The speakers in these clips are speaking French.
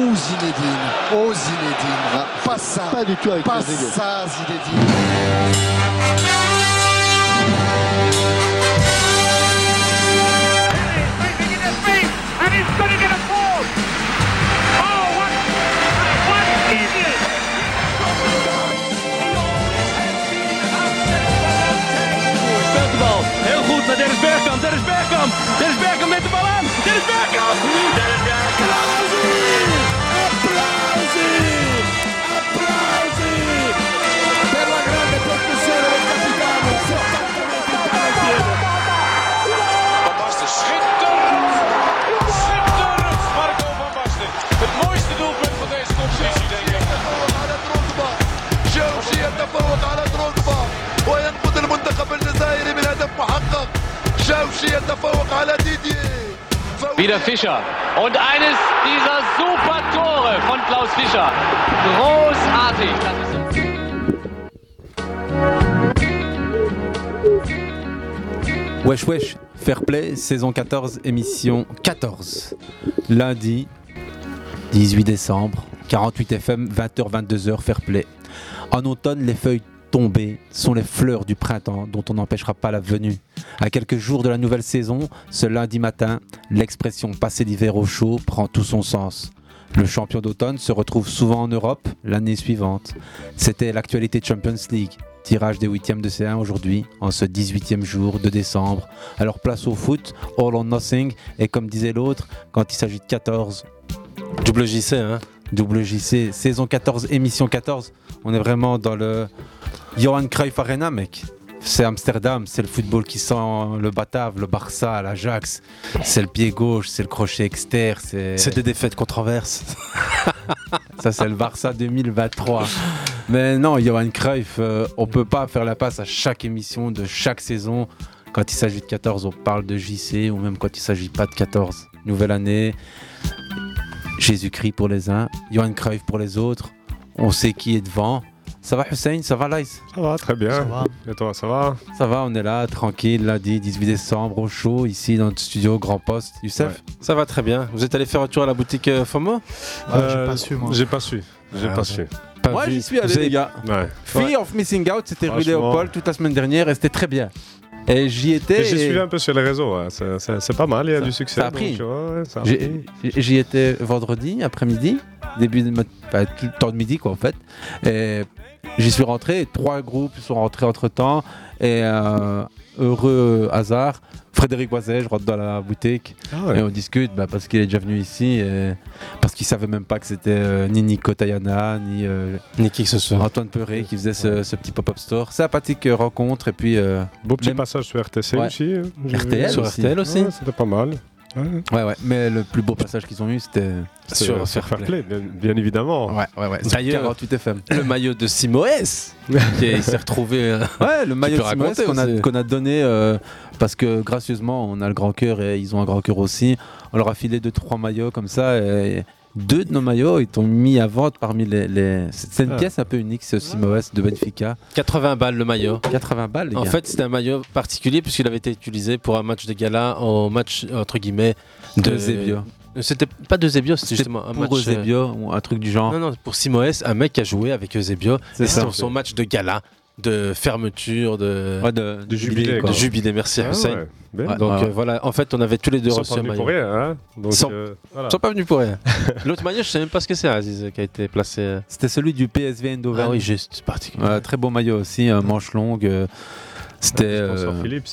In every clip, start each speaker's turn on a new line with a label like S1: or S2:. S1: Zinedine. Oh Zinedine. Pas ça.
S2: Pas du tout avec
S1: Pas
S2: Trezeguet.
S1: ça, Zinedine.
S3: Racing in his feet, and he's going to get a fall. Oh, what, what is it?
S4: Speelt de bal. Heel goed naar Dennis Bergkamp. Dennis Bergkamp. Dennis Bergkamp met de bal aan. Dennis Bergkamp. Dennis Bergkamp. Applausi. Applausi. Applausi. Per la grande percussione del capitano. Fortemente in pallonpiede.
S5: Van Basten, schitterend! Schitterend, Marco van Basten. Het mooiste doelpunt van deze competitie, denk ik.
S6: الشيء التفوق على تروسبا وينقذ المنتخب الجزائري من هدف محقق شاوشي التفوق على ديدي
S7: Wieder Fischer. Und eines dieser super Tore von Klaus Fischer. Großartig. Das ist
S8: Wesh Wesh, Fair Play, saison 14, émission 14. Lundi 18 décembre, 48 FM, 20h, 22h, Fair Play. En automne, les feuilles tombées sont les fleurs du printemps dont on n'empêchera pas la venue. À quelques jours de la nouvelle saison, ce lundi matin, l'expression passer d'hiver au chaud prend tout son sens. Le champion d'automne se retrouve souvent en Europe l'année suivante. C'était l'actualité Champions League. Tirage des huitièmes de C1 aujourd'hui, en ce 18e jour de décembre. Alors place au foot, all or nothing, et comme disait l'autre, quand il s'agit de 14,
S9: Double JC, hein
S8: WJC, saison 14, émission 14, on est vraiment dans le Johan Cruyff Arena, mec. C'est Amsterdam, c'est le football qui sent le Batave, le Barça, l'Ajax, c'est le pied gauche, c'est le crochet externe, c'est...
S9: C'est des défaites qu'on traverse.
S8: Ça, c'est le Barça 2023. Mais non, Johan Cruyff, euh, on peut pas faire la passe à chaque émission de chaque saison. Quand il s'agit de 14, on parle de JC, ou même quand il s'agit pas de 14. Nouvelle année, Jésus-Christ pour les uns, Johan Cruyff pour les autres. On sait qui est devant. Ça va Hussein Ça va Lice
S10: Ça va, très bien. Et toi, ça va
S8: Ça va, on est là, tranquille, lundi 18 décembre, au chaud, ici dans notre studio Grand Poste. Youssef
S9: Ça va très bien. Vous êtes allé faire un tour à la boutique euh, FOMO
S10: Euh,
S8: Ah,
S2: j'ai pas su, moi.
S10: J'ai pas su. J'ai pas su.
S9: Pas
S8: Moi
S9: vu.
S8: j'y suis allé
S9: Vous avez-
S8: les gars.
S10: Ouais.
S8: Fear of Missing Out, c'était rue
S10: Franchement.
S8: Léopold toute la semaine dernière et c'était très bien. Et j'y étais.
S10: Et j'ai
S8: et
S10: suivi un peu sur les réseaux. hein. ouais. C'est- C'est c'est pas mal, il y a du succès.
S8: ça a pris.
S10: donc, tu vois, ouais, ça a
S8: j'ai-
S10: pris.
S8: J'y étais vendredi après-midi, début de ma- enfin, tout le temps de midi quoi en fait. Et j'y suis rentré, trois groupes sont rentrés entre temps et euh, heureux hasard, Frédéric Boiset, je rentre dans la boutique
S10: Ah ouais.
S8: et on discute bah, parce qu'il est déjà venu ici et parce qu'il savait même pas que c'était euh, ni Nico Tayana ni euh,
S9: Ni qui que ce soit.
S8: Antoine Perret qui faisait ce, ce petit pop-up store. Sympathique euh, rencontre et puis euh,
S10: Beau petit
S8: même-
S10: passage sur RTC
S8: Ouais.
S10: aussi. hein, j'ai vu.
S8: RTL
S9: Sur
S8: aussi.
S9: RTL aussi
S10: Ouais, C'était pas mal. Ouais.
S8: Ouais, ouais, mais le plus beau passage qu'ils ont eu, c'était.
S10: C'est-
S9: Sur
S10: c'est
S9: Fair Play.
S10: bien, bien évidemment.
S8: Ouais, ouais, ouais.
S9: D'ailleurs-
S8: 48 FM.
S9: Le maillot de Simoes qui est- il s'est retrouvé. euh,
S8: Ouais, le maillot de
S9: peux
S8: Simoes
S9: raconter
S8: qu'on a,
S9: aussi.
S8: qu'on a donné euh, parce que gracieusement, on a le grand cœur et ils ont un grand cœur aussi. On leur a filé deux, trois maillots comme ça. Et deux de nos maillots, ils t'ont mis à vente parmi les. les- C'est une
S10: Ah.
S8: pièce un peu unique, ce Simoes de Benfica.
S9: 80 balles le maillot.
S8: 80 balles, les
S9: En
S8: gars.
S9: fait, c'était un maillot particulier puisqu'il avait été utilisé pour un match de gala au match entre guillemets de,
S8: de Zebio.
S9: C'était pas de Zebio, c'était justement un match.
S8: Pour
S9: euh,
S8: Zebio, ou un truc du genre.
S9: Non, non, pour Simoes, un mec qui a joué avec Eusebio.
S8: C'est
S9: C'est
S8: ça.
S9: son, son match de gala, de fermeture, de,
S8: Ouais, de,
S10: Du jubilé,
S9: de
S10: quoi.
S9: jubilé. Merci
S10: Ah
S9: Hussein.
S10: ouais, bien.
S8: Ouais.
S9: Donc euh, voilà, en fait, on avait tous les deux
S10: Ils sont
S9: reçu
S10: pas
S9: un
S10: venus
S9: maillot.
S10: pour rien. Hein Donc,
S9: Sans-
S10: euh, voilà.
S9: Ils sont pas venus pour rien. L'autre maillot, je sais même pas ce que c'est, Aziz, euh, qui a été placé. euh.
S8: C'était celui du PSV Eindhoven.
S9: Ah oui, juste particulier.
S8: Ouais, très beau maillot aussi, euh, manche longue. euh, C'était.
S10: Sponsor
S8: euh,
S10: Philips.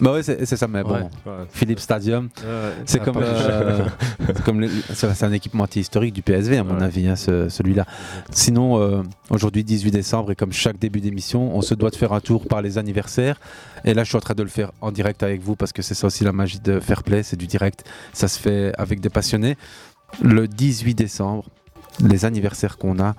S8: Bah ouais, c'est c'est ça, mais bon.
S9: Ouais.
S10: Ouais.
S8: Philippe Stadium,
S10: Ouais.
S8: c'est
S9: Ah,
S8: comme,
S9: pas
S8: euh, c'est comme le- c'est c'est un équipementier historique du PSV à mon
S10: Ouais.
S8: avis, hein, ce- celui-là. Sinon, euh, aujourd'hui 18 décembre et comme chaque début d'émission, on se doit de faire un tour par les anniversaires. Et là, je suis en train de le faire en direct avec vous parce que c'est ça aussi la magie de Fair Play, c'est du direct. Ça se fait avec des passionnés. Le 18 décembre, les anniversaires qu'on a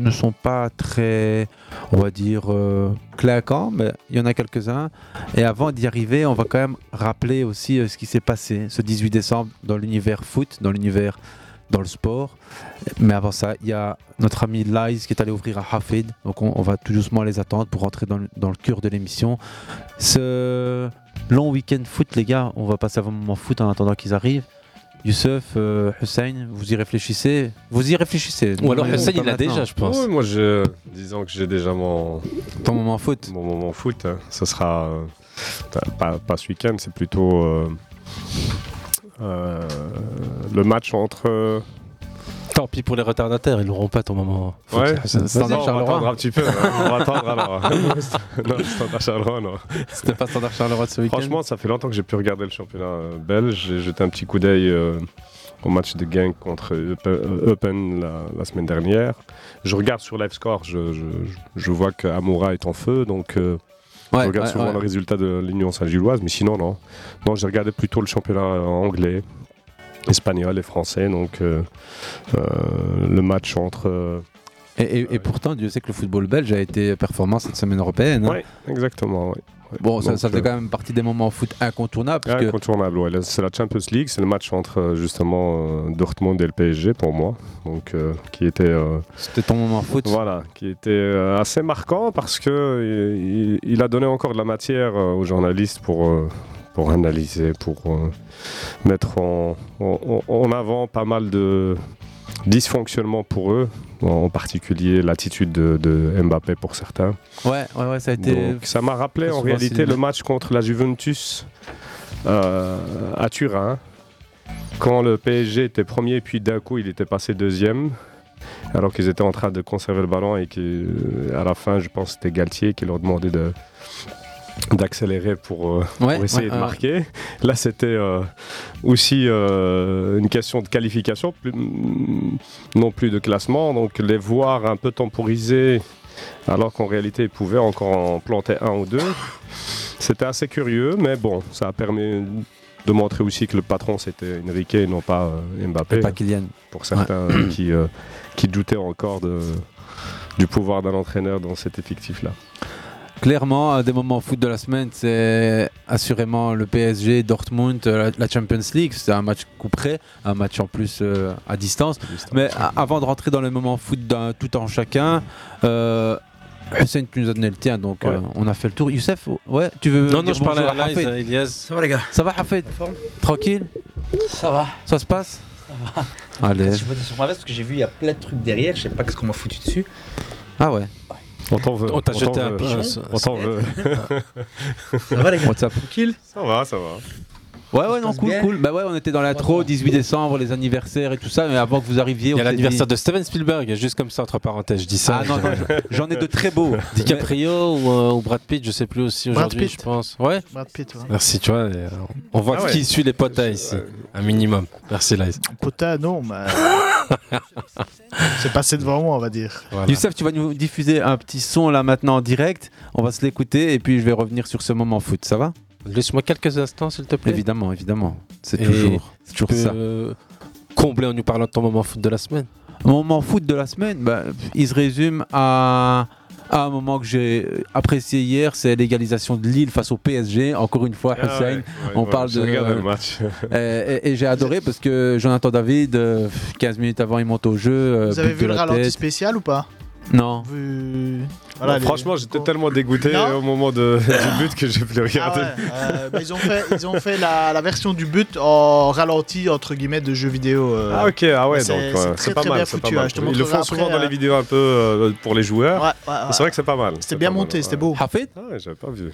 S8: ne sont pas très, on va dire, euh, claquants, mais il y en a quelques-uns. Et avant d'y arriver, on va quand même rappeler aussi euh, ce qui s'est passé ce 18 décembre dans l'univers foot, dans l'univers dans le sport. Mais avant ça, il y a notre ami Lies qui est allé ouvrir à Hafid. Donc on, on va tout doucement les attendre pour rentrer dans le, dans le cœur de l'émission. Ce long week-end foot, les gars, on va passer à un moment foot en attendant qu'ils arrivent. Youssef, euh, Hussein, vous y réfléchissez Vous y réfléchissez.
S9: Ou alors
S8: Non, mais
S9: Hussein,
S8: pas
S9: il l'a
S8: maintenant.
S9: déjà, je pense.
S10: Oui, moi, je... disons que j'ai déjà mon,
S8: Ton moment foot.
S10: mon moment foot. hein. Ça sera euh, t'as- pas, pas ce week-end, c'est plutôt euh, euh, le match entre. euh,
S9: Tant pis pour les retardataires, ils n'auront pas ton moment. Faut
S10: Ouais,
S9: que-
S8: c'est-
S10: Non,
S8: Standard
S10: on va
S8: Charleroi.
S10: attendre un petit peu. hein. On va attendre alors. non, Standard Charleroi, non.
S8: C'était pas standard Charleroi de ce week-end.
S10: Franchement, ça fait longtemps que j'ai pu regarder le championnat euh, belge. J'ai jeté un petit coup d'œil euh, au match de Genk contre Eupen- euh, Eupen la, la semaine dernière. Je regarde sur Live Score, je, je, je vois que Amoura est en feu, donc euh,
S8: Ouais,
S10: je regarde
S8: ouais,
S10: souvent
S8: ouais.
S10: le résultat de l'Union Saint-Gilloise, mais sinon, non. Non, j'ai regardé plutôt le championnat euh, anglais, espagnol et français, donc euh, euh, le match entre. euh,
S8: Et, et- et pourtant, Dieu sait que le football belge a été performant cette semaine européenne. hein.
S10: Ouais, exactement, ouais. Ouais.
S8: Bon, ça,
S10: Donc,
S8: ça
S10: euh,
S8: faisait quand même partie des moments foot incontournables. parce que-
S10: Incontournable, ouais. Là, C'est la Champions League, c'est le match entre euh, justement euh, Dortmund et le PSG pour moi, donc euh, qui était euh,
S8: C'était ton moment foot.
S10: voilà, qui était euh, assez marquant parce que euh, il, il a donné encore de la matière euh, aux journalistes pour euh, pour analyser, pour euh, mettre en, en- en avant pas mal de dysfonctionnements pour eux, en particulier l'attitude de- de Mbappé pour certains.
S8: Ouais, ouais, ouais, ça a été.
S10: Donc, ça m'a rappelé
S8: très
S10: en
S8: souvent
S10: réalité
S8: cinéma.
S10: le match contre la Juventus euh, à Turin, quand le PSG était premier, puis d'un coup il était passé deuxième, alors qu'ils étaient en train de conserver le ballon et qu'à la fin, je pense que c'était Galtier qui leur demandait de d'accélérer pour, euh,
S8: Ouais,
S10: pour essayer
S8: ouais,
S10: de
S8: ouais.
S10: marquer. Là, c'était euh, aussi euh, une question de qualification, plus- mm, non plus de classement. Donc, les voir un peu temporiser, alors qu'en réalité, ils pouvaient encore en planter un ou deux, c'était assez curieux. Mais bon, ça a permis de montrer aussi que le patron, c'était Enrique et non pas euh, Mbappé,
S8: Pas Kylian.
S10: pour certains euh, qui, euh, qui doutaient encore de- du pouvoir d'un entraîneur dans cet effectif-là.
S8: Clairement, un des moments foot de la semaine, c'est assurément le PSG, Dortmund, euh, la la Champions League. C'était un match coup près, un match en plus euh, à distance. Mais a- avant de rentrer dans le moment foot d'un tout en chacun, euh, Hussein, tu nous as donné le tien, donc
S10: Ouais.
S8: euh, on a fait le tour. Youssef, ouais, tu
S2: Euh,
S8: veux.
S9: Non, non,
S8: dire
S9: je parlais
S8: bonjour
S9: à Elias,
S8: Hafid
S9: euh, Elias.
S2: Ça va les gars
S8: Ça va, Hafid Tranquille
S2: Ça va.
S8: Ça se passe Ça va. Allez.
S2: Je votais sur ma veste parce que j'ai vu il y a plein de trucs derrière, je sais pas ce qu'on m'a foutu dessus.
S8: Ah ouais,
S10: On t'en veut.
S2: Oh,
S9: On t'a
S10: t'en
S9: jeté un
S10: veut.
S9: pigeon.
S10: On t'en veut.
S2: Ça va les gars
S8: what's up
S2: Tranquille
S10: Ça va, ça va.
S8: Ouais, ouais, non,
S2: passe
S8: cool,
S2: bien
S8: cool. Bah ouais, on était dans l'intro, 18 décembre, les anniversaires et tout ça, mais avant que vous
S9: Il
S8: arriviez,
S9: y
S8: on
S9: a
S8: s'est
S9: l'anniversaire
S8: dit-
S9: de Steven Spielberg, juste comme ça, entre parenthèses, je dis ça.
S8: Ah non, non, j'en ai de très beaux.
S9: DiCaprio ou, euh, ou Brad Pitt, je sais plus aussi
S11: Brad
S9: aujourd'hui,
S11: Pitt.
S9: je pense. Ouais.
S11: Brad Pitt, ouais.
S9: Merci, tu vois. euh, On voit
S10: Ah ouais.
S9: qui suit les potes là, ici, un minimum. Merci, Lies.
S11: Pota, non, mais. euh, C'est passé devant moi, on va dire.
S9: Voilà.
S8: Youssef, tu vas nous diffuser un petit son là maintenant en direct. On va se l'écouter et puis je vais revenir sur ce moment foot, ça va
S9: Laisse-moi quelques instants, s'il te plaît.
S8: Évidemment, évidemment. C'est
S9: Et
S8: toujours, c'est
S9: Tu
S8: toujours
S9: peux,
S8: ça.
S9: euh, combler en nous parlant de ton moment foot de la semaine.
S8: Mon moment foot de la semaine, bah, il se résume à, à un moment que j'ai apprécié hier, c'est l'égalisation de Lille face au PSG. Encore une
S10: Ah
S8: fois, Hussein. on parle de-
S10: Regarde le match.
S8: Euh, et et j'ai adoré parce que Jonathan David, euh, 15 minutes avant, il monte au jeu. euh,
S11: Vous avez
S8: but
S11: vu
S8: de
S11: le
S8: la
S11: ralenti
S8: tête.
S11: spécial ou pas
S8: Non.
S11: Vu-
S10: Non,
S11: Voilà, les-
S10: franchement, j'étais tellement dégoûté
S11: Non.
S10: au moment de- du but que j'ai plus
S11: Ah
S10: regardé.
S11: ouais, euh, bah, ils ont fait, ils ont fait la, la version du but en ralenti entre guillemets de jeux vidéo. euh.
S10: Ah ok, ah ouais,
S11: Mais
S10: donc
S11: c'est-
S10: ouais,
S11: c'est
S10: c'est
S11: très,
S10: pas
S11: très
S10: mal.
S11: bien
S10: c'est
S11: foutu,
S10: pas
S11: hein,
S10: mal.
S11: je te
S10: Ils le
S11: montrerai
S10: font souvent
S11: après,
S10: dans les
S11: euh.
S10: vidéos un peu euh, pour les joueurs.
S11: Ouais, ouais, ouais.
S10: C'est vrai que c'est pas mal.
S11: C'était
S10: C'est
S11: bien
S10: pas mal,
S11: monté,
S10: ouais.
S11: c'était beau.
S8: Hafid
S10: Ah ouais, j'avais pas vu.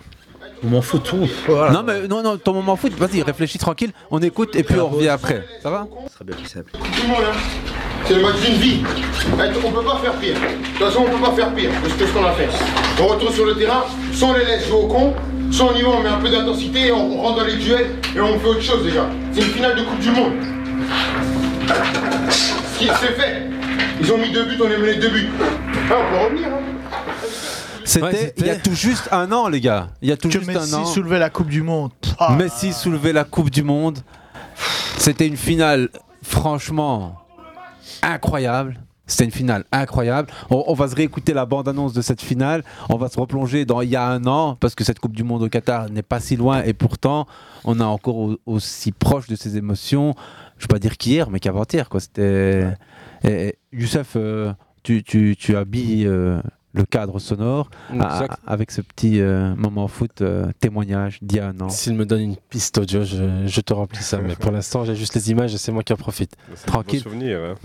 S2: On m'en fout tout. Voilà.
S8: Non, mais non, non, ton moment foot, vas-y, réfléchis tranquille, on écoute et puis on revient après. Ça va
S2: Ce serait bien plus simple.
S6: Tout le monde, hein. C'est le match d'une vie. On peut pas faire pire. De toute façon, on peut pas faire pire parce que ce qu'on a fait. On retourne sur le terrain, soit on les laisse jouer au con, soit on y va, on met un peu d'intensité, on, on rentre dans les duels et on fait autre chose déjà. C'est une finale de Coupe du Monde. Ce qui- C'est fait. Ils ont mis deux buts, on est mené deux buts. Ah, on peut revenir. hein.
S8: C'était
S9: Ouais, c'était-
S8: il y a tout juste un an, les gars. Il y a tout
S11: Que
S8: juste
S11: Messi
S8: un an.
S11: soulevait la Coupe du Monde. Pouah.
S8: Messi soulevait la Coupe du Monde. C'était une finale, franchement, incroyable. C'était une finale incroyable. On, on va se réécouter la bande-annonce de cette finale. On va se replonger dans il y a un an, parce que cette Coupe du Monde au Qatar n'est pas si loin. Et pourtant, on est encore au- aussi proche de ces émotions. Je ne vais pas dire qu'hier, mais qu'avant-hier. quoi. C'était. Et- et Youssef, euh, tu, tu- tu habilles euh, le cadre sonore à-
S9: Exact.
S8: avec ce petit euh, moment foot euh, témoignage Diane.
S9: S'il me donne une piste audio, je, je te remplis ça. Mais pour l'instant, j'ai juste les images et c'est moi qui en profite.
S8: Tranquille.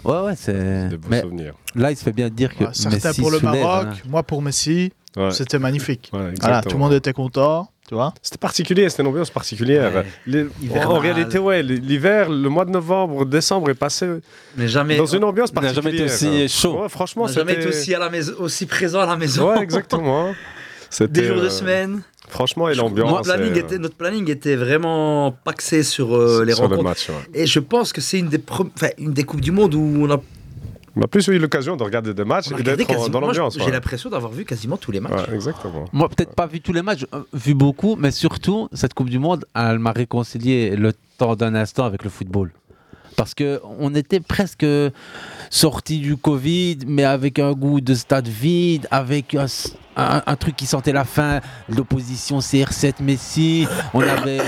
S8: Ouais, ouais, c'est.
S9: des beaux
S8: mais
S9: souvenirs.
S8: Là, il se fait bien dire que.
S9: Ouais,
S11: Ah, Certains
S8: Messi
S11: pour le
S8: soulève,
S11: Maroc,
S8: hein.
S11: moi pour Messi.
S10: Ouais.
S11: C'était magnifique.
S10: exactement.
S11: voilà, tout le monde était content, tu vois.
S10: C'était particulier, c'était une ambiance particulière. Les-
S11: Hivernal.
S10: en réalité, ouais, l- l'hiver, le mois de novembre, décembre est passé
S2: Mais jamais.
S10: dans une ambiance
S2: On n'a
S10: particulière.
S2: jamais été aussi chaud.
S10: Ouais, franchement,
S2: On n'a jamais
S10: c'était
S2: été aussi, à la maison, aussi présent à la maison.
S10: Ouais, exactement. hein. C'était,
S2: Des jours
S10: euh,
S2: de semaine.
S10: Franchement, et
S2: Notre
S10: l'ambiance.
S2: planning,
S10: euh,
S2: était, notre planning était vraiment paxé sur euh,
S10: Sur
S2: les
S10: le
S2: rencontres.
S10: match, ouais.
S2: Et je pense que c'est une des, pre- enfin, une des Coupes du Monde où on a,
S10: On a plus eu l'occasion de regarder des matchs
S2: on a
S10: et
S2: regardé
S10: d'être en-
S2: quasiment.
S10: dans
S2: moi,
S10: l'ambiance.
S2: J'ai
S10: ouais.
S2: l'impression d'avoir vu quasiment tous les matchs.
S10: Ouais, exactement.
S8: Moi, peut-être pas vu tous les matchs, euh, vu beaucoup, mais surtout, cette Coupe du Monde, elle m'a réconcilié le temps d'un instant avec le football. Parce que on était presque sorti du Covid, mais avec un goût de stade vide, avec un, s- un- un truc qui sentait la fin, l'opposition CR7 Messi. On avait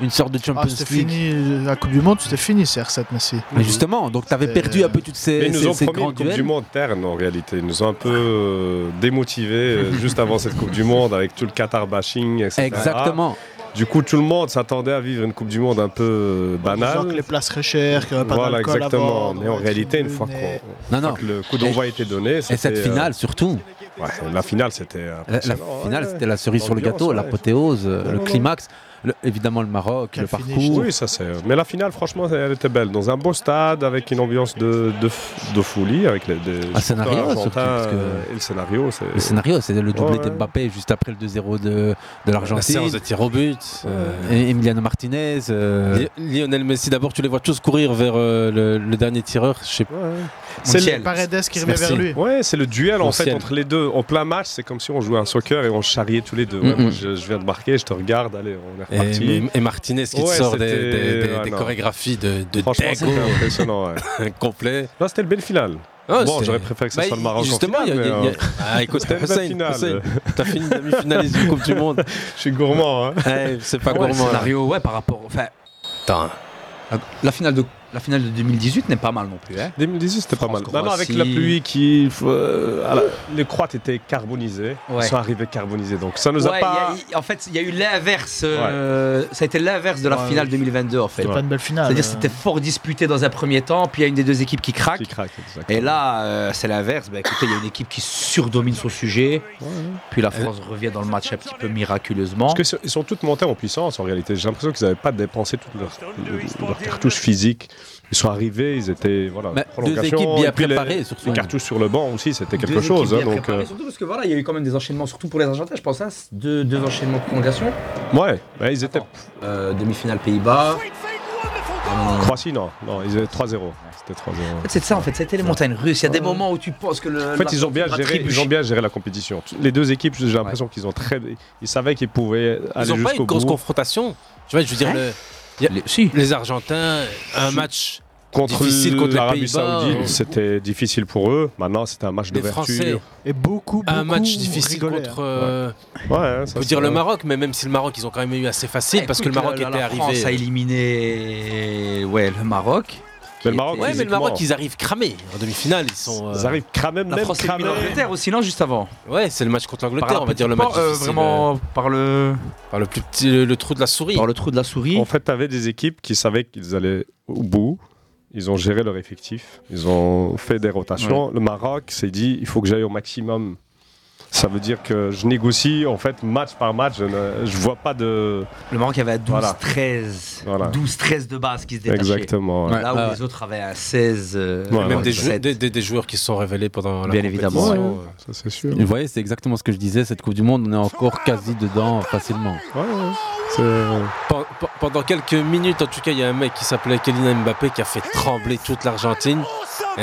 S8: une sorte de Champions
S11: Ah, c'était
S8: League.
S11: fini, la Coupe du Monde, c'était fini, CR7 Messi.
S8: Mais justement, donc tu avais
S11: C'était- euh,
S8: perdu un peu toutes ces,
S10: Mais ils nous ont
S8: ces, ces
S10: promis
S8: grands
S10: une Coupe
S8: duels.
S10: du Monde terne en réalité. Ils nous ont un peu euh, démotivés euh, juste avant cette Coupe du Monde avec tout le Qatar bashing, etc.
S8: Exactement.
S10: Du coup, tout le monde s'attendait à vivre une Coupe du Monde un peu euh,
S11: Disant
S10: banale.
S11: que les places seraient chères, qu'il n'y avait pas
S10: Voilà,
S11: d'alcool
S10: exactement.
S11: avant,
S10: mais en
S11: donc,
S10: réalité, une fois
S11: mais-
S10: qu'on- une fois que le coup d'envoi a été donné, euh,
S8: Et cette finale, surtout.
S10: la finale, c'était.
S8: La, la finale, c'était la cerise sur le gâteau, l'apothéose, euh,
S10: Non,
S8: le
S10: non, non.
S8: climax, le- évidemment le Maroc, le parcours.
S10: Oui, ça c'est. Mais la finale, franchement, elle était belle. Dans un beau stade, avec une ambiance de, de, f- de folie, avec les, des
S8: Un scénario,
S10: supporters
S8: surtout,
S10: argentins,
S8: parce que-
S10: euh, et le scénario. c'est-
S8: Le scénario, c'est le doublé
S10: Ouais, ouais.
S8: de Mbappé juste après le 2-0 de, de l'Argentine.
S9: La séance de tir au but. euh,
S8: Et Emiliano Martinez. euh,
S9: Li- Lionel Messi, d'abord, tu les vois tous courir vers euh, le, le dernier tireur. Je sais
S10: C'est le-
S9: Montiel.
S11: Paredes qui revient
S9: Merci.
S11: vers lui.
S10: Ouais, c'est le duel en fait
S9: Ancienne.
S10: entre les deux. En plein match, c'est comme si on jouait un soccer et on charriait tous les deux. Ouais,
S9: Mhm.
S10: moi, je, je viens de marquer, je te regarde, allez, on est reparti.
S9: Et, et Martinez qui te
S10: Ouais,
S9: sort des,
S10: c'était-
S9: des- des-
S10: ouais,
S9: des
S10: non.
S9: chorégraphies de, de
S10: Franchement,
S9: dingo.
S10: c'était impressionnant. ouais.
S9: complet.
S10: Là, c'était le belle finale.
S9: Ah,
S10: bon,
S9: c'était-
S10: j'aurais préféré que ça
S9: Bah,
S10: soit le Maroc. en
S9: Justement, il y a-
S10: finale,
S9: il y a-
S10: mais, euh,
S9: Ah, écoute,
S10: c'était une belle
S9: Hussein,
S10: finale.
S9: Hussein, t'as fini la demi-finaliste du Coupe du Monde.
S10: Je suis gourmand. Hein.
S9: Ouais, c'est pas
S2: Ouais, le
S9: gourmand. là.
S2: scénario, ouais, par rapport. Enfin, attends, hein. la finale de la finale de 2018 n'est pas mal non plus. Hein.
S10: 2018, c'était pas mal. Bah Non, non, avec
S2: Croatie.
S10: la pluie qui. euh, à la- les croates étaient carbonisées.
S2: Ouais.
S10: Ils sont arrivés carbonisés. Donc, ça nous a
S2: Ouais,
S10: pas.
S2: il y a- il- en fait, il y a eu l'inverse. euh, Ça a été l'inverse de la
S11: Ouais,
S2: finale
S11: ouais.
S2: 2022 en fait.
S11: C'était pas une belle finale.
S2: C'est-à-dire
S11: euh.
S2: c'était fort disputé dans un premier temps, puis il y a une des deux équipes qui craque.
S10: Qui craque, exact.
S2: Et là, euh, c'est l'inverse. Bah, écoutez, il y a une équipe qui surdomine son sujet. Puis la France revient dans le match un petit peu miraculeusement.
S10: Parce qu'ils sont, ils sont toutes montées en puissance en réalité. J'ai l'impression qu'ils n'avaient pas dépensé toutes leurs leurs cartouches physiques. Ils sont arrivés, ils étaient. Voilà,
S2: Bah,
S8: Mais deux
S10: prolongation,
S8: équipes bien
S10: et puis les-
S8: préparées, surtout.
S10: Les cartouches sur le banc aussi, c'était quelque
S2: Deux
S10: chose.
S2: équipes
S10: hein,
S2: bien
S10: donc,
S2: préparées, Surtout parce que voilà, il y a eu quand même des enchaînements, surtout pour les Argentins, je pense, hein, c'est deux, deux enchaînements de prolongation.
S10: euh, ouais, ouais, ils étaient.
S2: Euh, Demi-finale Pays-Bas.
S10: Croatie, non, non, ils étaient 3-0. C'était 3-0.
S2: En fait, c'est ça en fait, c'était les montagnes russes. Il y a des moments où tu penses que le.
S12: Euh,
S10: En fait, ils ont, bien géré, ils ont bien géré la compétition. Tout- Les deux équipes, j'ai l'impression qu'ils ont très. Ils savaient qu'ils pouvaient aller
S9: Ils ont pas eu
S10: jusqu'au
S9: une grosse
S10: bout.
S9: confrontation. Tu vois, je veux dire,
S2: Hein
S9: le- il y a-
S2: Les- si.
S9: les Argentins, un match
S10: Contre
S9: difficile contre les
S10: l'Arabie
S9: Pays-Bas,
S10: Saoudite,
S9: euh,
S10: c'était difficile pour eux. Maintenant, c'était un match
S9: les Français,
S10: d'ouverture.
S11: Et beaucoup, beaucoup
S9: un match difficile
S11: rigolaient,
S9: contre.
S11: hein.
S9: euh,
S10: Ouais, hein, ça,
S9: On peut
S10: c'est-
S9: dire le Maroc, mais même si le Maroc, ils ont quand même eu assez facile
S8: Eh,
S9: parce que le Maroc
S8: euh,
S9: était
S2: la
S9: arrivé.
S2: France a éliminé. Ouais, le Maroc.
S10: Mais le Maroc,
S9: Ouais, mais le
S10: physiquement,
S9: Maroc, ils arrivent cramés en demi-finale. Ils sont. euh,
S10: Ils arrivent cramés,
S2: La
S10: même
S2: France élimine
S10: cramés.
S2: l'Angleterre aussi, non Juste avant.
S9: Ouais, c'est le match contre
S2: Par la
S9: l'Angleterre, on va dire le match
S2: petite porte, euh,
S9: difficile,
S2: vraiment par le
S9: euh, par le plus petit, le, le trou de la souris.
S2: par le trou de la souris.
S10: En fait, t'avais des équipes qui savaient qu'ils allaient au bout. Ils ont géré leur effectif. Ils ont fait des rotations. Le Maroc s'est dit il faut que j'aille au maximum. Ça veut dire que je négocie, en fait, match par match. Je ne je vois pas de.
S2: Le Maroc avait à 12
S10: Voilà.
S2: 13
S10: Voilà.
S2: 12 13 de base qui se détachaient.
S10: Exactement. ouais.
S2: Là où
S9: Ouais, ouais.
S2: les autres avaient un 16 euh,
S10: Ouais,
S9: Même
S10: ouais,
S9: des,
S2: 17.
S9: joueurs, des, des- des joueurs qui se sont révélés pendant la
S2: Bien
S9: compétition,
S2: évidemment,
S9: euh,
S10: Ça, c'est sûr.
S8: Vous voyez, c'est exactement ce que je disais. Cette Coupe du Monde, on est encore quasi dedans facilement.
S10: Ouais, ouais. C'est- euh,
S9: Pen- pen- Pendant quelques minutes, en tout cas, il y a un mec qui s'appelait Kylian Mbappé qui a fait trembler toute l'Argentine. Et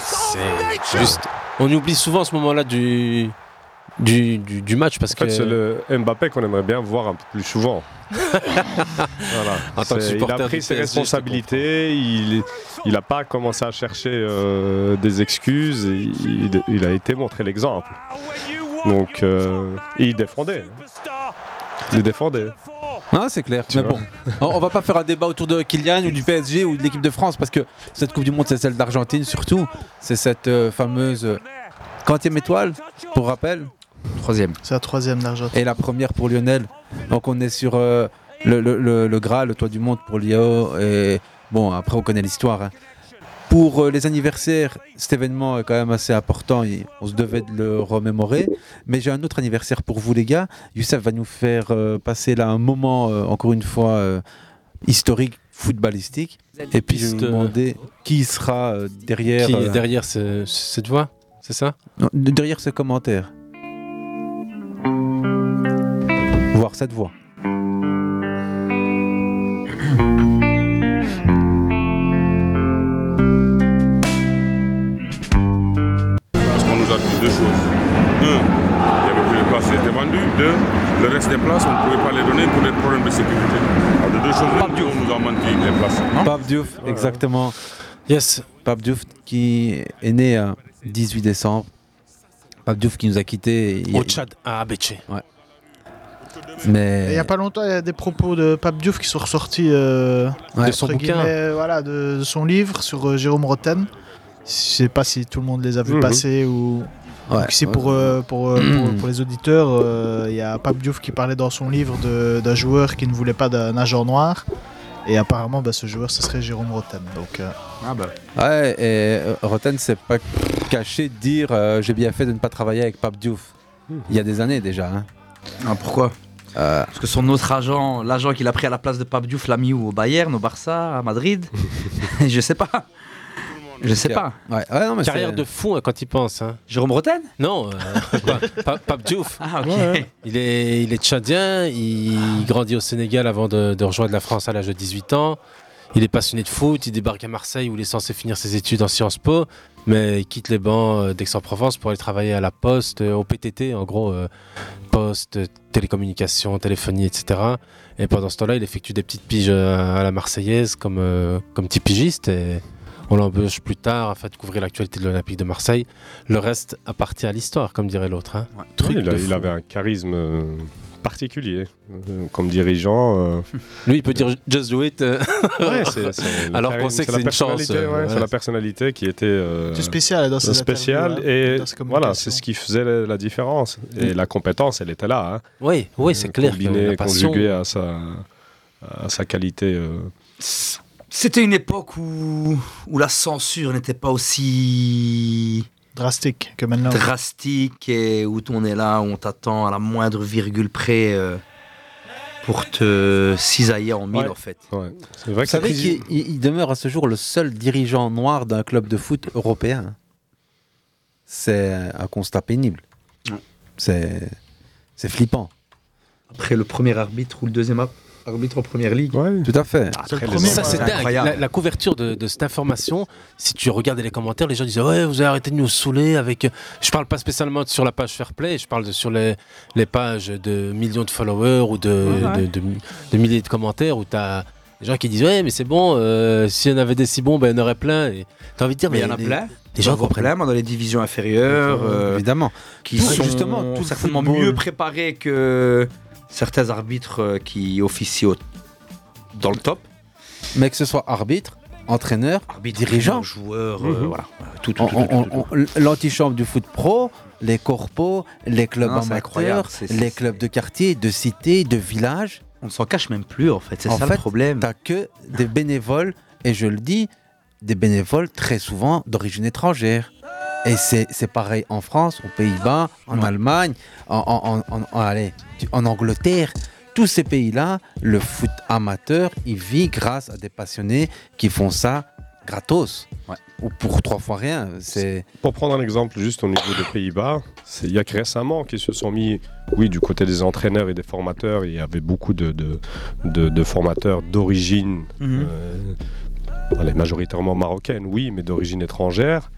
S9: c'est juste. On oublie souvent ce moment-là du, du, du, du match parce
S10: En fait,
S9: que.
S10: c'est le Mbappé qu'on aimerait bien voir un peu plus souvent. Voilà.
S9: En tant que
S10: C'est- il
S9: supporter
S10: a
S9: du
S10: pris ses
S9: PSG,
S10: responsabilités, il n'a pas commencé à chercher euh, des excuses, il, il- il a été montré l'exemple. Donc, euh, et il défendait. hein. Il défendait.
S8: Ah, c'est clair. mais bon, on, on va pas faire un débat autour de Kylian ou du PSG ou de l'équipe de France parce que cette Coupe du Monde, c'est celle d'Argentine surtout. C'est cette euh, fameuse Quantième étoile, pour rappel
S2: Troisième.
S11: C'est la troisième d'Argentine.
S8: Et la première pour Lionel. Donc on est sur euh, le, le, le, le Graal, le toit du monde pour Léo. Et bon, après on connaît l'histoire. hein. Pour euh, les anniversaires, cet événement est quand même assez important. il- on se devait de le remémorer. Mais j'ai un autre anniversaire pour vous, les gars. Youssef va nous faire euh, passer là un moment, euh, encore une fois, euh, historique, footballistique. Et puis je vais vous
S9: Piste, euh,
S8: demander qui sera euh, derrière.
S9: Qui est
S8: euh,
S9: derrière ce- cette voix C'est ça
S8: non, de- derrière ce commentaire. Voir cette voix.
S13: Parce qu'on nous a dit deux choses. Un, il y avait plus de places qui étaient vendues. Deux, le reste des places, on ne pouvait pas les donner pour des problèmes de sécurité. Alors de deux choses, l'une, on nous a menti les places.
S8: Pape Diouf, exactement. Yes. Pape Diouf qui est né le 18 décembre. Pape Diouf qui nous a quittés. il-
S9: Au Tchad, à Abéché.
S8: Ouais.
S11: Et Il n'y
S8: Mais
S11: a pas longtemps, il y a des propos de Pape Diouf qui sont ressortis euh,
S8: Ouais.
S11: entre
S8: De son
S11: guillemets,
S8: bouquin.
S11: voilà, de, de son livre sur euh, Jérôme Rotten. Je sais pas si tout le monde les a vus
S8: Mhm.
S11: passer ou.
S8: Ouais,
S11: Donc c'est
S8: ouais.
S11: pour, euh, pour, euh, pour- pour les auditeurs, euh, il y a Pape Diouf qui parlait dans son livre de- d'un joueur qui ne voulait pas d'un agent noir. Et apparemment, bah, ce joueur, ce serait Jérôme Rotten. Donc, euh,
S8: ouais, et euh, Roten s'est pas caché de dire euh, j'ai bien fait de ne pas travailler avec Pape Diouf. Il y a des années déjà. hein.
S14: Ah, pourquoi Euh, Parce que son autre agent, l'agent qu'il a pris à la place de Pape Diouf, l'a mis où Au Bayern, au Barça, à Madrid Je sais pas. Je sais pas.
S9: Carrière de fou hein, quand il pense. Hein.
S14: Jérôme Roten
S9: Non, euh, pa- pa- Pape Diouf.
S14: Ah, ok.
S9: il, est, il est tchadien, il grandit au Sénégal avant de, de rejoindre la France à l'âge de 18 ans. Il est passionné de foot, il débarque à Marseille où il est censé finir ses études en Sciences Po, mais il quitte les bancs euh, d'Aix-en-Provence pour aller travailler à la Poste, euh, au PTT, en gros, euh, Poste, euh, télécommunications, téléphonie, etc. Et pendant ce temps-là, il effectue des petites piges euh, à la Marseillaise comme, euh, comme petit pigiste. Et on l'embauche plus tard afin de couvrir l'actualité de l'Olympique de Marseille. Le reste appartient à l'histoire, comme dirait l'autre. hein. Truc
S10: Ouais, il, a-
S9: de
S10: il
S9: fou.
S10: avait un charisme euh, particulier euh, comme dirigeant. euh.
S9: Lui, il peut dire just do it. euh.
S10: Ouais, c'est- c'est le
S9: Alors qu'on
S10: charisme,
S9: sait que
S10: la
S9: c'est une chance.
S10: personnalité,
S9: euh,
S10: ouais,
S9: voilà.
S10: C'est la personnalité qui était euh,
S11: C'est spécial dans ses
S10: spéciale
S11: interviews,
S10: et
S11: hein, dans ses
S10: voilà, c'est ce qui faisait la, la différence et la compétence, elle était là. hein.
S9: Oui, oui, c'est
S10: Euh,
S9: clair que
S10: Combinée,
S9: la passion-
S10: conjuguée à sa à sa qualité. euh,
S14: C'était une époque où, où la censure n'était pas aussi
S11: drastique que maintenant.
S14: drastique et où on est là, où on t'attend à la moindre virgule près euh, pour te cisailler en mille
S8: Ouais.
S14: en fait.
S10: C'est
S8: Vous savez qu'il il- il demeure à ce jour le seul dirigeant noir d'un club de foot européen. C'est un constat pénible. C'est c'est flippant.
S14: Après le premier arbitre ou le deuxième arbitre en première ligue.
S8: Tout à fait.
S9: ça c'est dingue. La, la couverture de, de cette information, si tu regardais les commentaires, les gens disaient ouais vous avez arrêté de nous saouler avec. Je parle pas spécialement sur la page Fair Play, je parle de- sur les, les pages de millions de followers ou de,
S2: Ouais, ouais.
S9: de- de- de milliers de commentaires où t'as des gens qui disent ouais mais c'est bon, euh, s'il y en avait des si bons ben il y en aurait plein. Et T'as envie de dire
S14: Mais il y
S9: mais
S14: en a
S9: les-
S14: plein.
S9: Les gens
S14: Il y en a
S9: comprennent.
S14: plein, mais dans les divisions inférieures, euh,
S8: Évidemment.
S14: qui
S8: Pour-
S14: sont
S8: justement, tout le
S14: certainement
S8: football.
S14: mieux préparés que certains arbitres euh, qui officient au- dans le top.
S8: Mais que ce soit arbitre, entraîneur, dirigeant,
S14: joueur, euh,
S8: Mhm.
S14: voilà. Tout, tout,
S8: On-
S14: tout,
S8: on-
S14: tout, tout,
S8: on- on- L'antichambre du foot pro, les corpos, les clubs
S14: Non, c'est incroyable,
S8: amateurs,
S14: c'est-
S8: les
S14: c'est-
S8: clubs de quartier, de cité, de village.
S14: On s'en cache même plus en fait, c'est
S8: En
S14: ça
S8: fait,
S14: le problème.
S8: T'as que des bénévoles, et je le dis, des bénévoles très souvent d'origine étrangère. Et c'est c'est pareil en France, aux Pays-Bas, en Allemagne, en, en, en- en- en- allez, tu- en Angleterre. Tous ces pays-là, le foot amateur, il vit grâce à des passionnés qui font ça gratos. Ou pour trois fois rien. C'est.
S10: Pour prendre un exemple, juste au niveau des Pays-Bas, c'est- il y a que récemment qu'ils se sont mis, oui, du côté des entraîneurs et des formateurs, il y avait beaucoup de, de, de- de formateurs d'origine,
S14: Mhm.
S10: euh, allez, majoritairement marocaine, oui, mais d'origine étrangère.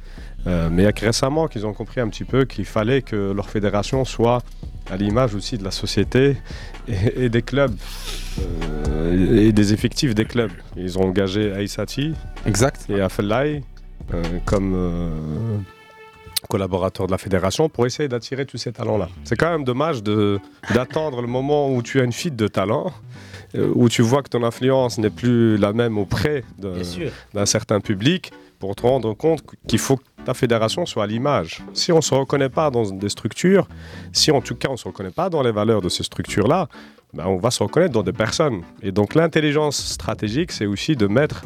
S10: Euh, mais il y a que récemment qu'ils ont compris un petit peu qu'il fallait que leur fédération soit à l'image aussi de la société et, et des clubs euh, et des effectifs des clubs. Ils ont engagé Aïsati
S8: exact.
S10: et Afellay euh, comme euh, collaborateurs de la fédération pour essayer d'attirer tous ces talents-là. C'est quand même dommage de- d'attendre le moment où tu as une fuite de talent, euh, où tu vois que ton influence n'est plus la même auprès de-
S14: sûr.
S10: d'un certain public pour te rendre compte qu'il faut que ta fédération soit à l'image. Si on ne se reconnaît pas dans des structures, si en tout cas on ne se reconnaît pas dans les valeurs de ces structures-là, ben, on va se reconnaître dans des personnes. Et donc l'intelligence stratégique, c'est aussi de mettre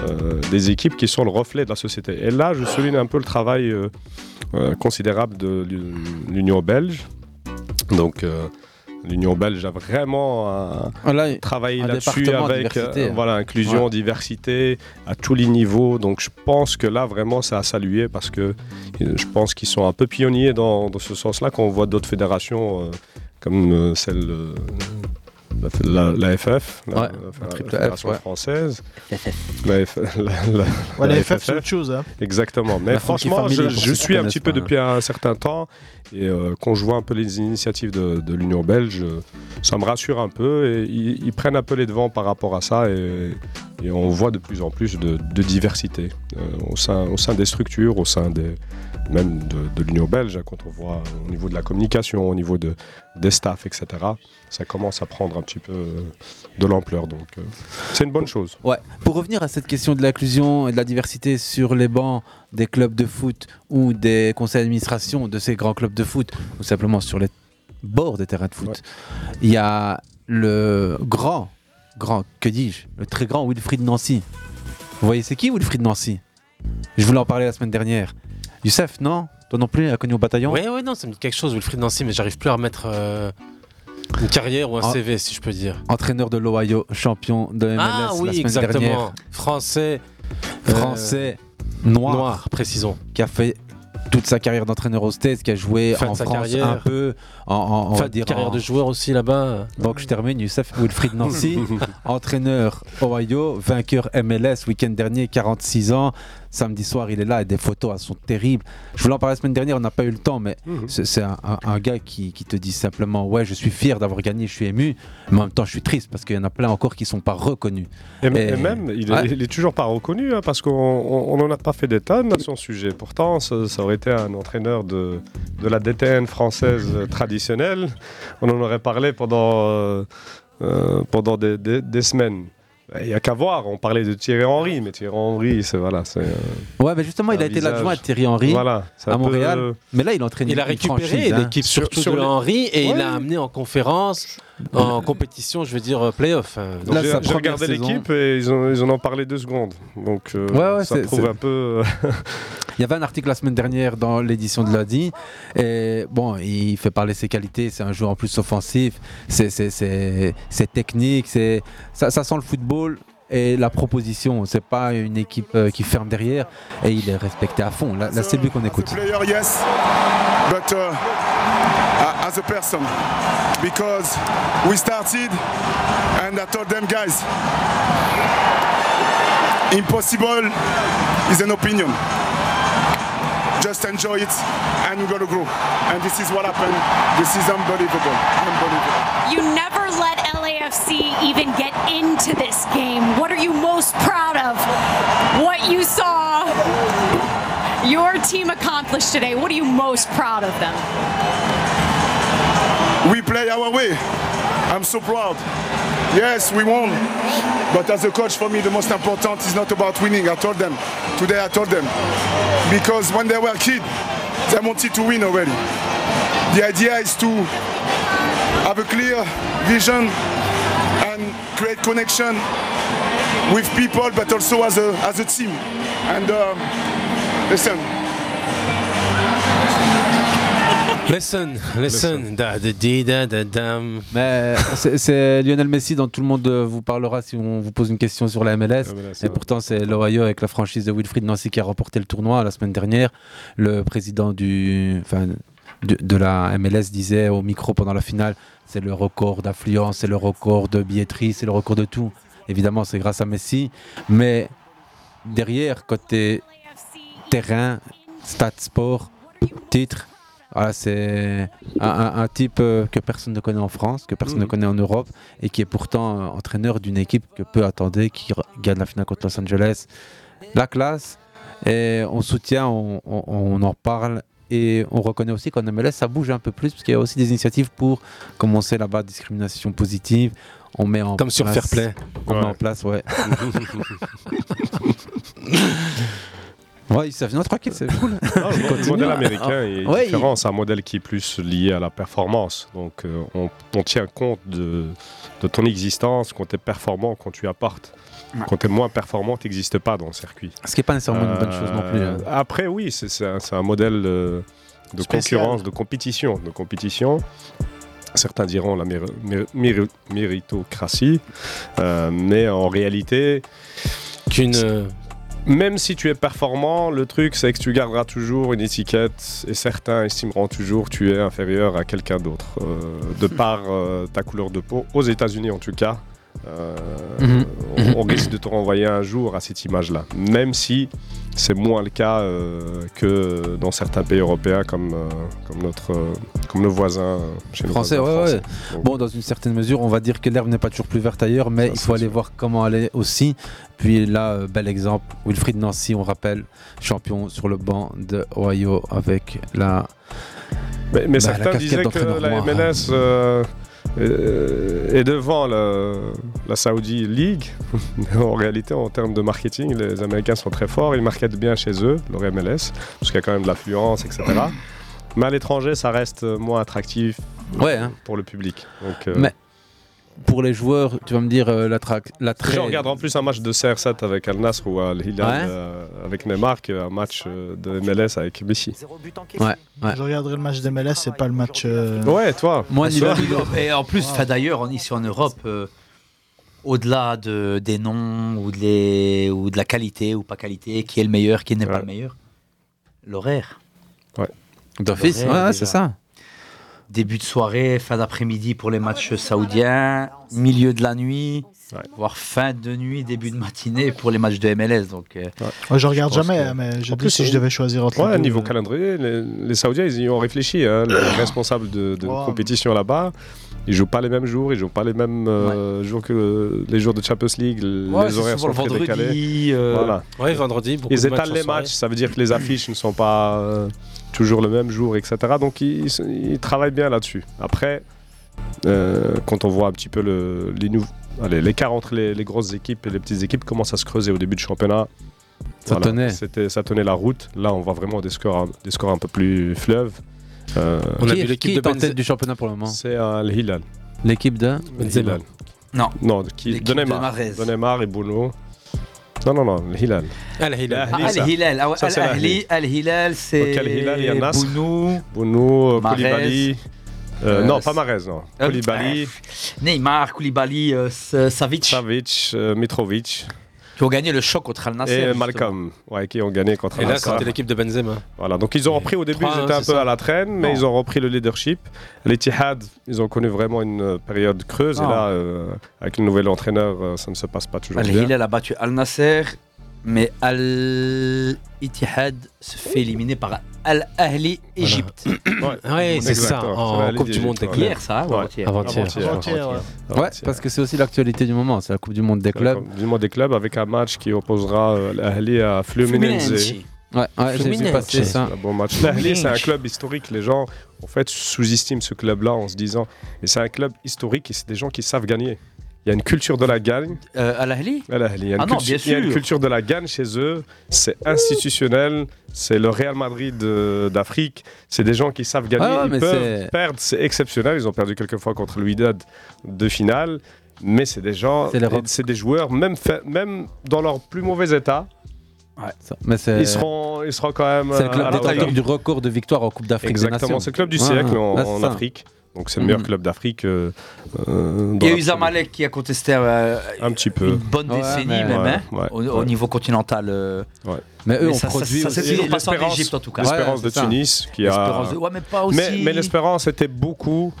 S10: euh, des équipes qui sont le reflet de la société. Et là, je souligne un peu le travail euh, euh, considérable de l'U- l'Union belge. Donc euh, l'Union belge a vraiment un- travaillé
S8: Ah, un
S10: là-dessus
S8: département
S10: avec euh,
S9: euh,
S8: diversité, hein.
S10: voilà, inclusion,
S8: Ouais.
S10: diversité à tous les niveaux. Donc je pense que là, vraiment, ça a salué parce que euh, je pense qu'ils sont un peu pionniers dans, dans ce sens-là quand on voit d'autres fédérations euh, comme euh, celle... euh, la, la FF, la, la
S8: Ouais, la triple F,
S10: Fédération
S8: ouais.
S10: française. La F- la- la-
S11: Ouais, la
S10: la
S11: FF, c'est autre chose, hein.
S10: Exactement. Mais
S8: La Funky
S10: franchement,
S8: Family,
S10: je,
S8: pour
S10: je
S8: ceux qui
S10: suis un
S8: connaissent
S10: petit peu
S8: pas, hein.
S10: depuis un certain temps et euh, quand je vois un peu les initiatives de, de l'Union belge, euh, ça me rassure un peu et ils, ils prennent un peu les devants par rapport à ça et, et on voit de plus en plus de, de diversité euh, au, sein, au sein des structures, au sein des, même de, de l'Union belge, hein, quand on voit au niveau de la communication, au niveau de, des staffs, etc. Ça commence à prendre un petit peu euh, de l'ampleur donc euh, c'est une bonne chose.
S8: Ouais. Pour revenir à cette question de l'inclusion et de la diversité sur les bancs des clubs de foot ou des conseils d'administration de ces grands clubs de foot ou simplement sur les bords des terrains de foot, il y a le grand, grand, que dis-je, le très grand Wilfried Nancy. Vous voyez, c'est qui Wilfried Nancy Je voulais en parler la semaine dernière. Youssef, non Toi non plus, inconnu au bataillon
S9: Ouais, ouais, non, ça me dit quelque chose, Wilfried Nancy, mais j'arrive plus à remettre euh, une carrière ou un
S8: Ah.
S9: CV, si je peux dire.
S8: Entraîneur de l'Ohio, champion de MLS
S9: Ah
S8: la
S9: oui,
S8: semaine
S9: exactement.
S8: dernière.
S9: Français. euh,
S8: Français, noir,
S9: précisons,
S8: qui a fait toute sa carrière d'entraîneur au States, qui a joué
S9: Fin de
S8: en
S9: sa
S8: France
S9: carrière.
S8: un peu, en, en- on
S9: Fin
S8: va
S9: de
S8: dire
S9: carrière
S8: en-
S9: de joueur aussi là-bas.
S8: Donc je termine, Youssef Wilfried Nancy, entraîneur Ohio, vainqueur MLS week-end dernier, 46 ans. Samedi soir, il est là et des photos elles sont terribles. Je voulais en parler la semaine dernière, on n'a pas eu le temps, mais
S9: Mhm.
S8: c'est c'est un, un- un gars qui, qui te dit simplement Ouais, je suis fier d'avoir gagné, je suis ému, mais en même temps, je suis triste parce qu'il y en a plein encore qui sont pas reconnus.
S10: Et, m- et même, il est,
S8: Ouais.
S10: il est toujours pas reconnu, hein, parce qu'on on- on n'en a pas fait des tonnes à son sujet. Pourtant, ça, ça aurait été un entraîneur de, de la DTN française euh, traditionnelle. On en aurait parlé pendant, euh, euh, pendant des, des- des semaines. Ben, Il n'y a qu'à voir, on parlait de Thierry Henry, mais Thierry Henry, c'est voilà. c'est, euh,
S8: Ouais, mais justement,
S10: un
S8: il a été
S10: visage.
S8: l'adjoint de Thierry Henry
S10: Voilà, c'est un
S8: à
S10: peu,
S8: Montréal.
S10: euh,
S8: Mais là, il entraîne
S9: Il a
S8: une
S9: récupéré
S8: franchise, hein.
S9: l'équipe surtout de Henry et il
S8: Ouais.
S9: l'a amené en conférence, en compétition, je veux dire, euh, playoff. euh.
S10: Donc, j'ai j'ai regardé l'équipe et ils, ont- ils en ont parlé deux secondes. Donc euh,
S8: Ouais, ouais,
S10: ça
S8: c'est-
S10: prouve
S8: c'est-
S10: un peu. euh,
S8: Il y avait un article la semaine dernière dans l'édition de lundi. Et bon, il fait parler ses qualités. C'est un joueur en plus offensif. C'est- C'est c'est- c'est technique. C'est ça, ça sent le football et la proposition. C'est pas une équipe euh, qui ferme derrière. Et il est respecté à fond. Là, là, c'est lui qu'on écoute.
S15: player, yes, but uh, a- as a person, because we started and I told them, guys, impossible is an opinion. Just enjoy it and we're gonna grow. And this is what happened. This is unbelievable. Unbelievable.
S16: You never let LAFC even get into this game. What are you most proud of? What you saw your team accomplish today? What are you most proud of them?
S15: we play our way. I'm so proud. Yes, we won. But as a coach, for me, the most important is not about winning. I told them today. I told them because when they were kids, they wanted to win already. The idea is to have a clear vision and create connection with people, but also as a as a team. And uh, listen,
S9: Listen, listen, da, da, di, da, da, dam.
S8: Mais c'est- c'est Lionel Messi dont tout le monde euh, vous parlera si on vous pose une question sur la MLS. et pourtant, c'est l'Ohio avec la franchise de Wilfried Nancy qui a remporté le tournoi la semaine dernière. Le président du, enfin, de, de la MLS disait au micro pendant la finale c'est le record d'affluence, c'est le record de billetterie, c'est le record de tout. Évidemment, c'est grâce à Messi. Mais derrière, côté terrain, stade sport, titre, voilà, c'est un, un- un type euh, que personne ne connaît en France, que personne ne connaît en Europe, et qui est pourtant euh, entraîneur d'une équipe que peu attendait, qui re- gagne la finale contre Los Angeles. La classe, et on soutient, on, on- on en parle, et on reconnaît aussi qu'en MLS, ça bouge un peu plus, parce qu'il y a aussi des initiatives pour commencer là-bas, discrimination positive. On met en
S9: Comme sur
S8: place-
S9: Fairplay.
S8: On
S9: Ouais.
S8: met en place, ouais. Ouais, ils savent. Non, tranquille, c'est cool.
S10: Ah, Le modèle américain est
S8: Ouais,
S10: différent, c'est un modèle qui est plus lié à la performance. Donc euh, on, on tient compte de, de ton existence quand tu es performant, quand tu apportes. Quand tu es moins performant, tu n'existes pas dans le circuit. Euh,
S8: Ce qui n'est pas nécessairement une bonne chose non plus, hein.
S10: Après, oui, c'est- c'est un, c'est un modèle euh, de
S8: Spécial.
S10: concurrence, de compétition. De compétition. Certains diront la méri- méri- méri- méritocratie, Euh, mais en réalité,
S9: qu'une
S10: même si tu es performant, le truc c'est que tu garderas toujours une étiquette et certains estimeront toujours que tu es inférieur à quelqu'un d'autre, euh, de par euh, ta couleur de peau, aux États-Unis en tout cas. euh,
S8: Mhm.
S10: on, on risque de te renvoyer un jour à cette image-là, même si c'est moins le cas euh, que dans certains pays européens comme, euh, comme, notre, euh, comme nos voisins euh, chez nous.
S8: Français, ouais, ouais. Bon, dans une certaine mesure, on va dire que l'herbe n'est pas toujours plus verte ailleurs, mais il faut aller voir comment aller aussi. Puis là, euh, bel exemple, Wilfried Nancy, on rappelle, champion sur le banc de Ohio avec la.
S10: Mais, mais
S8: bah, la
S10: certains
S8: casquette
S10: disaient que
S8: d'entraîneur
S10: la
S8: noir. hein.
S10: MLS euh, euh, est devant le- la Saudi League. Mais en réalité, en termes de marketing, les Américains sont très forts. Ils marketent bien chez eux, leur MLS, parce qu'il y a quand même de l'affluence, etc. Mais à l'étranger, ça reste moins attractif euh,
S8: Ouais, hein.
S10: pour le public. Donc, euh,
S8: Mais pour les joueurs, tu vas me dire euh, la traque. La
S10: je
S8: traque.
S10: regarde en plus un match de CR7 avec Al Nassr ou Al Hilal
S8: Ouais.
S10: euh, avec Neymar qu'un match euh, de MLS avec Messi.
S8: Ouais,
S11: Je regarderai le match de MLS et pas le match. euh,
S10: toi.
S11: Moi,
S12: Parce
S11: ni l'un
S12: que-
S11: ni l'autre.
S12: Et en plus, enfin, d'ailleurs, en- ici en Europe, euh, au-delà de, des noms ou de, les- ou de la qualité ou pas qualité, qui est le meilleur, qui n'est pas le meilleur, l'horaire.
S10: Ouais.
S8: D'office,
S12: L'horaire,
S8: ouais, ouais,
S12: déjà.
S8: c'est ça.
S12: Début de soirée, fin d'après-midi pour les matchs saoudiens, milieu de la nuit, voire fin de nuit, début de matinée pour les matchs de MLS. Donc, euh,
S11: Moi, je regarde
S12: pense
S11: jamais,
S12: que-
S11: mais je
S12: En
S11: dis
S12: plus,
S11: si je
S12: on-
S11: devais choisir entre.
S10: Ouais,
S11: les deux,
S10: niveau
S11: euh,
S10: calendrier, les, les Saoudiens, ils y ont réfléchi. hein. Les responsables de, de compétition là-bas, ils jouent pas les mêmes jours, ils jouent pas les mêmes euh, jours que euh, les jours de Champions League. l-
S9: Ouais,
S10: les
S9: c'est
S10: horaires sont
S9: souvent
S10: très
S9: le vendredi,
S10: décalés.
S9: euh,
S10: Voilà.
S9: ouais, vendredi, beaucoup
S10: Ils
S9: de matchs
S10: étalent
S9: en
S10: les
S9: soirée.
S10: matchs, ça veut dire que les affiches ne sont pas euh, toujours le même jour, etc. Donc ils, ils travaillent bien là-dessus. Après, euh, quand on voit un petit peu le- les nou- allez, l'écart entre les, les grosses équipes et les petites équipes commence à se creuser au début du championnat.
S8: Ça tenait.
S10: C'était, ça tenait la route. Là, on voit vraiment des scores, un- des scores un peu plus fleuves. Euh,
S8: On a Qui- vu l'équipe qui de est en Benz- tête du championnat pour le moment
S10: C'est euh, le Hilal.
S8: L'équipe de
S10: Hilal.
S12: Non.
S10: Non, de qui,
S12: L'équipe
S10: de
S12: de
S10: Neymar.
S12: Mahrez.
S10: De Neymar et Bono. Non, non, non, le Hilal.
S9: Al-Hilal.
S10: Ahli,
S12: Ah,
S10: ça.
S12: Al-Hilal, ah ouais,
S10: Ça, c'est
S12: Al-Ahli, Al-Hilal, c'est.
S10: Donc Al-Hilal, il y a Nasr.
S12: Bounou.
S10: Bounou, euh,
S12: Mahrez.
S10: Koulibaly. Euh,
S12: Euh,
S10: non, pas Marez, non.
S12: Euh,
S10: Koulibaly,
S12: Neymar, Koulibaly, euh, S- Savic.
S10: Savic, euh, Mitrovic.
S12: Qui ont gagné le choc contre Al Nasser.
S10: et
S12: justement.
S10: Malcolm, ouais, qui ont gagné contre
S9: Et là,
S10: Al-Nassr.
S9: c'était l'équipe de Benzema.
S10: Voilà, donc ils ont repris au début,
S9: Trois,
S10: ils étaient
S9: hein,
S10: un
S9: c'est
S10: peu
S9: ça.
S10: à la traîne, mais
S9: Non.
S10: ils ont repris le leadership. Les Tihad, ils ont connu vraiment une euh, période creuse,
S12: Non.
S10: et là, euh, avec le nouvel entraîneur, euh, ça ne se passe pas toujours bien.
S12: Al-Hilal a battu Al Nasser, mais Al-Ittihad se fait éliminer par Al-Ahli Égypte.
S9: Ouais, c'est ça,
S10: Exactement,
S9: en
S10: ça va aller
S9: Coupe du
S10: vite,
S9: Monde,
S10: ouais.
S12: Hier, ça, ou
S10: Ouais.
S12: avant-hier
S10: Avant-hier.
S12: Avant-hier, ouais.
S8: Ouais, parce que c'est aussi l'actualité du moment, c'est la Coupe du Monde des clubs.
S10: Coupe du Monde des clubs avec un match qui opposera euh, l'Ahli à Fluminense.
S8: Fluminense. Ouais, ouais, j'ai vu
S10: Fluminense.
S8: passer ça.
S10: C'est un bon match.
S8: Fluminense.
S10: L'Ahli, c'est un club historique. Les gens, en fait, sous-estiment ce club-là en se disant, et c'est un club historique et c'est des gens qui savent gagner. Il y a une culture de la gagne.
S8: Euh,
S12: à l'Ahli
S10: À l'Ahli. Il y a une
S12: Ah non,
S10: culture-
S12: bien
S10: il y a une
S12: sûr.
S10: culture de la gagne chez eux. C'est institutionnel. C'est le Real Madrid euh, d'Afrique. C'est des gens qui savent gagner.
S8: Ouais, ouais, mais
S10: Ils peuvent
S8: c'est-
S10: perdre. C'est exceptionnel. Ils ont perdu quelques fois contre l'Uidad de finale. Mais c'est des gens,
S8: C'est l'Europe.
S10: c'est des joueurs, même, fa- même dans leur plus mauvais état,
S8: Ça, Mais c'est.
S10: ils seront, ils seront quand même.
S8: C'est le
S10: euh,
S8: club
S10: à la
S8: détenteur
S10: hauteur.
S8: du record de victoire en Coupe d'Afrique. des
S10: Exactement,
S8: Nations.
S10: c'est le club du
S8: Ouais,
S10: siècle
S8: ouais,
S10: en,
S8: là, c'est
S10: en
S8: ça.
S10: Afrique. Donc c'est le meilleur
S8: Mhm.
S10: club d'Afrique. euh, euh, dans
S12: Il y a
S10: la-
S12: eu Zamalek qui a contesté euh,
S10: un petit peu.
S12: une bonne
S10: Ouais,
S12: décennie,
S10: mais-
S12: même,
S10: Ouais,
S12: hein,
S10: ouais,
S12: au, au
S10: ouais.
S12: niveau continental. euh.
S10: Mais eux ont
S12: ça, ça-
S10: produit
S12: Ça, c'est
S10: aussi.
S12: toujours
S10: Et
S12: pas ça en
S10: l'espérance-
S12: Égypte, en tout cas.
S10: l'espérance de
S12: c'est ça.
S10: Tunis qui a-
S12: L'espérance de- Ouais, mais pas aussi.
S10: Mais, mais l'espérance était beaucoup,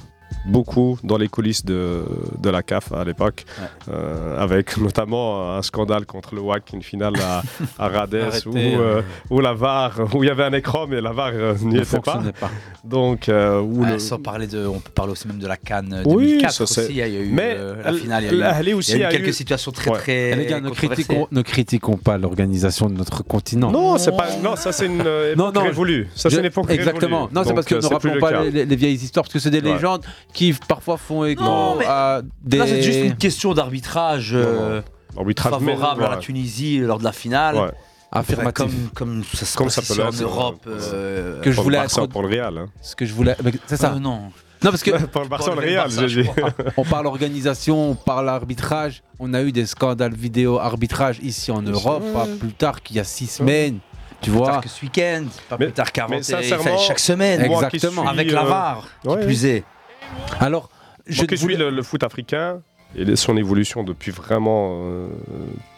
S10: beaucoup dans les coulisses de, de la CAF à l'époque, euh, avec notamment un scandale contre le WAC, une finale à, à Radès,
S8: Arrêtez,
S10: où, euh,
S8: ouais.
S10: où la VAR, où il y avait un écran, mais la VAR euh, n'y
S8: Ne
S10: était pas.
S8: fonctionnait pas.
S10: Donc, euh, où
S12: Ah,
S10: le-
S12: Sans parler de, on peut parler aussi même de la Cannes euh,
S10: Oui,
S12: 2004
S10: ça, c'est-
S12: aussi. Il y a eu
S10: Mais
S12: euh, la finale, il y a eu,
S10: l'Ahli
S12: il y a
S10: aussi
S12: eu
S10: a
S12: quelques
S10: eu-
S12: situations très
S10: Ouais.
S12: très.
S8: Eh, Les gars, ne
S12: controversées.
S8: critiquons, ne critiquons pas l'organisation de notre continent.
S10: Non, c'est pas. Non, ça c'est une euh, époque
S8: non,
S10: révolue. Ça
S8: je-
S10: c'est une époque
S8: Exactement.
S10: révolue.
S8: Non, c'est
S10: Donc,
S8: parce que
S10: euh,
S8: nous
S10: c'est
S8: ne
S10: plus
S8: rappelons
S10: le
S8: pas
S10: cas.
S8: les, les- les vieilles histoires, parce que c'est des
S10: Ouais.
S8: légendes qui parfois font écho
S12: Non, mais-
S8: à des.
S12: Là, c'est juste une question d'arbitrage, euh,
S10: Arbitrage
S12: favorable
S10: mérite,
S12: à la
S10: Ah ouais.
S12: Tunisie lors de la finale.
S10: Ouais.
S8: affirmatif.
S2: Comme, comme ça se passe ici en Europe. euh,
S8: Que je voulais introdu-
S10: pour le Real. hein.
S8: Ce que je voulais. mais C'est ça.
S2: Euh, non.
S8: Non, parce que.
S10: Pour le Barça, Pour le le Real, Barça, j'ai dit. je crois.
S8: On parle organisation, on parle arbitrage. On a eu des scandales vidéo arbitrage ici en Europe, pas plus tard qu'il y a six semaines. Tu
S2: Plus
S8: vois.
S2: tard que ce week-end, pas
S8: Mais-
S2: plus tard qu'avant.
S8: mais
S2: c'est- il
S8: sincèrement,
S2: fait chaque semaine.
S8: moi qui Exactement. suis,
S2: Avec la
S8: euh,
S2: VAR, qui
S10: ouais,
S2: plus
S10: ouais.
S2: est.
S8: Alors,
S10: je que suis le, le foot africain et son évolution depuis vraiment euh,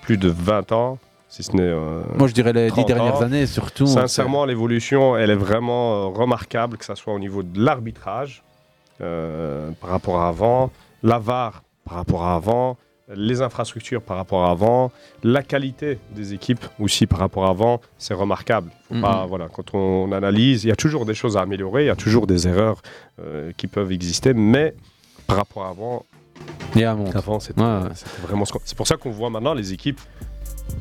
S10: plus de 20 ans, si ce n'est. euh,
S8: Moi, je dirais les dix
S10: 30
S8: dernières
S10: ans.
S8: années, surtout.
S10: Sincèrement, l'évolution, elle est vraiment euh, remarquable, que ce soit au niveau de l'arbitrage euh, par rapport à avant, la VAR par rapport à avant, les infrastructures par rapport à avant, la qualité des équipes aussi par rapport à avant, c'est remarquable. Faut
S8: Mm-hmm.
S12: Mhm.
S10: pas, voilà, quand on analyse, il y a toujours des choses à améliorer, il y a toujours des erreurs euh, qui peuvent exister, mais par rapport à avant,
S8: Il y a un monde.
S10: avant, c'était c'était vraiment. ce qu'on- C'est pour ça qu'on voit maintenant les équipes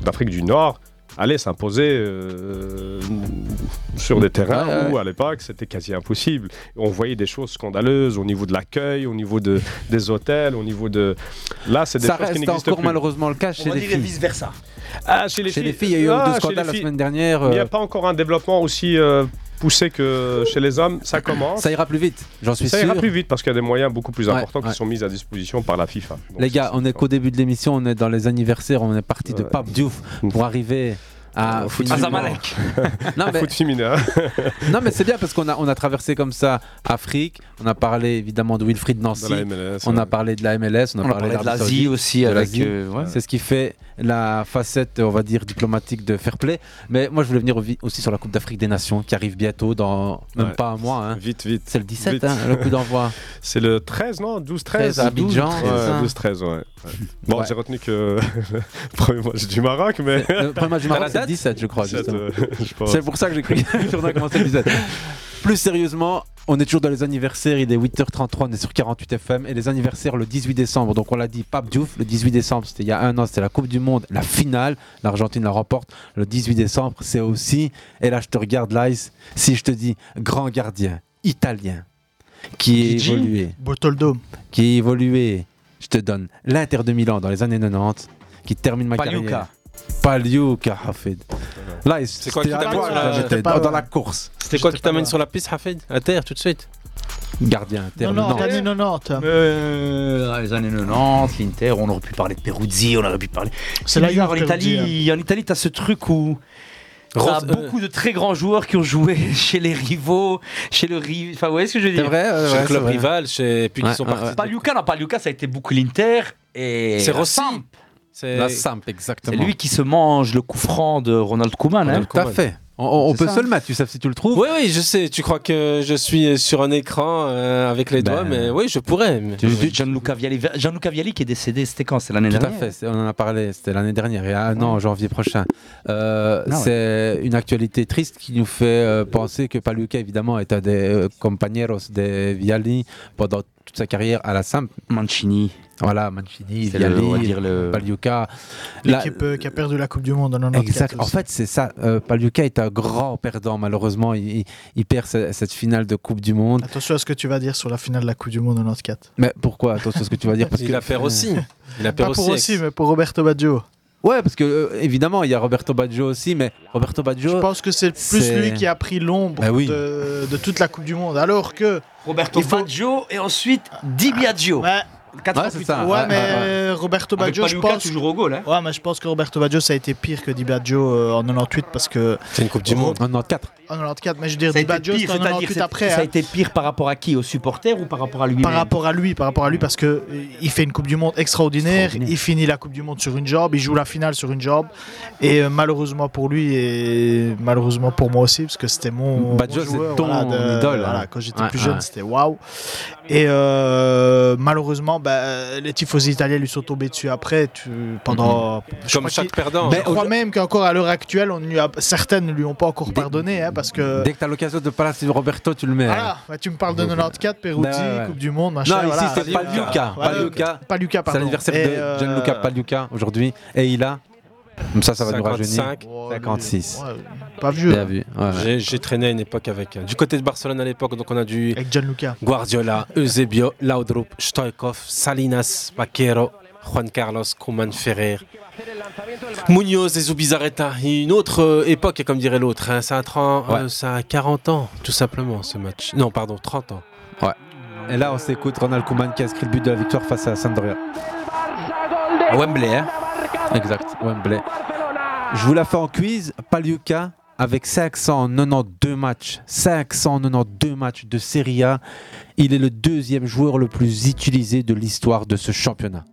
S10: d'Afrique du Nord aller s'imposer euh, sur des terrains
S8: Mm. Ouais, ouais,
S10: où
S8: ouais.
S10: à l'époque c'était quasi impossible. On voyait des choses scandaleuses au niveau de l'accueil, au niveau de, des hôtels, au niveau de. Là, c'est des
S8: Ça
S10: choses qui
S8: reste
S10: n'existent
S8: encore
S10: plus.
S8: malheureusement le cas chez les filles.
S2: versa.
S10: Ah, chez les filles,
S8: il y a eu
S10: Ah,
S8: deux
S10: chez
S8: scandales
S10: les
S8: la
S10: filles.
S8: semaine dernière.
S10: Mais Il n'y
S8: euh,
S10: a pas encore un développement aussi euh, poussé que chez les hommes. Ça commence.
S8: Ça ira plus vite, j'en suis
S10: Ça ira
S8: sûr.
S10: plus vite parce qu'il y a des moyens beaucoup plus
S8: Ouais,
S10: importants
S8: ouais.
S10: qui sont mis à disposition par la FIFA. Donc,
S8: Les gars, on est qu'au début de l'émission, on est dans les anniversaires, on est parti de Pape Diouf pour arriver à
S10: Au foot
S8: finalement-
S10: féminin.
S8: non, mais,
S10: Foot féminin.
S8: non mais c'est bien parce qu'on a, on a traversé comme ça Afrique, on a parlé évidemment de Wilfried Nancy,
S10: De la MLS,
S8: on a
S10: ouais.
S8: parlé de la MLS, on a,
S2: On a parlé de
S8: d'Arabie
S2: l'Asie
S8: Saoudite,
S2: aussi
S8: de
S2: avec,
S8: l'Asie.
S2: euh, ouais.
S8: C'est ce qui fait la facette, on va dire, diplomatique de fair play. Mais moi je voulais venir au- aussi sur la Coupe d'Afrique des Nations qui arrive bientôt dans même
S10: Ouais.
S8: pas un mois. hein.
S10: Vite, vite.
S8: C'est le 17,
S10: Vite.
S8: hein, le coup d'envoi.
S10: C'est le 13, non 12,
S8: 13,
S10: 13
S8: à Abidjan,
S10: 12,
S8: c'est ça
S10: 12, 13, ouais. Ouais. Bon,
S8: Ouais.
S10: j'ai retenu que le premier match du Maroc, mais.
S8: Le euh, premier match du Maroc, c'est le 17, je crois.
S10: 17,
S8: justement.
S10: euh, je pense.
S8: c'est pour ça que j'ai cru que le tournoi commençait le 17. Plus sérieusement, on est toujours dans les anniversaires. Il est 8h33, on est sur 48 FM. Et les anniversaires le 18 décembre. Donc on l'a dit, Pape Diouf, le 18 décembre, c'était il y a un an, c'était la Coupe du Monde, la finale. L'Argentine la remporte. Le 18 décembre, c'est aussi. Et là, je te regarde, Lice. Si je te dis grand gardien italien qui est
S11: Gigi
S8: évolué. Bortoldo. Qui est évolué. Je te donne l'Inter de Milan dans les années 90, qui termine ma
S2: Paliuca.
S8: carrière. Paliuca, Hafid. Là, il-
S9: C'est quoi qui
S8: c'était à
S9: t'amène
S8: toi,
S9: sur
S8: là,
S9: la-
S8: j'étais
S9: J'étais pas euh,
S8: dans, dans
S9: loin.
S8: la course.
S9: C'était quoi qui
S8: pas
S9: t'amène
S8: là.
S9: sur la piste, Hafid À terre, tout de suite
S8: Gardien, Inter,
S11: Non, non,
S8: Nantes.
S11: l'année 90.
S2: Euh, dans les années 90, l'Inter, on aurait pu parler de Peruzzi, on aurait pu parler.
S11: C'est la
S2: bizarre, en
S11: Juve, Peruzzi, hein.
S2: Italie. En Italie, t'as ce truc où t'as
S11: Rose- euh,
S2: beaucoup de très grands joueurs qui ont joué chez les rivaux, chez le rival. Enfin, vous voyez ce que je veux dire
S9: Chez le club rival, chez... puis ils sont partis.
S2: Pagliuca, non, Pagliuca, ça a été beaucoup l'Inter et.
S9: C'est
S2: la
S9: Rossi.
S2: Samp.
S9: C'est-
S8: La Samp, exactement.
S2: C'est lui qui se mange le coup franc de Ronald Koeman. hein.
S8: Tout à fait. On, on- on
S2: C'est
S8: peut
S2: ça.
S8: se le mettre, tu sais, si tu le trouves.
S9: Oui, oui, je sais. Tu crois que je suis sur un écran euh, avec
S8: Ben,
S9: les doigts, mais oui, je pourrais. mais-
S2: Tu- tu- Gianluca Vialli, Gianluca Vialli qui est décédé, c'était quand C'est l'année
S8: Tout à
S2: dernière
S8: fait, c'est- on en a parlé, c'était l'année dernière, il y a un an, en janvier prochain. Euh,
S2: Ah ouais.
S8: C'est une actualité triste qui nous fait euh, penser que Paluca, évidemment, est un des euh, compañeros de Vialli pendant toute sa carrière à la Samp.
S2: Mancini.
S8: Voilà, Mancini,
S2: C'est le-
S8: Vialli,
S2: on va dire le-
S8: Pagliuca. La-
S11: L'équipe euh, qui a perdu la Coupe du Monde en 94.
S8: Exact. En fait, c'est ça. Euh, Paluca est un grand perdant, malheureusement. Il, il- il perd ce- cette finale de Coupe du Monde.
S11: Attention à ce que tu vas dire sur la finale de la Coupe du Monde en 94.
S8: Mais pourquoi Attention à ce que tu vas dire. Parce
S9: Il
S8: que...
S9: la perd aussi. Il la
S11: Pas
S9: perd
S11: pour
S9: aussi.
S11: aussi, mais pour Roberto Baggio.
S8: Ouais, parce que euh, évidemment, il y a Roberto Baggio aussi, mais Roberto Baggio. Je pense
S11: que c'est Plus lui qui a pris l'ombre
S8: Bah oui.
S11: de, de toute la Coupe du Monde. Alors que.
S2: Roberto Baggio et ensuite Di Biagio.
S11: Ah. Ouais,
S2: Quatre ans plus tard.
S11: Ouais, mais Roberto
S2: Avec
S11: Baggio, je
S2: Paluca
S11: pense.
S2: toujours au goal. Hein.
S11: Ouais, mais je pense que Roberto Baggio, ça a été pire que Di Baggio euh, en 98 parce que.
S9: C'est une Coupe du Monde.
S8: En 94.
S11: En 94, mais je veux dire,
S2: Ça a
S11: Di
S2: été
S11: Baggio,
S2: pire,
S11: c'était en
S2: c'est-à-dire
S11: 98
S2: c'est-
S11: après.
S2: ça a
S11: hein.
S2: été pire par rapport à qui Aux supporters ou par rapport à lui
S11: Par rapport à lui, par rapport à lui, parce que euh, il fait une Coupe du Monde extraordinaire, Il finit la Coupe du Monde sur une jambe, il joue la finale sur une jambe, et euh, malheureusement pour lui et malheureusement pour moi aussi, parce que c'était mon,
S8: Baggio,
S11: mon joueur,
S8: Bah, c'est ton
S11: de-
S8: idole,
S11: voilà,
S8: hein.
S11: quand j'étais
S8: Ouais,
S11: plus jeune,
S8: ouais.
S11: c'était waouh. Et euh, malheureusement, bah, les tifosi italiens lui sont tombés dessus après, tu-
S8: Mhm.
S11: pendant. je
S9: Comme
S11: crois
S9: chaque
S11: qu'il-
S9: perdant.
S11: Je crois même qu'encore à l'heure actuelle, on lui a- certaines ne lui ont pas encore pardonné, hein, parce que.
S8: Dès que t'as l'occasion de parler sur Roberto, tu le mets. hein.
S11: Voilà, bah, tu me parles de 94, Peruzzi,
S8: Bah ouais.
S11: Coupe du Monde, machin.
S8: Non, ici,
S11: voilà.
S8: c'est Paluca.
S11: Voilà,
S8: Paluca.
S11: Paluca,
S8: C'est
S11: pardon.
S8: l'anniversaire
S11: Et,
S8: de
S11: euh,
S8: Gianluca Paluca aujourd'hui. Et il a. Comme ça, ça va nous
S9: 55.
S8: rajeunir. 56.
S11: Pas vieux.
S8: Bien vu. Ouais, ouais.
S9: J'ai- J'ai traîné à une époque avec. euh, Du côté de Barcelone à l'époque, donc on a du.
S11: Avec Gianluca.
S9: Guardiola, Eusebio, Laudrup, Stoikov, Salinas, Paquero, Juan Carlos Koeman Ferrer, Munoz et Zubizarreta. Une autre euh, époque, comme dirait l'autre. hein. Ça, a 30 euh, ça a 40 ans, tout simplement, ce match. Non, pardon, 30 ans.
S8: Ouais. Et là, on s'écoute Ronald Koeman qui a inscrit le but de la victoire face à Sampdoria.
S2: Wembley, hein
S8: Exact, Wembley. Je vous la fais en quiz. Paliuka avec 592 matchs, 592 matchs de Serie A, il est le deuxième joueur le plus utilisé de l'histoire de ce championnat.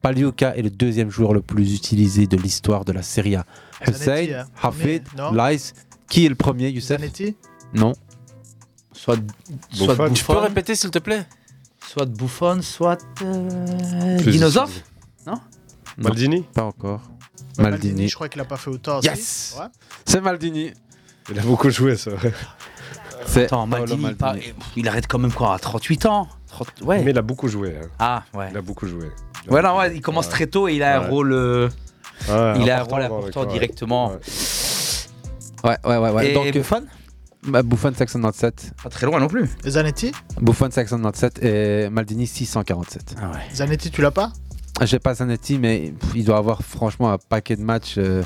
S8: Paliuka est le deuxième joueur le plus utilisé de l'histoire de la Serie A.
S11: Zanetti,
S8: Hussein,
S11: hein.
S8: Hafid,
S11: Non.
S8: Lais, qui est le premier, Youssef Non.
S2: Soit, soit
S8: Buffon.
S9: Tu peux répéter, s'il te plaît
S2: Soit Buffon, soit euh, Dinosaur Non
S10: Maldini
S8: Pas encore.
S11: Ouais,
S8: Maldini.
S11: Je crois qu'il a pas fait autant.
S8: Yes
S11: si. Ouais.
S8: C'est Maldini.
S10: Il a beaucoup joué, ça.
S8: C'est
S2: Attends, Maldini,
S10: Paolo
S2: pas-
S10: Maldini.
S2: il arrête quand même quoi à 38 ans 30 ouais.
S10: Mais il a beaucoup joué. hein.
S2: Ah ouais.
S10: Il a beaucoup joué.
S2: Ouais, non, ouais, il commence
S10: Ouais.
S2: très tôt et il a un
S10: Ouais.
S2: rôle. euh,
S10: Ouais,
S2: il a un
S10: important
S2: rôle
S10: dans-
S2: important
S10: ouais.
S2: directement.
S8: Ouais, ouais, ouais. ouais.
S2: Et
S8: Donc, euh,
S2: Buffon
S8: bah, Buffon 597.
S2: Pas très loin non plus.
S11: Zanetti
S8: Buffon 597 et Maldini 647.
S2: Ah ouais.
S11: Zanetti, tu l'as pas
S8: J'ai pas Zanetti, mais pff, il doit avoir franchement un paquet de matchs. euh,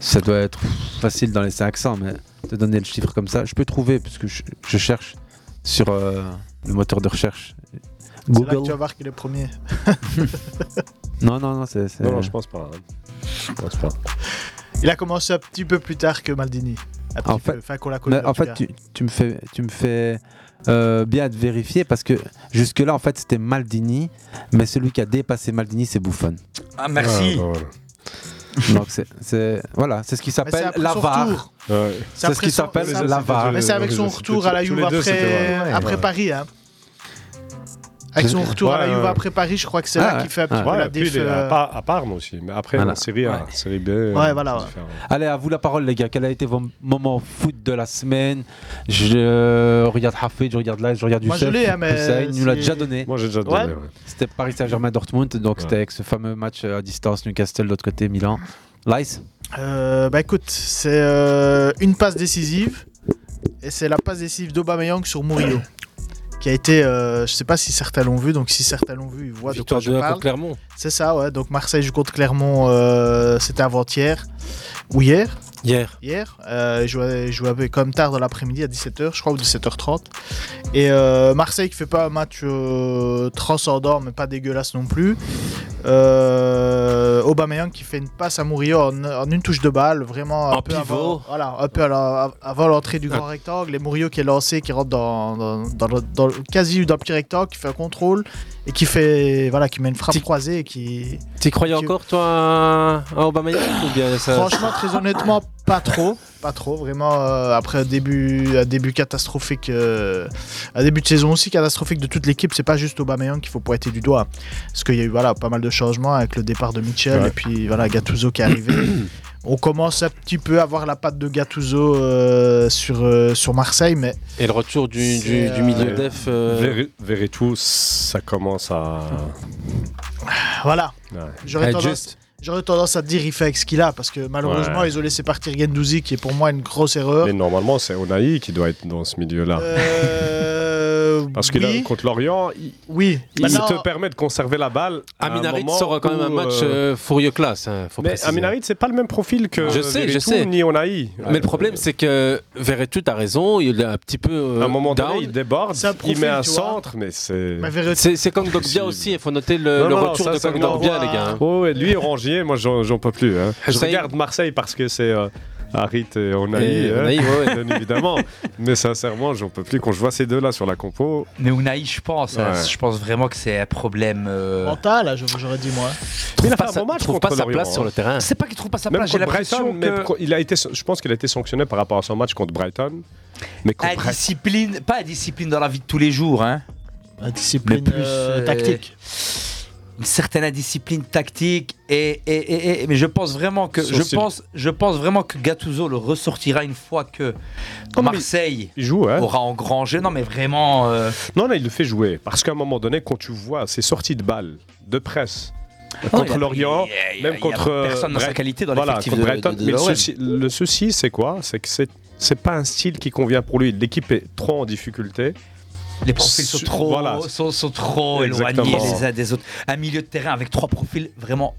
S8: ça doit être pff, facile dans les 500, mais de donner le chiffre comme ça, je peux trouver parce que je, je cherche sur euh, le moteur de recherche.
S11: C'est là que tu
S8: Google.
S11: vas voir qu'il est premier.
S8: Non, non, non, c'est. c'est-
S10: Non, non, je pense pas. hein. Je pense pas.
S11: Il a commencé un petit peu plus tard que Maldini. Un petit
S8: En
S11: peu.
S8: fait,
S11: Enfin, qu'on l'a connu.
S8: mais
S11: en
S8: en
S11: tout
S8: fait
S11: cas.
S8: tu, tu me fais, tu me fais euh, bien de vérifier parce que jusque-là, en fait, c'était Maldini, mais celui qui a dépassé Maldini, c'est Buffon.
S2: Ah merci.
S10: bah
S8: Donc, c'est- c'est voilà, c'est ce qui s'appelle
S11: après son
S8: l'avare.
S11: retour.
S8: C'est ce
S11: après
S8: qui
S11: son-
S8: s'appelle
S11: c'est après-
S8: l'avare.
S11: Mais c'est avec son retour à la Juve après, après Paris. Hein. Avec son
S10: Ouais,
S11: retour à la
S10: ouais.
S11: Juve après Paris, je crois que c'est là qu'il fait un petit peu
S10: Ouais,
S11: la
S10: puis
S11: diff.
S10: il est
S11: euh,
S10: à, Pa- à Parme aussi, mais après
S8: Ah, Voilà.
S10: en Série A,
S8: Ouais.
S10: Série B.
S11: Ouais, voilà, ouais.
S8: Allez, à vous la parole, les gars. Quel a été vos moments foot de la semaine Je euh, regarde Hafid, je regarde Live, je regarde
S11: Moi, je
S8: Youssef.
S11: l'ai, hein, mais
S8: Hussein, il nous l'a
S11: c'est-
S8: déjà donné.
S10: Moi, j'ai déjà
S11: donné, Ouais. ouais.
S8: C'était Paris Saint-Germain Dortmund, donc
S11: Ouais.
S8: c'était avec ce fameux match euh, à distance Newcastle de l'autre côté Milan. Lice
S11: Euh, bah écoute, c'est euh, une passe décisive et c'est la passe décisive d'Aubameyang sur Murillo qui a été, euh, je sais pas si certains l'ont vu, donc si certains l'ont vu, ils voient
S9: Victoire
S11: de quoi
S9: de
S11: je
S9: un
S11: parle.
S9: contre Clermont.
S11: C'est ça, ouais. Donc Marseille joue contre Clermont, euh, c'était avant-hier ou hier.
S9: Hier.
S11: Hier, euh, je jouais, je jouais avec- quand même tard dans l'après-midi à 17h, je crois, ou 17h30. Et euh, Marseille qui fait pas un match euh, transcendant, mais pas dégueulasse non plus. Euh, Aubameyang qui fait une passe à Murillo en, en une touche de balle, vraiment un
S9: En
S11: peu
S9: pivot.
S11: avant, voilà, un peu à la- avant l'entrée du grand rectangle. Et Murillo qui est lancé, qui rentre dans, dans, dans le, dans le- quasi dans le petit rectangle, qui fait un contrôle et qui fait voilà, qui met une frappe croisée et qui
S9: T'y croyais encore, toi, à Aubameyang ou bien ça-
S11: Franchement, très honnêtement, pas trop. Pas trop, vraiment. euh, après un début, un début catastrophique, euh, un début de saison aussi catastrophique de toute l'équipe, c'est pas juste Aubameyang qu'il faut pointer du doigt. Parce qu'il y a eu voilà, pas mal de changements avec le départ de Mitchell
S10: Ouais.
S11: et puis voilà, Gattuso qui est arrivé. On commence un petit peu à voir la patte de Gattuso euh, sur, euh, sur Marseille, mais
S9: Et le retour du, du, du milieu def. euh,
S10: Véri- Veretout, ça commence à.
S11: voilà.
S10: Ouais.
S11: J'aurais
S10: Eh,
S11: tendance,
S10: juste.
S11: j'aurais tendance à te dire il fait avec ce qu'il a, parce que malheureusement,
S10: Ouais.
S11: ils ont laissé partir Gendouzi, qui est pour moi une grosse erreur.
S10: Mais normalement, c'est Onaï qui doit être dans ce milieu-là.
S11: Euh,
S10: Parce que là,
S11: oui.
S10: contre l'Orient, il,
S11: Oui,
S10: il
S11: Maintenant-
S10: te permet de conserver la balle. à un
S9: Aminarit
S10: moment
S9: sort quand même un
S10: où,
S9: match
S10: euh,
S9: euh, furieux classe. hein, faut
S10: mais
S9: préciser.
S10: Aminarit, c'est pas le même profil que
S9: je sais, je
S10: Veretout
S9: sais.
S10: ni Onaï.
S9: Mais le problème, c'est que Verretu, t'as raison, il est un petit peu. euh,
S10: À un moment donné,
S9: down.
S10: il déborde,
S11: C'est un
S10: il
S11: profil,
S10: met un
S11: tu vois.
S10: centre, mais c'est.
S9: C'est c'est Kondogbia aussi, il faut noter le,
S10: Non,
S9: Euh, le
S10: non,
S9: retour
S10: ça,
S9: de
S10: ça,
S9: Kondogbia,
S10: non.
S9: les gars. hein.
S10: Oh, ouais, lui et Rongier, moi j'en j'en peux plus. hein. Je
S9: Hussein-
S10: regarde Marseille parce que c'est euh, Harit et Onaï,
S9: Et
S10: hein,
S9: Onaï, ouais, ouais.
S10: bien évidemment. Mais sincèrement, j'en peux plus. Quand je vois ces deux-là sur la compo,
S2: Mais Unai, je pense, hein,
S10: Ouais.
S2: je pense vraiment que c'est un problème. euh,
S11: mental, là, je- j'aurais dit moi.
S10: il a
S2: pas
S10: fait un
S2: sa-
S10: bon match
S2: trouve
S10: contre
S2: pas sa
S10: l'Orient,
S2: place
S10: hein.
S2: sur le
S9: terrain.
S2: C'est pas qu'il trouve pas sa
S10: Même
S2: place, j'ai
S10: contre Brighton,
S2: l'impression
S10: mais
S2: que
S10: pro- il a été, je pense qu'il a été sanctionné par rapport à son match contre Brighton. Mais contre
S2: la discipline, pas la discipline dans la vie de tous les jours, hein.
S11: La discipline
S2: Mais plus,
S11: euh,
S2: euh,
S11: tactique.
S2: Une certaine indiscipline tactique et, et- et- et- mais je pense vraiment que
S10: Son
S2: je
S10: style.
S2: pense je pense vraiment que Gattuso le ressortira une fois que Marseille
S10: il joue, hein.
S2: aura engrangé non mais vraiment euh,
S10: Non, non, il le fait jouer. Parce qu'à un moment donné, quand tu vois ces sorties de balles, de presse,
S2: Oh, il
S10: contre
S2: a-
S10: l'Orient,
S2: il y a-
S10: même
S2: il y a
S10: contre. euh,
S2: personne dans sa
S10: Bright-
S2: qualité dans
S10: voilà,
S2: l'effectif
S10: contre
S2: de-
S10: Brighton.
S2: de- de
S10: Mais le
S2: l'OM.
S10: souci, le souci, c'est quoi C'est que c'est, c'est pas un style qui convient pour lui. L'équipe est trop en difficulté.
S12: Les profils sont trop,
S17: Voilà.
S12: sont, sont trop éloignés
S17: Exactement.
S12: les uns des autres. Un milieu de terrain avec trois profils vraiment.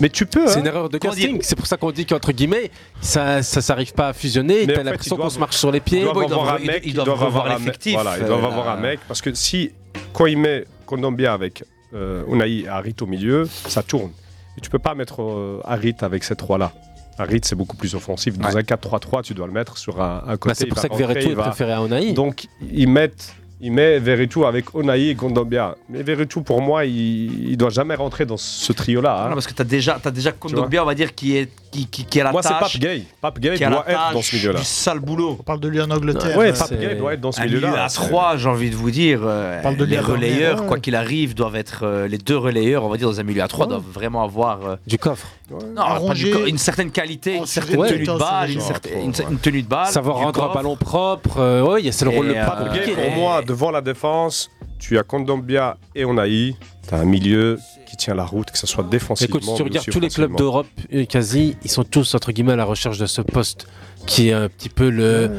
S10: Mais tu peux.
S9: C'est
S12: hein.
S9: une erreur de
S12: Comment dire
S9: casting. C'est pour ça qu'on dit qu'entre guillemets, ça, ça s'arrive pas à fusionner.
S10: Mais en
S9: T'as
S10: fait,
S9: l'impression
S10: ils doivent-
S9: qu'on se marche sur les pieds.
S10: Ils doivent avoir un mec, ils doivent avoir un mec. Voilà, ils
S9: euh,
S10: doivent avoir un mec. Parce que si, quand il met Kondombia avec euh, Unai et Harit au milieu, ça tourne. Et tu peux pas mettre euh, Harit avec ces trois-là. Harit, c'est beaucoup plus offensif. Dans un 4-3-3, tu dois le mettre sur un, un côté.
S9: Bah, c'est
S10: il
S9: pour
S10: va
S9: ça que
S10: rentrer,
S9: Verretou
S10: il
S9: est
S10: va-
S9: préféré à Onaï.
S10: Donc, ils mettent. Il met Veretout avec Onaï et Kondombia. Mais Veretout, pour moi, il, il doit jamais rentrer dans ce trio-là. hein.
S12: parce que tu as déjà, as déjà
S17: Kondogbia, on va dire, qui est, qui, qui, qui est à la
S10: Moi, c'est
S17: tâche.
S10: Pape Gay. Pape Gay
S17: qui est à la
S10: doit être
S17: tâche
S10: dans ce milieu-là.
S17: du sale boulot.
S11: On parle de lui en Angleterre.
S10: Ouais,
S11: euh,
S10: Pape
S11: c'est-
S10: Gay doit être dans ce
S12: Un
S10: milieu-là.
S12: milieu à
S10: C'est-
S12: 3, j'ai envie de vous dire. euh,
S11: parle de
S12: les
S11: Léa Dormier,
S12: relayeurs,
S11: ouais.
S12: quoi qu'il arrive, doivent être. euh, les deux relayeurs, on va dire, dans un milieu à 3, doivent vraiment avoir. euh,
S9: du coffre.
S12: Non, pas du
S9: Arranger.
S12: co- une certaine qualité, une certaine
S9: Ouais.
S12: tenue de balle, une,
S9: Genre,
S12: certaine-
S9: ouais.
S12: une cer- une tenue de balle.
S9: Savoir
S12: du
S9: rendre un
S12: coffre.
S9: ballon propre. euh, ouais, c'est le rôle
S12: Et,
S9: le plus
S12: euh,
S9: compliqué.
S10: Pour moi, devant la défense, tu as Kondombia et Onaï. Tu as un milieu qui tient la route, que ce soit défensivement.
S9: Écoute, si tu
S10: mais
S9: regardes
S10: aussi
S9: tous les clubs
S10: offensivement.
S9: d'Europe, euh, quasi, ils sont tous entre guillemets à la recherche de ce poste qui est un petit peu le.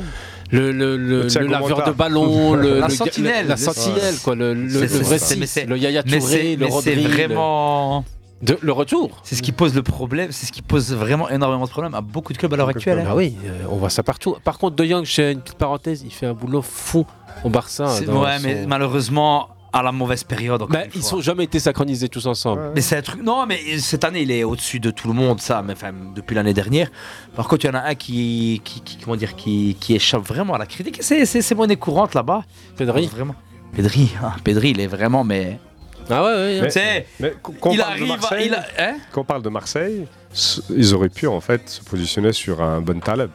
S9: Le, le, le-
S12: Le Thiago
S9: le laveur
S12: Motta.
S9: de ballon, le,
S12: La
S9: le-
S12: sentinelle,
S9: le- la
S12: c'est-
S9: sentinelle, quoi, le, le-
S12: C'est-
S9: le
S12: c'est-
S9: vrai
S12: c'est- mais
S9: six,
S12: c'est-
S9: le Yaya
S12: mais
S9: Touré,
S12: c'est-
S9: le
S12: mais
S9: Rodri,
S12: C'est
S9: le-
S12: vraiment.
S9: le retour.
S12: C'est ce qui pose le problème, c'est ce qui pose vraiment énormément de problèmes à beaucoup de clubs à l'heure actuelle. hein.
S9: Ah oui, euh, on voit ça partout. Par contre, De Jong, j'ai une petite parenthèse, il fait un boulot fou au Barça.
S12: C'est-
S9: dans
S12: ouais,
S9: son-
S12: mais malheureusement, à la mauvaise période. encore
S9: Bah,
S12: une
S9: ils
S12: fois.
S9: sont jamais été synchronisés tous ensemble.
S12: Mais c'est un truc. Non, mais cette année, il est au-dessus de tout le monde, ça. Mais enfin, depuis l'année dernière. Par contre, il y en a un qui, qui, qui- comment dire, qui, qui échappe vraiment à la critique. C'est, c'est, c'est monnaie courante là-bas. Ah,
S9: Pedri.
S12: Vraiment. Pedri, hein, Pedri, il est vraiment, mais.
S9: Ah ouais,
S10: Mais-
S12: Tu sais,
S10: mais qu'on
S12: il
S10: parle de
S12: arrive, à-
S10: Marseille,
S12: il a- hein
S10: Quand on parle de Marseille, s- ils auraient pu en fait se positionner sur un bon Taleb.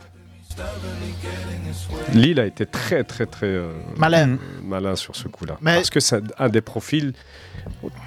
S10: Lille a été très très très euh,
S11: Malin.
S10: malin sur ce coup-là.
S11: Mais-
S10: Parce que c'est un des profils.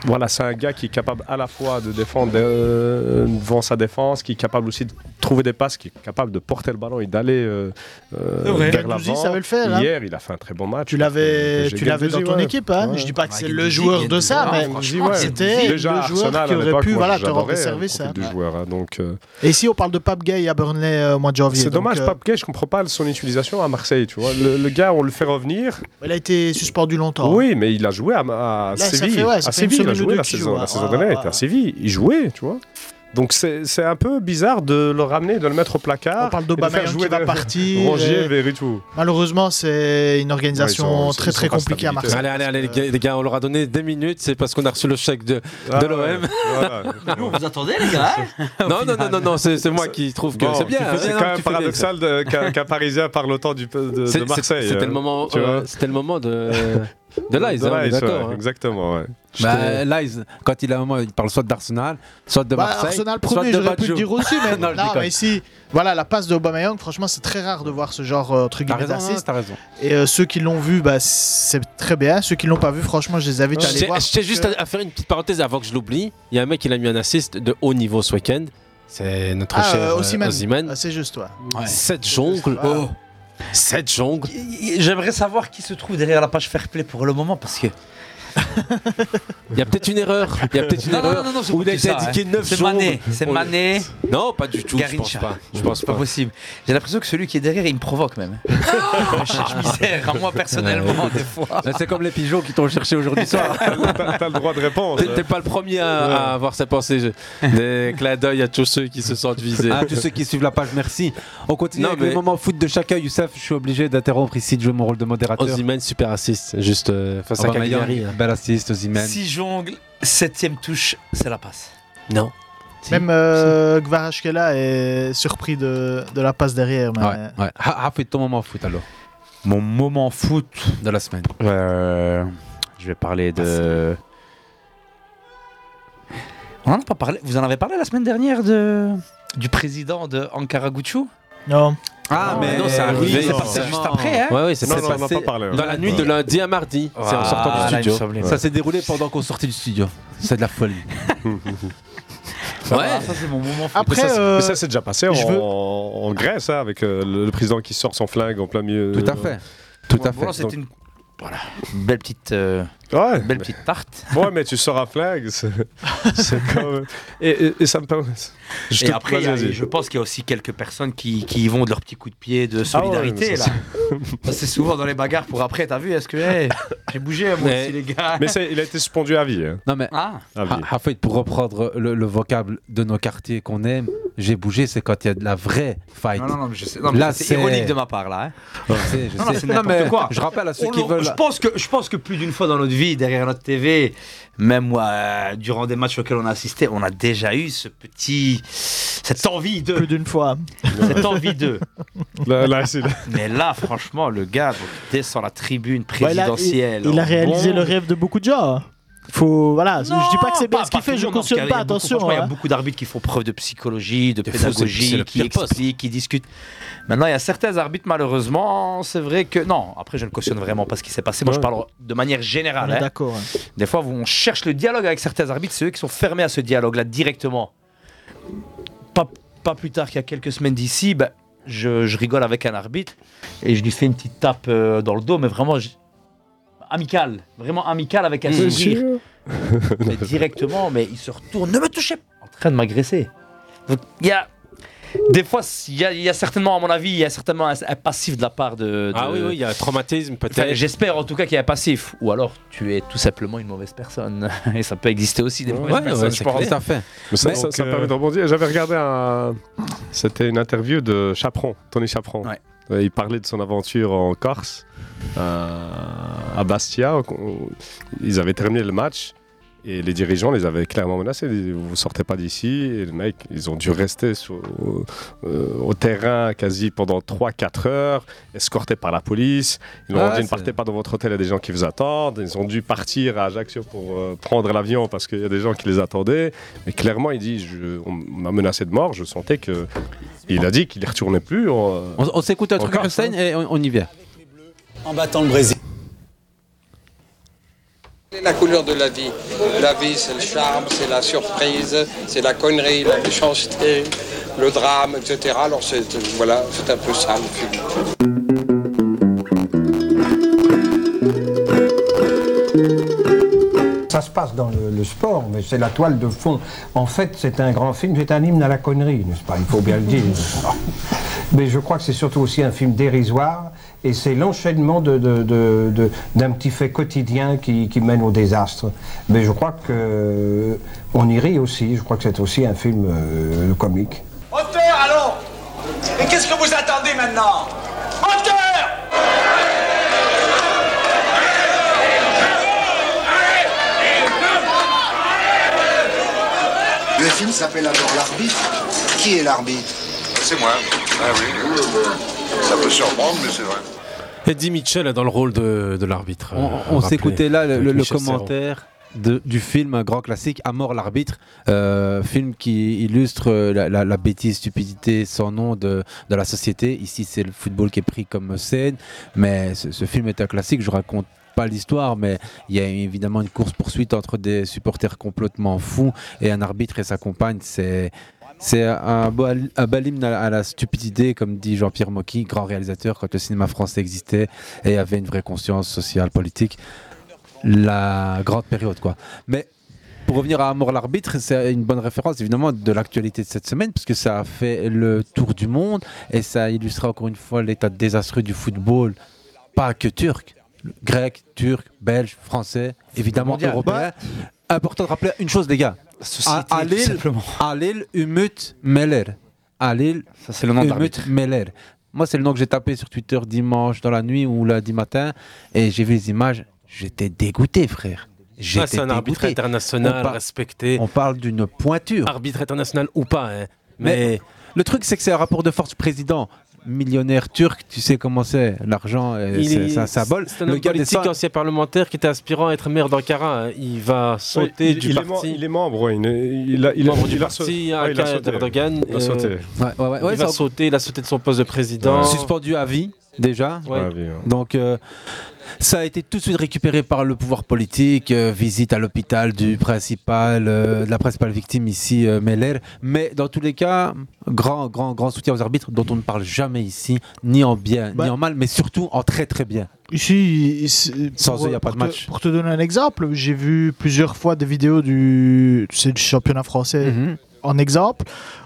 S10: Voilà, c'est un gars qui est capable à la fois de défendre euh, devant sa défense, qui est capable aussi de trouver des passes, qui est capable de porter le ballon et d'aller euh, euh,
S11: C'est vrai.
S10: vers
S11: Guendouzi
S10: l'avant.
S11: savait le faire, hein.
S10: Hier, il a fait un très bon match.
S11: Tu l'avais,
S10: J'ai
S11: tu l'avais dans
S10: Guendouzi,
S11: ton
S10: ouais.
S11: équipe, hein.
S10: Ouais.
S11: Je dis pas que c'est
S10: Guendouzi,
S11: le joueur de
S10: Guendouzi,
S11: ça,
S10: ouais.
S11: mais
S10: Franchement, ouais.
S11: c'était le
S10: Déjà,
S11: joueur
S10: Arsenal,
S11: qui
S10: à
S11: aurait
S10: l'époque,
S11: pu,
S10: moi,
S11: voilà, te rendre
S10: j'adorais, euh,
S11: service.
S10: le
S11: hein.
S10: profil du joueur, hein. donc, euh,
S11: Et si on parle de Pape Gay à Burnley euh, au mois de janvier.
S10: C'est
S11: donc,
S10: dommage,
S11: euh,
S10: Pape Gay, je comprends pas son utilisation à Marseille, tu vois. Le, le gars, on le fait revenir.
S11: Il a été suspendu longtemps. hein.
S10: Oui, mais il a joué à, à
S11: Là, ça
S10: Séville.
S11: fait, ouais, ça
S10: à
S11: fait une
S10: Séville, il a
S11: semaine ou
S10: joué
S11: deux
S10: la
S11: qu'il
S10: saison,
S11: joue,
S10: la
S11: ouais,
S10: saison
S11: ouais,
S10: dernière, il
S11: ouais.
S10: était à Séville. Il jouait, tu vois. Donc c'est c'est un peu bizarre de le ramener, de le mettre au placard.
S11: On parle
S10: et de
S11: d'Aubameyang
S10: faire jouer
S11: qui va
S10: de-
S11: partir,
S10: Rongier,
S11: et-
S10: Verretou.
S11: euh, Malheureusement, c'est une organisation
S10: Ouais, ils sont-
S11: très
S10: ils sont
S11: très
S10: pas
S11: compliquée à Marseille.
S9: Allez, allez, allez, les gars, les gars, on leur a donné 10 minutes, c'est parce qu'on a reçu le chèque de,
S10: Ah
S9: de
S10: ouais,
S9: l'OM.
S10: voilà.
S12: Nous, on vous attendez, les gars. hein
S9: non, non, non, non, non, c'est c'est moi qui trouve que
S10: Bon,
S9: c'est bien.
S10: tu fais- C'est
S9: hein,
S10: quand
S9: tu
S10: même
S9: fais des-
S10: paradoxal de- qu'un qu'un Parisien parle autant du, de, de
S9: C'est- c'est-
S10: Marseille.
S9: C'était
S10: hein,
S9: le moment,
S10: tu
S9: euh,
S10: vois.
S9: c'était le moment de de Lies,
S10: De
S9: hein, on est
S10: Lies,
S9: d'accord.
S10: ouais,
S9: hein.
S10: Exactement, ouais.
S8: Bah, Lies, quand il a un moment, il parle soit d'Arsenal, soit de
S11: Bah,
S8: Marseille.
S11: Arsenal
S8: soit
S11: premier,
S8: de
S11: j'aurais pu
S8: Baggio.
S11: le dire aussi, mais
S8: Non,
S11: non,
S8: je déconne.
S11: mais si, voilà, la passe de Aubameyang, franchement, c'est très rare de voir ce genre euh, entre
S8: T'as
S11: guillemets
S8: raison, hein,
S11: d'assist.
S8: t'as raison.
S11: Et euh, ceux qui l'ont vu, bah, c'est très bien. Ceux qui l'ont pas vu, franchement, je les invite à
S9: Je
S11: aller
S9: tiens-
S11: voir. Euh,
S9: je tiens juste à, à faire une petite parenthèse avant que je l'oublie. Il y a un mec qui a mis un assist de haut niveau ce week-end. C'est notre
S11: Ah,
S9: cher
S11: euh,
S9: euh,
S11: Osimhen.
S9: Osimhen.
S11: Ah, c'est juste, ouais.
S9: Cette jongle.
S12: Oh.
S9: Cette jongle.
S12: J'aimerais savoir qui se trouve derrière la page fair play pour le moment parce que.
S9: Il y a peut-être une erreur. Il y a peut-être une
S12: Non, non,
S9: erreur.
S12: non, non, c'est
S9: où il a
S12: pas
S9: été
S12: ça,
S9: indiqué
S12: hein.
S9: 9
S12: C'est
S9: jongles.
S12: Mané, c'est
S9: On-
S12: Mané.
S9: Non, pas du tout. Je pense
S12: Garrincha.
S9: pas. Je pense pas.
S12: possible. J'ai l'impression que celui qui est derrière, il me provoque même. Je cherche misère, à moi personnellement, des fois.
S8: C'est comme les pigeons qui t'ont cherché aujourd'hui soir.
S10: T'as t'as le droit de répondre.
S9: T'es t'es pas le premier à, à avoir cette pensée. Je- Des clins d'œil à tous ceux qui se sentent visés.
S8: Ah, tous ceux qui suivent la page, merci. On continue
S9: Non,
S8: avec
S9: mais-
S8: le moment foot de chacun. Youssef, je suis obligé d'interrompre ici de jouer mon rôle de modérateur.
S9: Osimhen, super assist. Juste euh, face à
S8: Aubameyang,
S9: Cagliari. hein.
S8: Bel assist, Osimhen.
S12: Si jongle, septième touche, c'est la passe.
S9: Non.
S11: Même euh, Kvaratskhelia est surpris de, de la passe derrière. Mais...
S8: Ouais, ouais. Ha- Hafid, ton moment foot alors.
S18: Mon moment foot
S8: de la semaine.
S12: Euh,
S18: je vais parler de.
S12: On en a pas parlé. Vous en avez parlé la semaine dernière de du président de Ankara Gucci
S11: Non.
S8: Ah,
S9: mais non, c'est arrivé.
S12: c'est passé
S9: forcément.
S12: juste après, hein
S9: Ouais, ouais, c'est
S8: Non,
S9: passé
S8: non, on n'en a pas parlé, ouais.
S9: dans la nuit de lundi à mardi. c'est en sortant
S8: Ah,
S9: du
S8: là, il me
S9: studio.
S8: semblait. Ça s'est déroulé pendant qu'on sortait du studio. C'est de la folie.
S12: Ouais,
S10: Ah,
S12: ça c'est mon moment. foot.
S10: Mais ça, c'est- mais
S11: euh,
S10: ça, c'est déjà passé en,
S11: je veux-
S10: en Grèce, hein, avec euh, le, le président qui sort son flingue en plein milieu.
S8: Tout à fait. Tout à fait.
S12: Voilà, c'était une Voilà. Une belle petite, euh,
S10: Ouais.
S12: belle petite tarte.
S10: Ouais, mais tu sors à flag. C'est c'est comme. Et, et- et ça me permet.
S12: et
S10: te-
S12: après,
S10: vas-y,
S12: il y a-
S10: vas-y.
S12: je pense qu'il y a aussi quelques personnes qui, qui y vont de leur petit coup de pied de solidarité.
S10: mais ça,
S12: là. Ah Ça, c'est souvent dans les bagarres pour après, t'as vu Est-ce que hey, j'ai bougé moi aussi, les gars
S10: Mais c'est- il a été suspendu à vie. hein.
S8: Non mais
S12: Ah.
S8: Ha- Hafid, pour reprendre le, le vocable de nos quartiers qu'on aime, j'ai bougé, c'est quand il y a de la vraie fight.
S12: Non, non, non, mais je sais- non, mais
S8: Là,
S12: c'est ironique de ma part, là. hein.
S8: Je sais, je
S12: Non, non,
S8: sais.
S12: c'est
S8: Non,
S12: n'importe
S8: mais
S12: quoi.
S8: Je rappelle à ceux
S12: On
S8: qui
S12: le-
S8: veulent.
S12: Je pense, que, je pense que plus d'une fois dans notre vie, derrière notre TV, même moi, euh, durant des matchs auxquels on a assisté, on a déjà eu ce petit. cette envie de. Plus
S11: d'une fois.
S12: Cette envie de.
S10: Là, là, c'est-
S12: Mais là, franchement, le gars, donc, descend la tribune
S11: Ouais, bah, il a- il-
S12: présidentielle.
S11: il,
S10: oh,
S11: a réalisé le rêve de beaucoup de gens. hein. Faut, voilà,
S12: Non,
S11: je dis pas que c'est bien
S12: pas-
S11: ce qu'il
S12: pas
S11: fait,
S12: tout
S11: je
S12: le monde, Bah, parce qu'il
S11: cautionne
S12: y a
S11: pas,
S12: beaucoup-
S11: attention.
S12: franchement, Il y a
S11: hein.
S12: beaucoup d'arbitres qui font preuve de psychologie, de
S9: fou, c'est- c'est
S12: pédagogie,
S9: le
S12: qui
S9: pire poste.
S12: expliquent, qui discutent. Maintenant, il y a certains arbitres, malheureusement, c'est vrai que. Non, après, je ne cautionne vraiment pas ce qui s'est passé. Moi, je parle de manière générale.
S11: On est
S12: hein.
S11: d'accord, hein.
S12: Des fois, on cherche le dialogue avec certains arbitres, c'est eux qui sont fermés à ce dialogue-là directement. Pas, pas plus tard qu'il y a quelques semaines d'ici, ben, je, je rigole avec un arbitre et je lui fais une petite tape euh, dans le dos, mais vraiment je- amicale, vraiment amicale avec un
S10: Bien
S12: sourire.
S10: sûr.
S12: Mais directement, mais il se retourne, ne me touchez pas, en train de m'agresser. Donc, Il y a. Des fois, il y, a- il y a certainement, à mon avis, il y a certainement un, un passif de la part de. de-
S9: Ah oui, oui, il y a un traumatisme
S12: Enfin,
S9: peut-être.
S12: J'espère en tout cas qu'il y a un passif. Ou alors tu es tout simplement une mauvaise personne. Et ça peut exister aussi des mauvaises personnes. je pense.
S10: Mais ça,
S12: Mais-
S10: ça, ça
S12: Donc, euh,
S10: permet de rebondir. J'avais regardé un. C'était une interview de Chaperon, Tony Chaperon. Euh, Il parlait de son aventure en Corse, euh, à Bastia. On- Ils avaient terminé le match et les dirigeants les avaient clairement menacés. Ils disaient, Vous sortez pas d'ici. Et les mecs, ils ont dû rester sur- au, euh, au terrain quasi pendant 3-4 heures, escortés par la police. Ils leur
S9: Ah
S10: ont
S9: ouais,
S10: dit Ne
S9: c'est-
S10: partez pas dans votre hôtel, il y a des gens qui vous attendent. Ils ont dû partir à Ajaccio pour euh, prendre l'avion parce qu'il y a des gens qui les attendaient. Mais clairement, il dit je- On m'a menacé de mort. Je sentais que. Il a dit qu'il ne retournait plus. On,
S8: on s'écoute un truc à Hussein et on, on y vient.
S19: en battant le Brésil.
S20: C'est la couleur de la vie. La vie, c'est le charme, c'est la surprise, c'est la connerie, la méchanceté, le drame, etc. Alors, c'est, voilà, c'est un peu ça le film.
S21: Ça se passe dans le, le sport, mais c'est la toile de fond. En fait, c'est un grand film, c'est un hymne à la connerie, n'est-ce pas Il faut bien le dire. Mais je crois que c'est surtout aussi un film dérisoire, et c'est l'enchaînement de- de- de- de- d'un petit fait quotidien qui, qui mène au désastre. Mais je crois que euh, on y rit aussi. Je crois que c'est aussi un film euh, comique.
S7: Hauteur alors Et qu'est-ce que vous attendez maintenant Hauteur
S22: Le film s'appelle alors l'arbitre. Qui est l'arbitre
S6: C'est moi. Ah oui. Ça peut surprendre, mais c'est vrai.
S9: Eddie Mitchell est dans le rôle de, de l'arbitre. euh,
S8: On, on s'écoutait là le, le- le commentaire de- du film un grand classique à mort l'arbitre euh, film qui illustre euh, la, la- la bêtise stupidité sans nom de, de la société ici c'est le football qui est pris comme scène mais ce, ce film est un classique je raconte pas l'histoire mais il y a évidemment une course poursuite entre des supporters complètement fous et un arbitre et sa compagne c'est c'est un, beau- un bel hymne à, la- à la stupidité, comme dit Jean-Pierre Mocky, grand réalisateur quand le cinéma français existait et avait une vraie conscience sociale, politique. La grande période, quoi. Mais pour revenir à Amour l'arbitre, c'est une bonne référence évidemment de l'actualité de cette semaine, puisque ça a fait le tour du monde et ça a illustré encore une fois l'état désastreux du football, pas que turc, grec, turc, belge, français, évidemment
S12: Mondial.
S8: européen. Important de rappeler une chose, les gars.
S12: Société,
S8: à, à
S12: tout
S8: Lille,
S12: simplement.
S8: à Lille, Umut Meller. À Lille,
S12: Ça, c'est le nom de
S8: Umut
S12: l'arbitre.
S8: Meller. Moi, c'est le nom que j'ai tapé sur Twitter dimanche dans la nuit ou lundi matin, et j'ai vu les images. J'étais dégoûté, frère. J'étais
S9: Ah, c'est un arbitre
S8: dégoûté.
S9: international
S8: On par-
S9: respecté.
S8: On parle d'une pointure.
S9: Arbitre international ou pas, hein.
S8: Mais,
S9: mais
S8: le truc, c'est que c'est un rapport de force président. Millionnaire turc, tu sais comment c'est. L'argent, euh,
S9: Il
S8: c'est
S9: est-
S8: c'est un symbole.
S9: C'est un homme
S8: gars
S9: politique,
S8: descend-
S9: ancien parlementaire qui était aspirant à être maire d'Ankara. Il va sauter
S10: il,
S9: du
S10: il est mem-
S9: parti.
S10: il est membre, ouais, il, est- il a, il a-
S9: membre du
S10: il a
S9: parti
S10: sauté.
S9: à
S10: Ouais, il a
S9: Ankara
S10: sauté.
S9: d'Erdogan.
S10: Il a sauté.
S9: il va
S8: ouais,
S9: sauter, il a sauté de son poste de président.
S10: Ah,
S8: Suspendu à vie. Déjà
S10: Ouais. Ouais,
S11: hein.
S10: ouais.
S8: Donc, euh, ça a été tout de suite récupéré par le pouvoir politique. euh, visite à l'hôpital du principal, euh, de la principale victime ici, euh, Meller. Mais dans tous les cas, grand, grand, grand soutien aux arbitres dont on ne parle jamais ici, ni en bien,
S11: Bah.
S8: ni en mal, mais surtout en très, très bien.
S11: Ici,
S8: Sans eux, il n'y a pas de
S11: pour te-
S8: match.
S11: Pour te donner un exemple, j'ai vu plusieurs fois des vidéos du, tu sais, du championnat français
S8: Mhm.
S11: en exemple,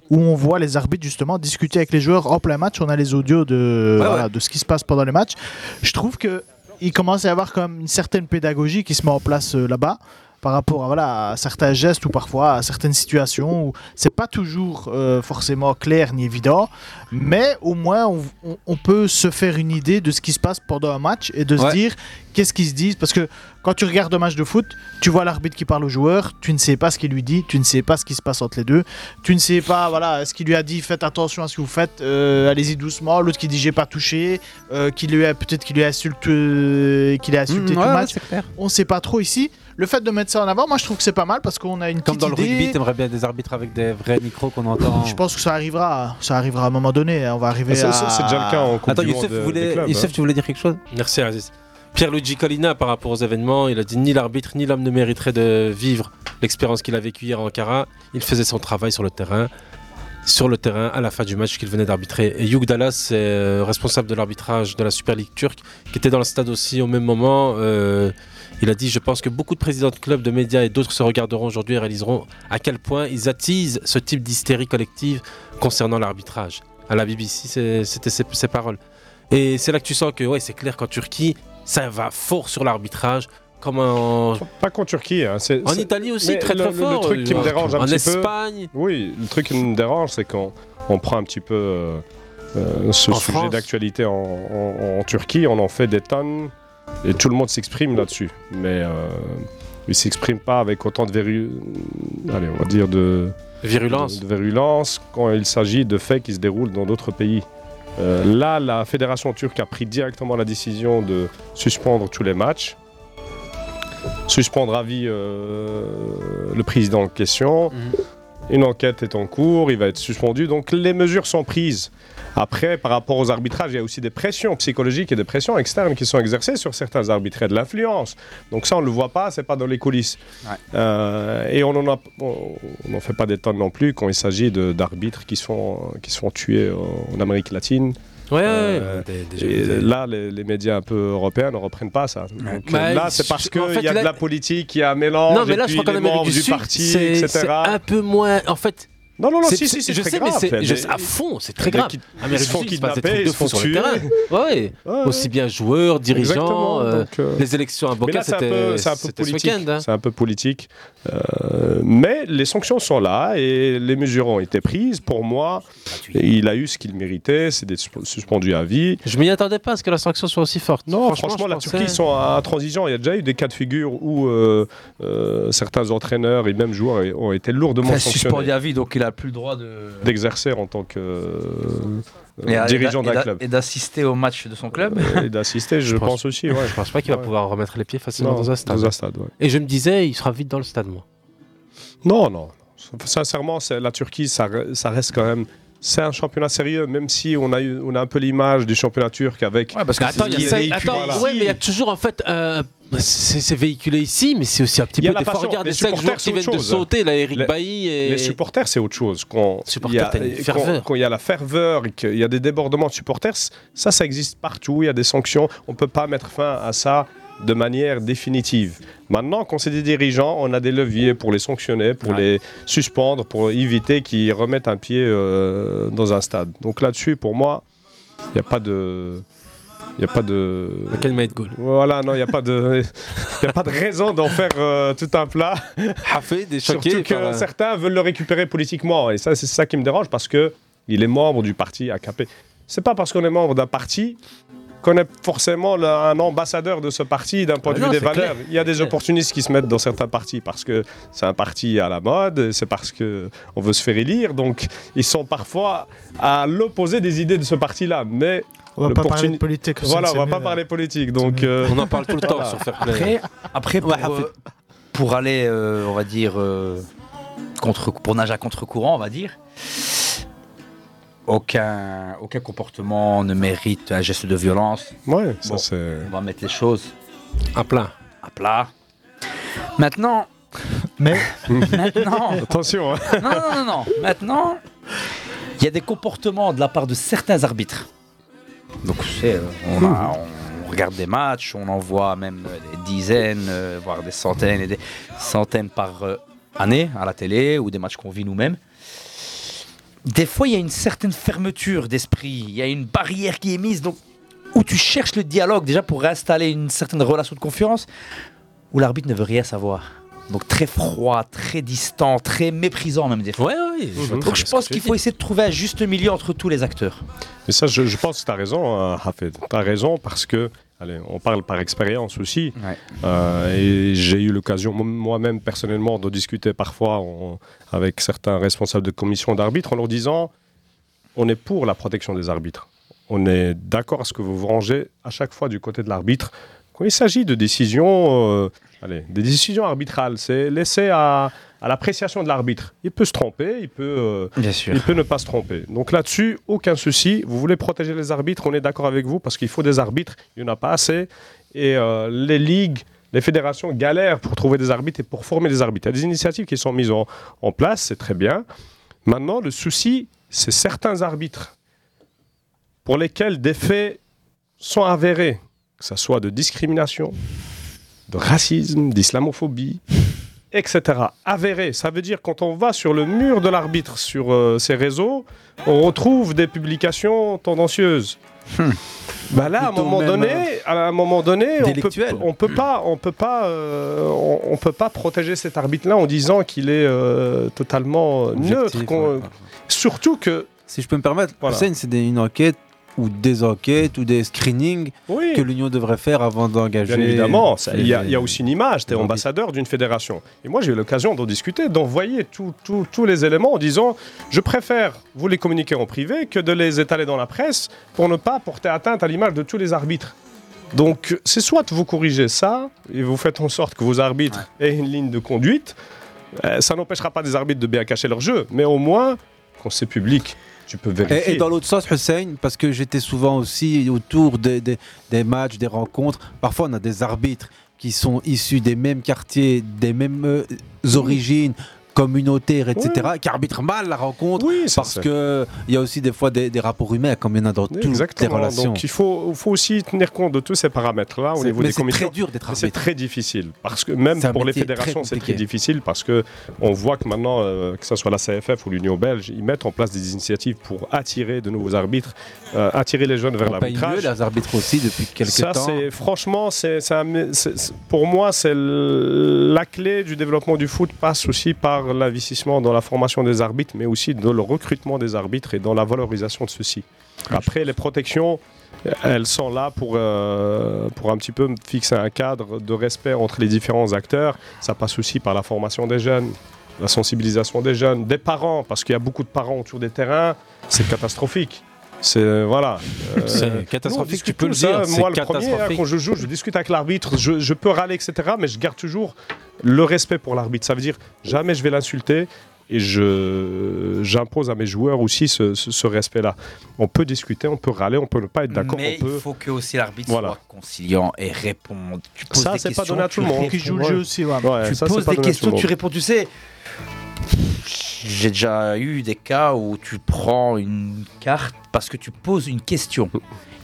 S11: où on voit les arbitres justement discuter avec les joueurs en plein match. On a les audios de, voilà, de ce qui se passe pendant les matchs. Je trouve que il commence à y avoir comme une certaine pédagogie qui se met en place euh, là-bas par rapport à, voilà, à certains gestes ou parfois à certaines situations où c'est pas toujours euh, forcément clair ni évident, mais au moins on, on- on peut se faire une idée de ce qui se passe pendant un match et de se
S8: Ouais.
S11: dire qu'est-ce qu'ils se disent parce que quand tu regardes un match de foot, tu vois l'arbitre qui parle au joueur, tu ne sais pas ce qu'il lui dit, tu ne sais pas ce qui se passe entre les deux, tu ne sais pas voilà ce qu'il lui a dit, faites attention à ce que vous faites, euh, allez-y doucement, l'autre qui dit j'ai pas touché, euh, qui lui a peut-être qu'il lui a insulté, euh, qu'il a insulté
S8: Mhm,
S11: tout
S8: ouais,
S11: le
S8: ouais,
S11: match.
S8: c'est clair.
S11: On sait pas trop ici. Le fait de mettre ça en avant, moi je trouve que c'est pas mal parce qu'on a une
S8: Comme
S11: petite
S8: dans le
S11: idée.
S8: rugby, t'aimerais bien des arbitres avec des vrais micros qu'on entend.
S11: Je pense que ça arrivera, ça arrivera à un moment donné. hein. On va arriver à.
S8: Attends, Youssef,
S10: euh,
S8: tu voulais-
S10: hein.
S8: Youssef, tu voulais dire quelque chose
S9: Merci Aziz. Pierre-Luigi Colina, par rapport aux événements, il a dit ni l'arbitre ni l'homme ne mériterait de vivre l'expérience qu'il a vécue hier à Ankara. Il faisait son travail sur le terrain, sur le terrain à la fin du match qu'il venait d'arbitrer. Et Youk Dallas, est, euh, responsable de l'arbitrage de la Super League turque, qui était dans le stade aussi au même moment. euh, il a dit Je pense que beaucoup de présidents de clubs, de médias et d'autres se regarderont aujourd'hui et réaliseront à quel point ils attisent ce type d'hystérie collective concernant l'arbitrage. À la BBC, c'est- c'était ses- ses paroles. Et c'est là que tu sens que ouais, c'est clair qu'en Turquie, ça va fort sur l'arbitrage. Comme en...
S10: Pas qu'en Turquie. hein,
S9: En Italie aussi,
S10: Mais
S9: très
S10: le,
S9: très
S10: le-
S9: fort.
S10: Le truc qui
S9: euh,
S10: me dérange un
S9: en
S10: petit
S9: Espagne.
S10: peu. Oui, le truc qui me dérange, c'est qu'on on prend un petit peu euh, euh, ce
S9: En
S10: sujet
S9: France.
S10: d'actualité en, en- en Turquie, on en fait des tonnes et tout le monde s'exprime là-dessus. Mais euh, il s'exprime pas avec autant de viru... Allez, on va dire de
S9: Virulence.
S10: de- de virulence quand il s'agit de faits qui se déroulent dans d'autres pays. Euh, là, la fédération turque a pris directement la décision de suspendre tous les matchs suspendre à vie euh, le président en question. Une enquête est en cours, il va être suspendu. Donc les mesures sont prises. Après, par rapport aux arbitrages, il y a aussi des pressions psychologiques et des pressions externes qui sont exercées sur certains arbitres et de l'influence. Donc ça, on ne le voit pas, c'est pas dans les coulisses. Euh, et on n'en a- on- on n'en fait pas des tonnes non plus quand il s'agit de- d'arbitres qui sont, qui sont tués en Amérique latine.
S9: Ouais,
S10: Euh,
S9: ouais, des- des-
S10: et
S9: des-
S10: là, les, les médias un peu européens ne reprennent pas ça. Donc,
S9: Bah,
S10: euh, là,
S9: il-
S10: c'est parce
S9: en
S10: qu'il
S9: fait,
S10: y a
S9: là-
S10: de la politique, il y a un mélange,
S9: non, mais là,
S10: et
S9: je
S10: puis
S9: crois qu'en
S10: les
S9: Amérique
S10: membres
S9: du,
S10: du,
S9: Sud,
S10: parti,
S9: c'est-
S10: etc.
S9: c'est un peu moins. En fait.
S10: Non, non, non,
S9: c'est-
S10: si,
S9: c'est-
S10: si, c'est
S9: Je
S10: très
S9: sais,
S10: grave,
S9: mais c'est
S10: mais-
S9: je sais, à fond, c'est très
S10: Les
S9: grave.
S10: mecs, ils-
S9: Amérique
S10: ils se font
S9: du Sud, il se passe des
S10: kidnapper,
S9: trucs de
S10: ils se
S9: fou
S10: font
S9: sur le
S10: tuer.
S9: terrain. Ouais,
S10: Ouais,
S9: Aussi bien joueurs, dirigeants,
S10: Exactement,
S9: euh,
S10: donc, euh,
S9: les élections à
S10: mais
S9: Boca,
S10: là, c'est un peu,
S9: c'était
S10: c'est un peu
S9: c'était ce
S10: politique.
S9: week-end. hein.
S10: C'est un peu politique. Euh, mais les sanctions sont là et les mesures ont été prises. Pour moi, il a eu ce qu'il méritait, c'est d'être susp- suspendu à vie.
S9: Je m'y attendais pas à ce que la sanction soit aussi forte. Non,
S10: Franchement, la Turquie, ils sont à transition. Il y a déjà eu des cas de figure où euh, euh, certains entraîneurs et même joueurs ont été lourdement
S2: Enfin,
S10: sanctionnés
S2: suspendu à vie, donc il a plus le droit
S10: Euh,
S2: de.
S10: d'exercer en tant que euh,
S2: Et à-
S10: dirigeant
S2: et
S10: d'un
S2: d'a-
S10: club.
S2: Et d'assister au match de son club.
S10: Euh, Et d'assister, je, pense, aussi. Ouais.
S9: Je pense pas qu'il va pouvoir remettre les pieds facilement
S10: Non,
S9: dans un stade.
S10: dans un stade, ouais.
S9: Et je me disais, il sera vite dans le stade, moi.
S10: Non, non. Sincèrement, c'est- la Turquie, ça, re- ça reste quand même. C'est un championnat sérieux, même si on a, eu, on a un peu l'image du championnat turc avec.
S9: Mais attends, il y a ça- attends, ouais, mais il y a toujours en fait. euh, c'est c'est véhiculé ici, mais c'est aussi un petit
S10: Il y a
S9: peu.
S10: la
S9: Des fois,
S10: passion.
S9: regarde
S10: Les
S9: les 5
S10: supporters,
S9: joueurs qui
S10: c'est autre
S9: viennent de
S10: chose.
S9: sauter, là, Eric
S10: Les-
S9: Bailly. Et...
S10: Les supporters, c'est autre chose. Quand
S9: Supporters,
S10: il y a-
S9: t'as une
S10: quand-
S9: ferveur.
S10: Quand il y a la ferveur, et qu'il y a des débordements de supporters, ça, ça existe partout. Il y a des sanctions. On ne peut pas mettre fin à ça de manière définitive. Maintenant, quand c'est des dirigeants, on a des leviers pour les sanctionner, pour les suspendre, pour éviter qu'ils remettent un pied euh, dans un stade. Donc là-dessus, pour moi, il n'y a pas de... Il n'y a pas de.
S9: Quel made goal
S10: Voilà, non, il n'y a, pas de... il y a pas de raison d'en faire euh, tout un plat.
S9: Hafid est choqué
S10: Surtout que
S9: par euh, la-
S10: certains veulent le récupérer politiquement. Et ça, c'est ça qui me dérange parce que il est membre du parti AKP. C'est pas parce qu'on est membre d'un parti qu'on est forcément le- un ambassadeur de ce parti d'un point
S9: Ah
S10: de
S9: non,
S10: vue des
S9: c'est clair,
S10: valeurs. Il y a
S9: c'est
S10: des
S9: clair.
S10: opportunistes qui se mettent dans certains partis parce que c'est un parti à la mode, c'est parce que on veut se faire élire. Donc ils sont parfois à l'opposé des idées de ce parti-là. Mais
S11: On va pas
S10: l'opportuni-
S11: parler de politique, ça,
S10: Voilà,
S11: c'est
S10: on va
S11: mieux,
S10: pas
S11: là.
S10: parler politique. Donc euh,
S9: On en parle tout le temps
S10: voilà.
S9: sur Fair Play.
S2: Après, après pour, euh, pour aller, euh, on va dire, euh, contre, pour nager à contre-courant, on va dire,
S12: aucun, aucun comportement ne mérite un geste de violence.
S10: Ouais,
S12: ça c'est. On va mettre les choses à plat. À plat. Maintenant.
S11: Mais.
S12: Maintenant.
S10: Attention.
S12: Non, non, non, non. Maintenant,
S2: il y a des comportements de la part de certains arbitres.
S12: Donc, tu sais, euh, on, a- on regarde des matchs, on en voit même euh, des dizaines, euh, voire des centaines et des centaines par euh, année à la télé ou des matchs qu'on vit nous-mêmes. Des fois, il y a une certaine fermeture d'esprit, il y a une barrière qui est mise, donc où tu cherches le dialogue déjà pour réinstaller une certaine relation de confiance, où l'arbitre ne veut rien savoir. Donc très froid, très distant, très méprisant même des fois. Donc je pense qu'il faut essayer de trouver un juste milieu entre tous les acteurs.
S10: Mais ça, je, je pense que tu as raison, hein, Hafid. Tu as raison parce que, allez, on parle par expérience aussi. Euh, et j'ai eu l'occasion, mo- moi-même, personnellement, de discuter parfois en- avec certains responsables de commission d'arbitres en leur disant on est pour la protection des arbitres. On est d'accord à ce que vous vous rangez à chaque fois du côté de l'arbitre. Quand il s'agit de décisions, euh, allez, des décisions arbitrales, c'est laissé à, à l'appréciation de l'arbitre. Il peut se tromper, il peut, euh, il peut ne pas se tromper. Donc là-dessus, aucun souci. Vous voulez protéger les arbitres, on est d'accord avec vous parce qu'il faut des arbitres. Il n'y en a pas assez. Et euh, les ligues, les fédérations galèrent pour trouver des arbitres et pour former des arbitres. Il y a des initiatives qui sont mises en, en place, c'est très bien. Maintenant, le souci, c'est certains arbitres pour lesquels des faits sont avérés, que ce soit de discrimination, de racisme, d'islamophobie, etc. Avérés, ça veut dire quand on va sur le mur de l'arbitre sur euh, ces réseaux, on retrouve des publications tendancieuses. Bah là, à
S13: Hmm.
S10: un
S13: Plutôt
S10: moment
S13: même,
S10: donné,
S13: euh,
S10: à un moment donné, on peut,
S13: délictuel.
S10: on peut pas, on peut pas, euh, on, on peut pas protéger cet arbitre-là en disant qu'il est euh, totalement euh, neutre. qu'on- Surtout que
S8: Si je peux me permettre,
S10: Voilà.
S8: Hussein, c'est des- une enquête ou des enquêtes ou des screenings
S10: Oui.
S8: que l'Union devrait faire avant d'engager.
S10: Bien évidemment, ça- il y, a- il y a
S8: les-
S10: aussi une image, tu es ambassadeur d'une fédération. Et moi, j'ai eu l'occasion d'en discuter, d'envoyer tout- tout- tous les éléments en disant je préfère vous les communiquer en privé que de les étaler dans la presse pour ne pas porter atteinte à l'image de tous les arbitres. Donc, c'est soit vous corrigez ça et vous faites en sorte que vos arbitres aient une ligne de conduite. Euh, ça n'empêchera pas des arbitres de bien cacher leur jeu, mais au moins, quand c'est public, tu peux vérifier.
S8: Et, et dans l'autre sens, Hussein, parce que j'étais souvent aussi autour des, des- des matchs, des rencontres. Parfois, on a des arbitres qui sont issus des mêmes quartiers, des mêmes euh, origines communautaires, etc., qui arbitrent mal la rencontre. parce
S10: c'est-
S8: qu'il y a aussi des fois des, des rapports humains, comme il y en a dans toutes les
S10: Exactement.
S8: relations.
S10: Donc il faut, faut aussi tenir compte de tous ces paramètres-là au
S8: C'est-
S10: niveau
S8: mais
S10: des
S8: c'est
S10: commissions.
S8: très dur d'être
S10: Et C'est
S8: arbitre.
S10: très difficile parce que même
S8: C'est un
S10: pour les
S8: métier très
S10: fédérations, c'est très
S8: compliqué.
S10: difficile parce que on voit que maintenant, euh, que ce soit la CFF ou l'Union belge, ils mettent en place des initiatives pour attirer de nouveaux arbitres, euh, attirer les jeunes vers
S8: On paye mieux
S10: l'arbitrage.
S8: les arbitres aussi depuis quelques
S10: Ça,
S8: temps.
S10: c'est franchement, c'est c'est un- c'est- c'est- pour moi, c'est l- la clé du développement du foot passe aussi par l'investissement dans la formation des arbitres, mais aussi dans le recrutement des arbitres et dans la valorisation de ceux-ci. Après, les protections, elles sont là pour, euh, pour un petit peu fixer un cadre de respect entre les différents acteurs. Ça passe aussi par la formation des jeunes. La sensibilisation des jeunes, des parents, parce qu'il y a beaucoup de parents autour des terrains, c'est catastrophique. C'est voilà. euh,
S9: C'est
S10: nous, on
S9: catastrophique,
S10: discute
S9: tu peux le
S10: tous, hein.
S9: dire, c'est
S10: Moi, le premier, hein,
S9: catastrophique.
S10: quand je joue, je discute avec l'arbitre, je, je peux râler, etc. Mais je garde toujours le respect pour l'arbitre. Ça veut dire jamais je vais l'insulter et je j'impose à mes joueurs aussi ce, ce- ce respect-là. On peut discuter, on peut râler, on peut ne pas être d'accord,
S12: Mais
S10: on peut.
S12: il faut que aussi l'arbitre
S10: Voilà.
S12: soit conciliant et réponde. Tu poses
S10: Ça,
S12: des
S10: c'est pas
S12: questions,
S10: donné à tout
S12: tu
S10: le monde.
S12: réponds.
S10: Qui joue le jeu aussi, ouais. Ouais,
S12: tu
S10: ça, c'est
S12: poses
S10: pas
S12: des
S10: donné à tout
S12: questions,
S10: le monde.
S12: tu réponds. Tu sais, j'ai déjà eu des cas où tu prends une carte parce que tu poses une question.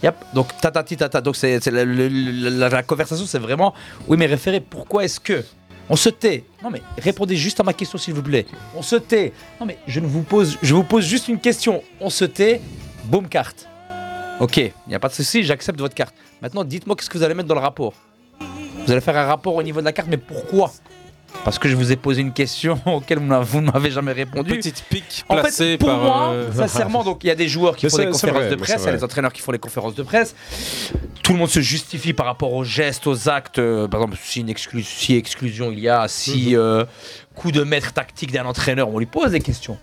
S12: Yep. Donc, tatati tata. Donc, c'est, c'est la, le- le- la- la conversation, c'est vraiment. Oui, mais référé, pourquoi est-ce que. On se tait. Non, mais répondez juste à ma question, s'il vous plaît. On se tait. Non, mais je ne vous pose. Je vous pose juste une question. On se tait. Boum, carte. Ok, il n'y a pas de souci, j'accepte votre carte. Maintenant, dites-moi qu'est-ce que vous allez mettre dans le rapport. Vous allez faire un rapport au niveau de la carte, mais pourquoi Parce que je vous ai posé une question auquel vous n'a- vous ne m'avez jamais répondu.
S9: Petite pique
S12: En fait,
S9: placée
S12: pour
S9: par,
S12: moi,
S9: euh,
S12: sincèrement, donc il y a des joueurs qui
S9: Mais
S12: font
S9: c'est-
S12: des
S9: c'est
S12: conférences
S9: vrai,
S12: de
S9: mais
S12: presse,
S9: c'est
S12: il y a
S9: vrai.
S12: les entraîneurs qui font les conférences de presse. Tout le monde se justifie par rapport aux gestes, aux actes. euh, Par exemple, si, une exclu- si exclusion il y a,
S9: Mhm.
S12: si euh, coup de maître tactique d'un entraîneur, on lui pose des questions.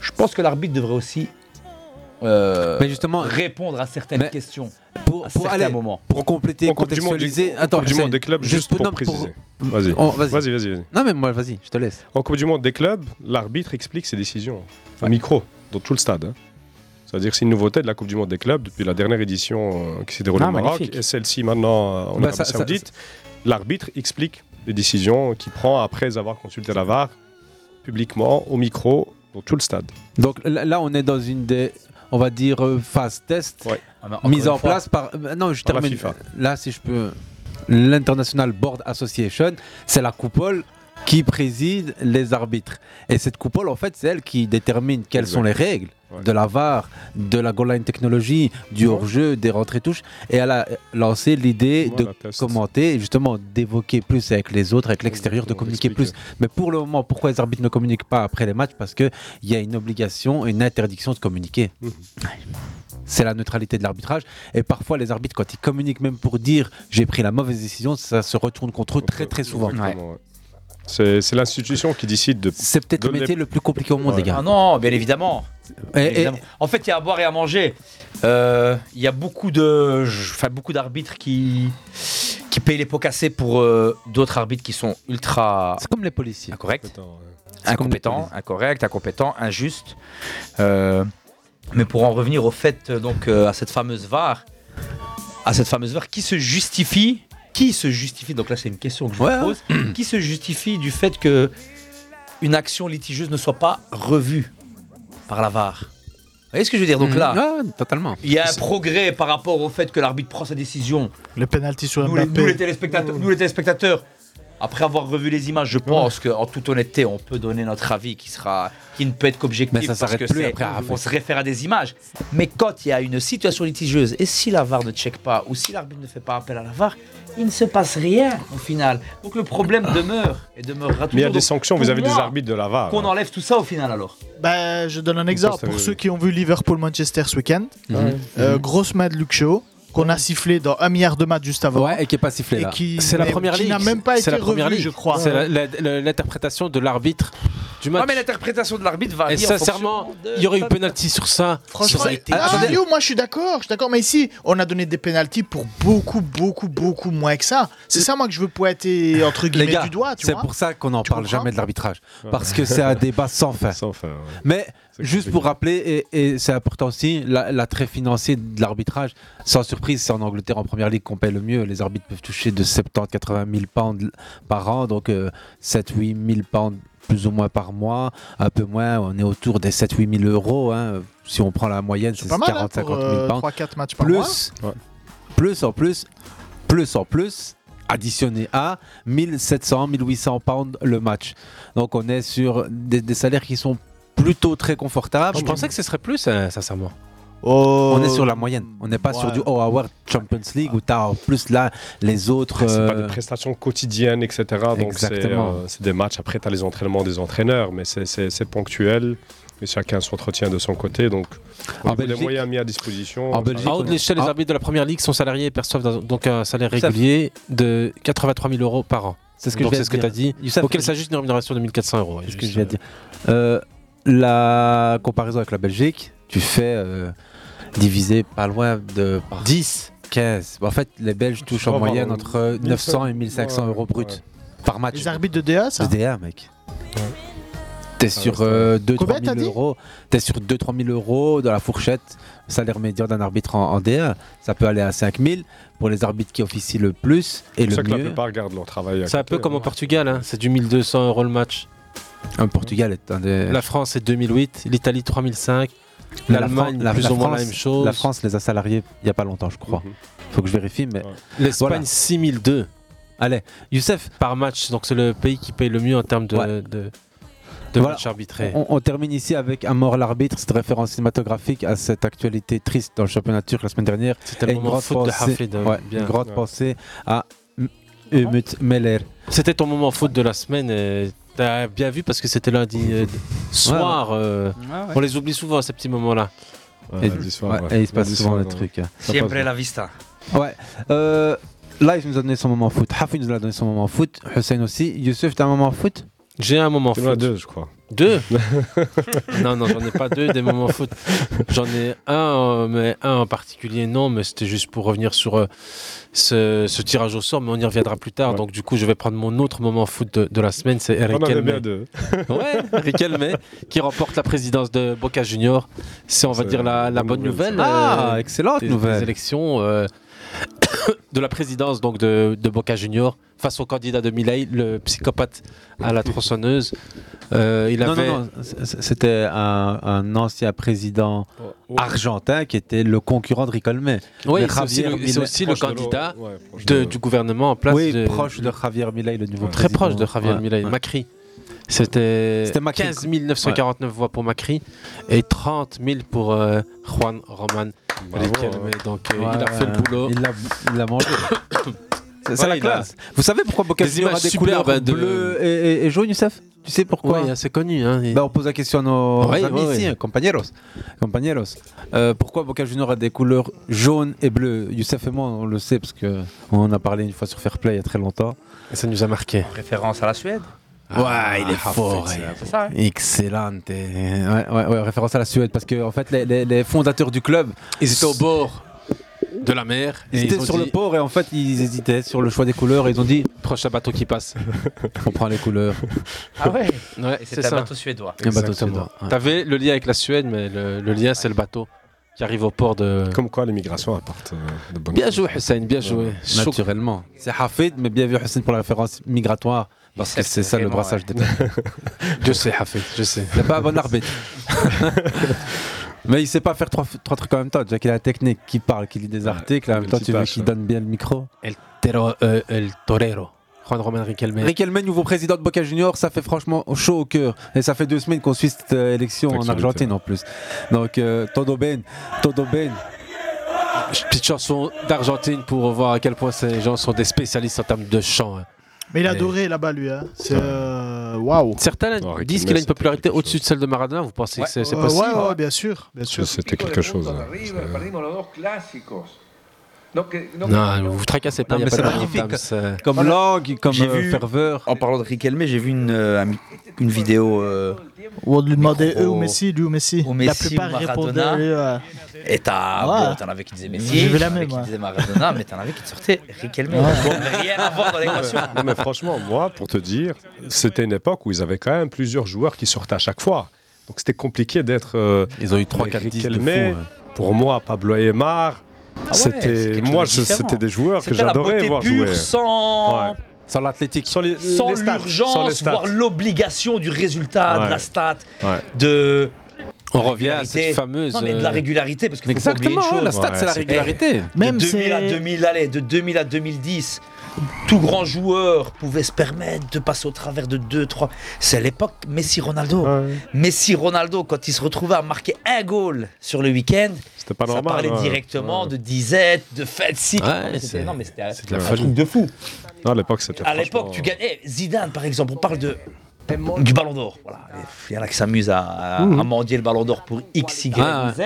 S12: Je pense que l'arbitre devrait aussi euh,
S8: Mais justement,
S12: répondre à certaines
S8: mais
S12: questions.
S8: Pour,
S12: à
S8: pour
S12: certains
S8: aller-
S12: moments.
S8: pour compléter,
S12: En Coupe du Monde,
S8: contextualiser.
S12: du- en
S8: Attends,
S10: Coupe du Monde
S8: Hussein,
S10: des clubs, juste pour
S8: non,
S10: préciser. Vas-y.
S8: On-
S10: vas-y, vas-y, vas-y.
S8: Non, mais moi, vas-y, je te laisse.
S10: En Coupe du Monde des clubs, l'arbitre explique ses décisions au micro, dans tout le stade. hein. C'est-à-dire c'est une nouveauté de la Coupe du Monde des clubs depuis la dernière édition euh, qui s'est déroulée
S8: Ah,
S10: au Maroc
S8: magnifique.
S10: et celle-ci maintenant euh, en
S8: Bah,
S10: Arabie
S8: ça- ça-
S10: Saoudite. L'arbitre explique les décisions qu'il prend après avoir consulté la VAR publiquement au micro dans tout le stade.
S8: Donc là, là, on est dans une des, on va dire, euh, phase test
S10: encore
S8: mise
S10: une
S8: en
S10: fois,
S8: place par. euh, Non, je
S10: par la
S8: termine.
S10: FIFA.
S8: Là, si je peux, l'International Board Association, c'est la coupole qui préside les arbitres. Et cette coupole, en fait, c'est elle qui détermine quelles sont les
S10: Exactement.
S8: règles de la VAR, de la goal line technologie, du hors-jeu, des rentrées-touches. Et elle a lancé l'idée de commenter, et justement d'évoquer plus avec les autres, avec l'extérieur, de communiquer plus. Mais pour le moment, pourquoi les arbitres ne communiquent pas après les matchs Parce qu'il y a une obligation, une interdiction de communiquer.
S10: Mhm.
S8: C'est la neutralité de l'arbitrage. Et parfois, les arbitres, quand ils communiquent même pour dire j'ai pris la mauvaise décision, ça se retourne contre eux très très souvent.
S10: Exactement, ouais. C'est c'est l'institution qui décide de.
S8: C'est peut-être le métier le plus compliqué au monde, les gars.
S12: Ah non, bien évidemment.
S8: Et-
S12: Bien
S8: et-
S12: évidemment. En fait, il y a à boire et à manger. Euh, Il y a beaucoup de, enfin beaucoup d'arbitres qui qui payent les pots cassés pour euh, d'autres arbitres qui sont ultra. C'est
S8: comme les policiers.
S12: Incorrect.
S23: C'est comme les
S12: Incompétent,
S23: policiers.
S12: incorrect, incompétent, injuste. Euh, mais pour en revenir au fait euh, donc euh, à cette fameuse VAR, à cette fameuse VAR qui se justifie, qui se justifie. Donc là, c'est une question que je
S23: Ouais.
S12: vous pose. qui se justifie du fait que une action litigieuse ne soit pas revue par la VAR. Vous voyez ce que je veux dire
S8: Mm.
S12: Donc là,
S8: Mmh. Ah, totalement.
S12: il y a un progrès par rapport au fait que l'arbitre prend sa décision.
S11: Le penalty sur
S12: Nous les,
S11: Mbappé.
S12: nous, les téléspectateurs, nous, les téléspectateurs, après avoir revu les images, je pense qu'en toute honnêteté, on peut donner notre avis qui sera, qui ne peut être qu'objectif.
S8: Mais ça
S12: parce
S8: s'arrête
S12: que
S8: plus
S12: c'est-
S8: après, après.
S12: On se réfère à des images. Mais quand il y a une situation litigieuse et si la VAR ne check pas ou si l'arbitre ne fait pas appel à la VAR, il ne se passe rien au final. Donc le problème demeure et demeurera toujours.
S10: Mais il y a des
S12: Donc,
S10: sanctions, vous
S12: pour
S10: avez des
S12: moi,
S10: arbitres de la VAR.
S12: Qu'on enlève tout ça au final alors.
S11: Ben, je donne un exemple.
S12: ça
S11: Pour
S12: veut-
S11: ceux qui ont vu Liverpool-Manchester ce week-end,
S8: Mhm.
S11: euh,
S8: Mhm.
S11: grosse main de Luke Shaw qu'on a sifflé dans un milliard de matchs juste avant.
S8: Ouais, et qui est pas
S11: Et
S8: sifflé là.
S11: qui-
S8: C'est la
S11: mais-
S8: première
S11: qui
S8: ligue.
S11: n'a même pas
S8: C'est
S11: été
S8: la première
S11: revue,
S8: ligue.
S11: je crois.
S8: C'est la- la- la- l'interprétation de l'arbitre du match.
S23: Ouais, mais l'interprétation de l'arbitre varie.
S9: Et sincèrement, il y aurait eu penalty sur ça.
S11: Franchement,
S9: sur ça.
S11: ah, yo, moi je suis d'accord, je suis d'accord, mais ici on a donné des pénalties pour beaucoup, beaucoup, beaucoup moins que ça. C'est ça moi que je veux pointer entre
S8: Les
S11: guillemets
S8: gars,
S11: du doigt, tu
S8: c'est
S11: vois.
S8: pour ça qu'on n'en parle jamais de l'arbitrage.
S11: Ouais.
S8: Parce que c'est un débat sans fin. Mais juste pour rappeler, et, et c'est important aussi, la- l'attrait financier de l'arbitrage, sans surprise, c'est en Angleterre, en première ligue, qu'on paye le mieux. Les arbitres peuvent toucher de 70-80 000 pounds par an, donc euh, 7-8 000 pounds plus ou moins par mois, un peu moins, on est autour des 7-8 000 euros. hein. Si on prend la moyenne, c'est
S11: pas mal, hein,
S8: 40-50 000
S11: pour, euh,
S8: pounds.
S11: 3-4 matchs par
S8: plus, plus en plus, plus en plus, additionné à 1700, 1800 pounds le match. Donc on est sur des, des salaires qui sont plutôt très confortables.
S9: Je pensais que ce serait plus, euh, sincèrement.
S10: Oh.
S8: On est sur la moyenne. On n'est pas
S9: Ouais.
S8: sur du Oh Award Champions League où tu as en plus là les autres.
S10: C'est pas
S8: euh,
S10: des prestations quotidiennes, etc. Ah, Donc c'est
S8: Exactement.
S10: euh, c'est des matchs. Après, tu as les entraînements des entraîneurs, mais c'est- c'est c'est ponctuel. Et chacun s'entretient de son côté. Donc,
S9: En
S10: au niveau des
S9: Belgique-
S10: Ah, moyens mis à disposition.
S9: En
S10: ça-
S9: Belgique, à haute échelle, les arbitres de la première ligue sont salariés et perçoivent dans- donc un salaire régulier de 83 000 euros par an.
S8: C'est ce que
S9: Donc
S8: je viens
S9: c'est
S8: de
S9: ce que
S8: dire.
S9: tu as dit.
S8: Youssef,
S9: auquel
S8: je-
S9: s'ajoute une rémunération de 1400 euros.
S8: C'est ce que je viens de dire. Euh, la comparaison avec la Belgique, tu fais euh, diviser pas loin de par 10, 15. En fait, les Belges touchent en
S11: dois avoir
S8: moyenne
S11: un-
S8: entre euh, 900 et 1500
S11: Ouais,
S8: euros bruts
S11: ouais.
S8: par match.
S11: Les arbitres de DA, ça
S8: De DA, mec. T'es sur euh, 2-3
S11: Combien
S8: 000
S11: t'as dit
S8: euros. T'es sur 2-3 000 euros dans la fourchette salaire médian d'un arbitre en, en DA. Ça peut aller à 5 000 pour les arbitres qui officient le plus et
S10: C'est pour
S8: le
S10: ça que la
S8: mieux.
S10: plupart gardent leur travail. à
S9: C'est un
S10: côté,
S9: peu comme
S10: hein.
S9: au Portugal, hein, c'est du 1200 euros le match.
S8: Le Portugal est un des.
S9: La France, c'est 2008, l'Italie, 3005,
S8: Mais la
S9: l'Allemagne,
S8: Fran- la-
S9: plus
S8: la
S9: ou moins
S8: France-
S9: la même chose. Mhm.
S8: La France les a salariés il n'y a pas longtemps, je crois. Faut que je vérifie, mais.
S9: L'Espagne,
S8: Voilà.
S9: 6002.
S8: Allez, Youssef.
S9: Par match, donc c'est le pays qui paye le mieux en termes de,
S8: Ouais.
S9: de, de
S8: Voilà,
S9: matchs arbitrés.
S8: On, on termine ici avec un mort l'arbitre, cette référence cinématographique à cette actualité triste dans le championnat turc la semaine dernière.
S9: C'était le
S8: Et une
S9: moment
S8: grande
S9: foot de
S8: pensée-
S9: Hafid, hein,
S8: ouais,
S9: bien.
S8: Une grande
S9: Ouais.
S8: pensée à M- Umut Meler.
S9: C'était ton moment faute de la semaine. euh, T'as bien vu parce que c'était lundi euh, soir. euh, On les oublie souvent ces petits moments-là.
S8: Et- ouais, et il se passe souvent des trucs. hein.
S12: Siempre la vista.
S8: Ouais. Euh, là, il nous a donné son moment foot. Hafid nous a donné son moment foot. Hussein aussi. Youssef, t'as un moment foot
S9: J'ai un moment
S10: Tu en as deux, je crois.
S9: Deux Non, non, j'en ai pas deux des moments foot. J'en ai un, euh, mais un en particulier, non, mais c'était juste pour revenir sur euh, ce, ce tirage au sort, mais on y reviendra plus tard. Donc, du coup, je vais prendre mon autre moment foot de, de la semaine, c'est Eric
S10: On en avait
S9: Elmey.
S10: bien deux.
S9: Ouais, Eric Elmey, qui remporte la présidence de Boca Junior. C'est, on va
S10: C'est
S9: dire, la, la
S10: une
S9: bonne
S10: nouvelle,
S9: nouvelle. euh,
S10: ça.
S8: Ah, excellente
S9: des-
S8: nouvelle.
S9: des élections euh, de la présidence donc de, de Boca Junior face au candidat de Milei, le psychopathe à la tronçonneuse. Euh, il
S8: Non,
S9: avait
S8: non, non, c- c- c'était un, un ancien président argentin qui était le concurrent de Ricolmé.
S9: Oui, c'est aussi le, c'est aussi le candidat de- du gouvernement en place.
S8: Oui,
S9: de-
S8: proche de Javier Milei, le nouveau
S9: Très
S8: président.
S9: proche de Javier
S8: Ouais,
S9: Milei.
S8: ouais.
S9: Macri. C'était
S8: C'était Macri,
S9: 15 949 voix pour Macri et 30 000 pour euh, Juan Roman. Riquelme. Donc euh,
S8: hein. Ouais,
S9: il a fait
S8: ouais.
S9: le boulot.
S8: Il l'a- il l'a mangé. C'est ça
S9: Ouais,
S8: la
S9: il a-
S8: classe. Vous savez pourquoi Boca
S9: Des
S8: Juniors a
S9: images
S8: des
S9: superbes,
S8: couleurs
S9: hein, de-
S8: bleues et, et- et jaunes, Youssef Tu sais pourquoi
S9: Ouais, hein, c'est connu. Hein,
S8: Bah, on pose la question à nos
S9: Ouais,
S8: amis
S9: ouais,
S8: ici,
S9: ouais.
S8: compañeros. compañeros. Euh, pourquoi Boca Juniors a des couleurs jaunes et bleues Youssef et moi, on le sait parce que on en a parlé une fois sur Fair Play il y a très longtemps.
S9: Et ça nous a marqué.
S12: Référence à la Suède.
S8: Ouais, il est
S12: Ah,
S8: fort.
S12: c'est-
S8: eh.
S12: c'est ça, hein.
S8: Excellente. eh. Ouais, ouais, ouais, référence à la Suède parce que en fait, les, les- les fondateurs du club,
S9: ils étaient au bord de la mer.
S8: Ils
S9: et
S8: étaient
S9: ont
S8: sur
S9: dit-
S8: le port et en fait, ils hésitaient sur le choix des couleurs. et Ils ont dit
S9: Prochain bateau qui passe.
S8: on prend les couleurs.
S12: Ah ouais
S9: Ouais,
S12: Et
S9: c'est
S12: c'était un
S9: ça.
S12: bateau suédois.
S8: Un bateau suédois, ouais.
S9: T'avais le lien avec la Suède, mais le, le lien, c'est le bateau qui arrive au port de.
S10: Comme quoi, l'immigration apporte euh, de bonnes
S9: Bien
S10: choses.
S9: joué, Hussein, bien joué. Chouk.
S8: Naturellement. C'est Hafid, mais bien vu Hussein pour la référence migratoire. Parce que c'est ça le
S9: vraiment,
S8: brassage
S9: ouais.
S8: des terres.
S9: Je sais, Hafid, je sais.
S8: C'est pas un bon arbitre. mais il sait pas faire trois, trois trucs en même temps. Déjà qu'il a la technique, qu'il parle, qu'il lit des articles. En même temps, tu veux
S9: multitâche,
S8: qu'il
S9: ouais.
S8: donne bien le micro.
S9: El, tero- euh, el Torero. Juan Roman Riquelme.
S8: Riquelme, nouveau président de Boca Junior, ça fait franchement chaud au cœur. Et ça fait deux semaines qu'on suit cette euh, élection en
S9: Actualité,
S8: Argentine
S9: ouais.
S8: en plus. Donc, euh, Todo Ben, Todo Ben.
S9: Petite chanson d'Argentine pour voir à quel point ces gens sont des spécialistes en termes de chant. hein.
S11: Mais il a
S9: Et-
S11: adoré là-bas, lui. hein. C'est. euh, Waouh!
S9: Certains disent qu'il a une popularité au-dessus de celle de Maradona. Vous pensez que c'est c'est
S11: Euh,
S9: possible
S11: ouais, ouais, bien sûr. Bien sûr.
S10: C'était quelque chose. hein.
S9: Non,
S12: ¿Eh?
S9: vous vous tracassez pas.
S12: Non,
S9: y a
S12: mais
S9: pas
S12: c'est
S9: de
S12: magnifique,
S9: problème, c'est-
S12: Comme
S8: langue,
S9: comme,
S12: j'ai
S9: euh,
S12: vu, ferveur. En parlant de Riquelme, j'ai vu une, euh, ami- une vidéo. euh,
S11: Ou on lui demandait
S12: micro-
S11: eux ou Messi, lui ou Messi.
S12: Ou
S11: la
S12: Messi
S11: plupart
S12: ou
S11: répondaient.
S12: Maradona.
S11: lui, ouais.
S12: Et t'as
S11: Ouais.
S12: bon, t'en avais qui disaient Messi,
S11: J'ai vu
S12: t'en
S11: la
S12: avais
S11: même,
S12: qui
S11: ouais.
S12: disaient Maradona, mais t'en avais qui te sortaient Riquelme.
S10: Ouais.
S12: Bon, Rien à voir dans l'équation.
S10: Non, mais franchement, moi, pour te dire, c'était une époque où ils avaient quand même plusieurs joueurs qui sortaient à chaque fois. Donc c'était compliqué d'être. ils ont eu 3, 4, 10
S8: de fou, ouais.
S10: Pour moi, Pablo Aymar,
S12: Ah ouais, c'est
S10: c'était.
S12: quelque
S10: Moi,
S12: chose de
S10: je-
S12: différent.
S10: c'était des joueurs que
S12: C'était la
S10: j'adorais
S12: beauté
S10: voir
S12: pure,
S10: jouer.
S12: sans-
S8: Sans l'athlétique.
S10: Sans les-
S12: Sans
S10: les stats, sans les
S12: l'urgence,
S10: stats.
S12: voire l'obligation du résultat, de
S10: Ouais.
S12: la stat,
S10: Ouais.
S12: de.
S9: On revient à
S12: régularité.
S9: cette fameuse,
S12: Non, mais de la
S9: euh,
S12: régularité, parce que faut pas
S9: Exactement,
S12: oublier une
S9: ouais,
S12: chose.
S9: la stat, Ouais, c'est la c'est- régularité.
S12: Même
S9: Même
S12: de 2000 à
S9: c'est-
S12: 2000, allez, de 2000 à 2010, tout grand joueur pouvait se permettre de passer au travers de 2, 3. C'est l'époque Messi-Ronaldo. Messi-Ronaldo, quand il se retrouvait à marquer un goal sur le week-end,
S10: pas
S12: ça
S10: normal,
S12: parlait
S10: ouais.
S12: directement de disette, de fête, si. c'était- non, mais c'était un-
S10: la
S12: un
S10: folie.
S12: truc de fou.
S10: Non, à l'époque, c'était.
S12: À l'époque, tu gagnais. Zidane, par exemple, on parle de du Ballon d'Or. Voilà.
S8: Ah.
S12: Il y en a qui s'amusent à, à-
S9: Mhm.
S12: à mendier le Ballon d'Or pour X, Y,
S9: Ah,
S12: ou Z.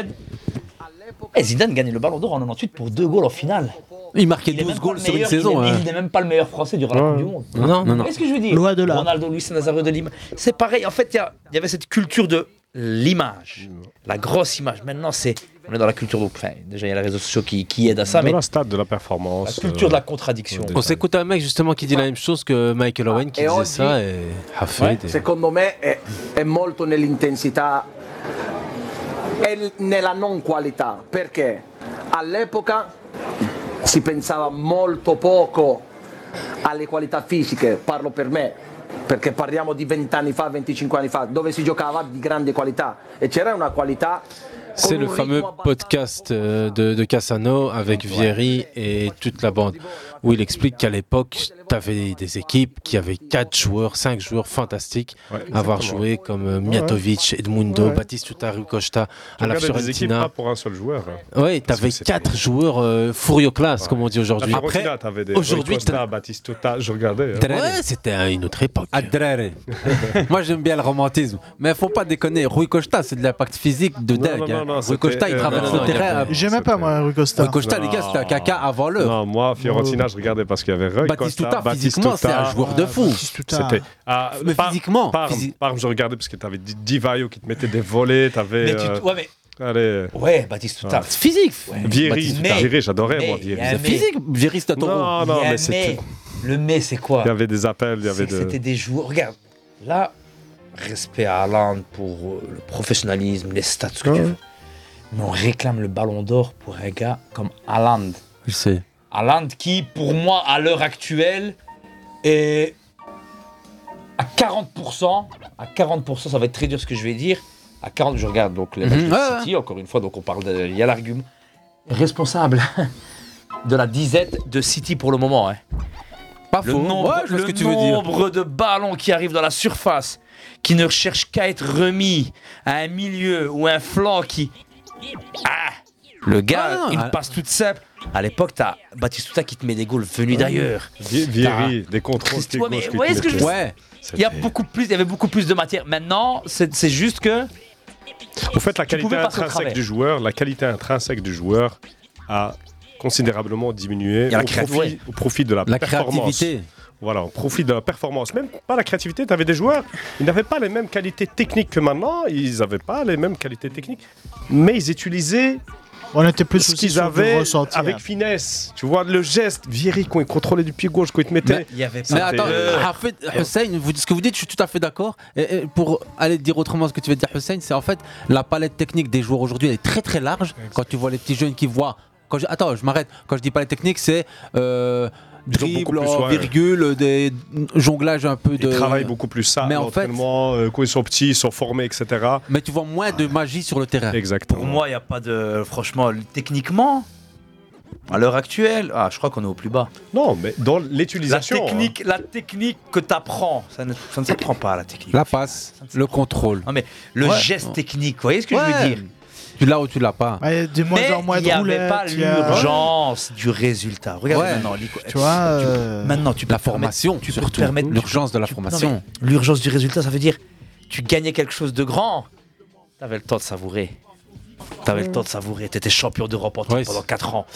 S12: Et Zidane gagnait le Ballon d'Or en 98 pour deux goals en finale.
S8: Il marquait
S12: est
S8: 12
S12: même pas
S8: goals
S12: le
S8: sur une
S12: meilleur, il
S8: saison.
S12: est-
S8: hein.
S12: Il n'est même pas le meilleur Français durant la Coupe du Monde.
S8: Non, non, non.
S12: Qu'est-ce que je veux dire Ronaldo, Luis Nazario de Lima. C'est pareil. En fait, il y a- il y, avait cette culture de l'image, la grosse image. Maintenant, c'est on est dans la culture. de- Enfin, déjà, il y a les réseaux sociaux qui, qui aident à ça,
S10: Dans
S12: mais
S10: la stade de la performance. euh.
S12: la culture de la contradiction.
S9: On s'écoute un mec justement qui dit la même chose que Michael Owen qui
S24: Et on
S9: disait
S24: dit-
S9: ça et Hafid. et-
S24: Secondo me è, è molto nell'intensità e l- nella non qualità, perché all'epoca si pensava molto poco alle qualità fisiche, parlo per me, perché parliamo di 20 anni fa, 25 anni fa, dove si giocava di grande qualità e c'era una qualità
S9: C'est le fameux podcast euh, de, de Cassano avec Vieri et toute la bande, où il explique qu'à l'époque, tu avais des équipes qui avaient 4 joueurs, 5 joueurs fantastiques à avoir
S10: exactement.
S9: joué, comme euh, Mijatovic, Edmundo,
S10: Ouais.
S9: Batistuta, Rucosta, à
S10: Tu
S9: la
S10: regardais des équipes
S9: Fiorentina.
S10: pas pour un seul joueur. hein.
S9: Oui, tu avais 4 joueurs euh, furio class, comme on dit aujourd'hui.
S10: La Fiorentina, t'avais des
S9: aujourd'hui,
S10: Rui Costa, Batistuta, je regardais. hein.
S9: Ouais, c'était à une autre époque.
S8: Adrere. Moi j'aime bien le romantisme, mais faut pas déconner. Rui Costa, c'est de l'impact physique de
S10: Non,
S8: dingue.
S10: non, non,
S8: hein.
S10: non,
S8: Rui
S10: c'était-
S8: Costa, il
S10: euh,
S8: traverse
S10: non,
S8: le terrain.
S11: hein.
S10: non,
S8: euh,
S11: J'aimais pas, moi, Rui Costa.
S8: Rui Costa, les gars, c'était un caca avant l'heure.
S10: Non, moi, Fiorentina, je regardais parce qu'il y avait Rui
S8: Batistuta,
S9: Batistuta, physiquement, c'est un joueur de fou.
S10: C'était. ah,
S9: Mais
S10: par-
S9: physiquement,
S10: Par,
S9: physi-
S10: par- je regardais parce que t'avais Di- Divaio qui te mettait des volets, t'avais. euh,
S2: Mais tu- ouais, mais-
S10: Allez. Ah.
S2: Ouais, Batistuta. Physique. Ouais.
S10: Vieri,
S2: Batistuta.
S10: Vieri, j'adorais
S2: Mais-
S10: moi
S2: mais il y
S10: Vieri.
S2: a un mais. Physique,
S9: Vieri
S10: Non, non,
S2: Il y a un
S10: mais c'était.
S2: Le mais, c'est quoi
S10: Il y avait des appels, il y avait
S2: C'est que C'était
S10: des.
S2: des joueurs. Regarde, là, respect à Haaland pour euh, le professionnalisme, les stats, ce que tu veux. Mais on réclame le ballon d'or pour un gars comme Haaland.
S9: Je sais.
S2: Haaland qui, pour moi, à l'heure actuelle, est à 40%. À 40%, ça va être très dur ce que je vais dire. À 40, je regarde donc les matchs
S9: Mhm,
S2: de
S9: ouais,
S2: City, encore une fois, donc on parle, de- il y a l'argument. Responsable de la disette de City pour le moment. hein.
S9: Pas
S2: le
S9: faux.
S2: Nombre,
S9: Ouais, je vois ce
S2: le
S9: que tu veux dire.
S2: nombre de ballons qui arrivent dans la surface, qui ne recherchent qu'à être remis à un milieu ou un flanc qui. Ah Le gars,
S12: Ah, non,
S2: une
S12: ah.
S2: passe toute simple. À l'époque, t'as Batistuta qui te met des goals
S9: Euh,
S2: venus d'ailleurs.
S10: Vi- Vieri, des contrôles.
S2: Tu vois, mais vous voyez ce que je veux dire Il y a beaucoup plus, il y avait beaucoup plus de matière. Maintenant, c'est c'est juste que.
S10: Au fait, la
S2: Tu pouvais
S10: qualité
S2: passer au travers.
S10: intrinsèque du joueur, la qualité intrinsèque du joueur a considérablement diminué
S9: Il y a la
S10: au,
S9: créati-
S10: profit,
S9: ouais.
S10: au profit de la,
S9: La
S10: performance.
S9: créativité.
S10: Voilà, au profit de la performance. Même pas la créativité, tu avais des joueurs, ils n'avaient pas les mêmes qualités techniques que maintenant, ils n'avaient pas les mêmes qualités techniques, mais ils utilisaient
S11: On était plus
S10: ce
S11: aussi
S10: qu'ils
S11: sur du
S10: avaient
S11: ressenti,
S10: avec
S11: hein.
S10: finesse. Tu vois, le geste, Vieri, quand il contrôlait du pied gauche, quand il te mettait...
S9: Mais, mais Ah, attends,
S10: C'était-
S9: Hafid, Hussein, vous dites ce que vous dites, je suis tout à fait d'accord. Et, et pour aller dire autrement ce que tu veux dire, Hussein, c'est en fait la palette technique des joueurs aujourd'hui, elle est très très large. Quand tu vois les petits jeunes qui voient. Quand je- attends, je m'arrête. Quand je dis palette technique, c'est. euh, dribble,
S10: beaucoup plus,
S9: en
S10: ouais.
S9: virgule, des jonglages un peu de.
S10: Ils travaillent beaucoup plus ça,
S9: Mais en fait,
S10: l'entraînement, euh, quand ils sont petits, ils sont formés, etc.
S9: Mais tu vois moins de magie sur le terrain.
S10: Exactement.
S12: Pour moi, il n'y a pas de. Franchement, techniquement, à l'heure actuelle, ah, je crois qu'on est au plus bas.
S10: Non, mais dans
S12: La
S10: l'utilisation. hein.
S12: technique, la technique que tu apprends, ça ne, ça ne s'apprend pas, la technique.
S9: La passe, le contrôle.
S12: Non, mais le
S9: Ouais.
S12: geste technique, vous voyez ce que je
S9: Ouais.
S12: veux dire
S9: Tu l'as ou tu l'as pas.
S11: Ouais, de moins
S12: Mais
S11: en moins
S12: il
S11: de
S12: n'y avait
S11: roulettes.
S12: pas
S11: il y a-
S12: l'urgence du résultat. Regarde
S11: Ouais.
S12: maintenant, Lico-
S11: Tu vois, euh,
S12: maintenant, tu peux
S9: la
S12: te permettre-
S9: formation,
S12: tu peux te
S9: surtout.
S12: permettre
S9: L'urgence de la
S12: tu- non,
S9: formation.
S12: mais L'urgence du résultat, ça veut dire tu gagnais quelque chose de grand. T'avais le temps de savourer. T'avais le temps de savourer. T'étais champion d'Europe en titre pendant 4 ans.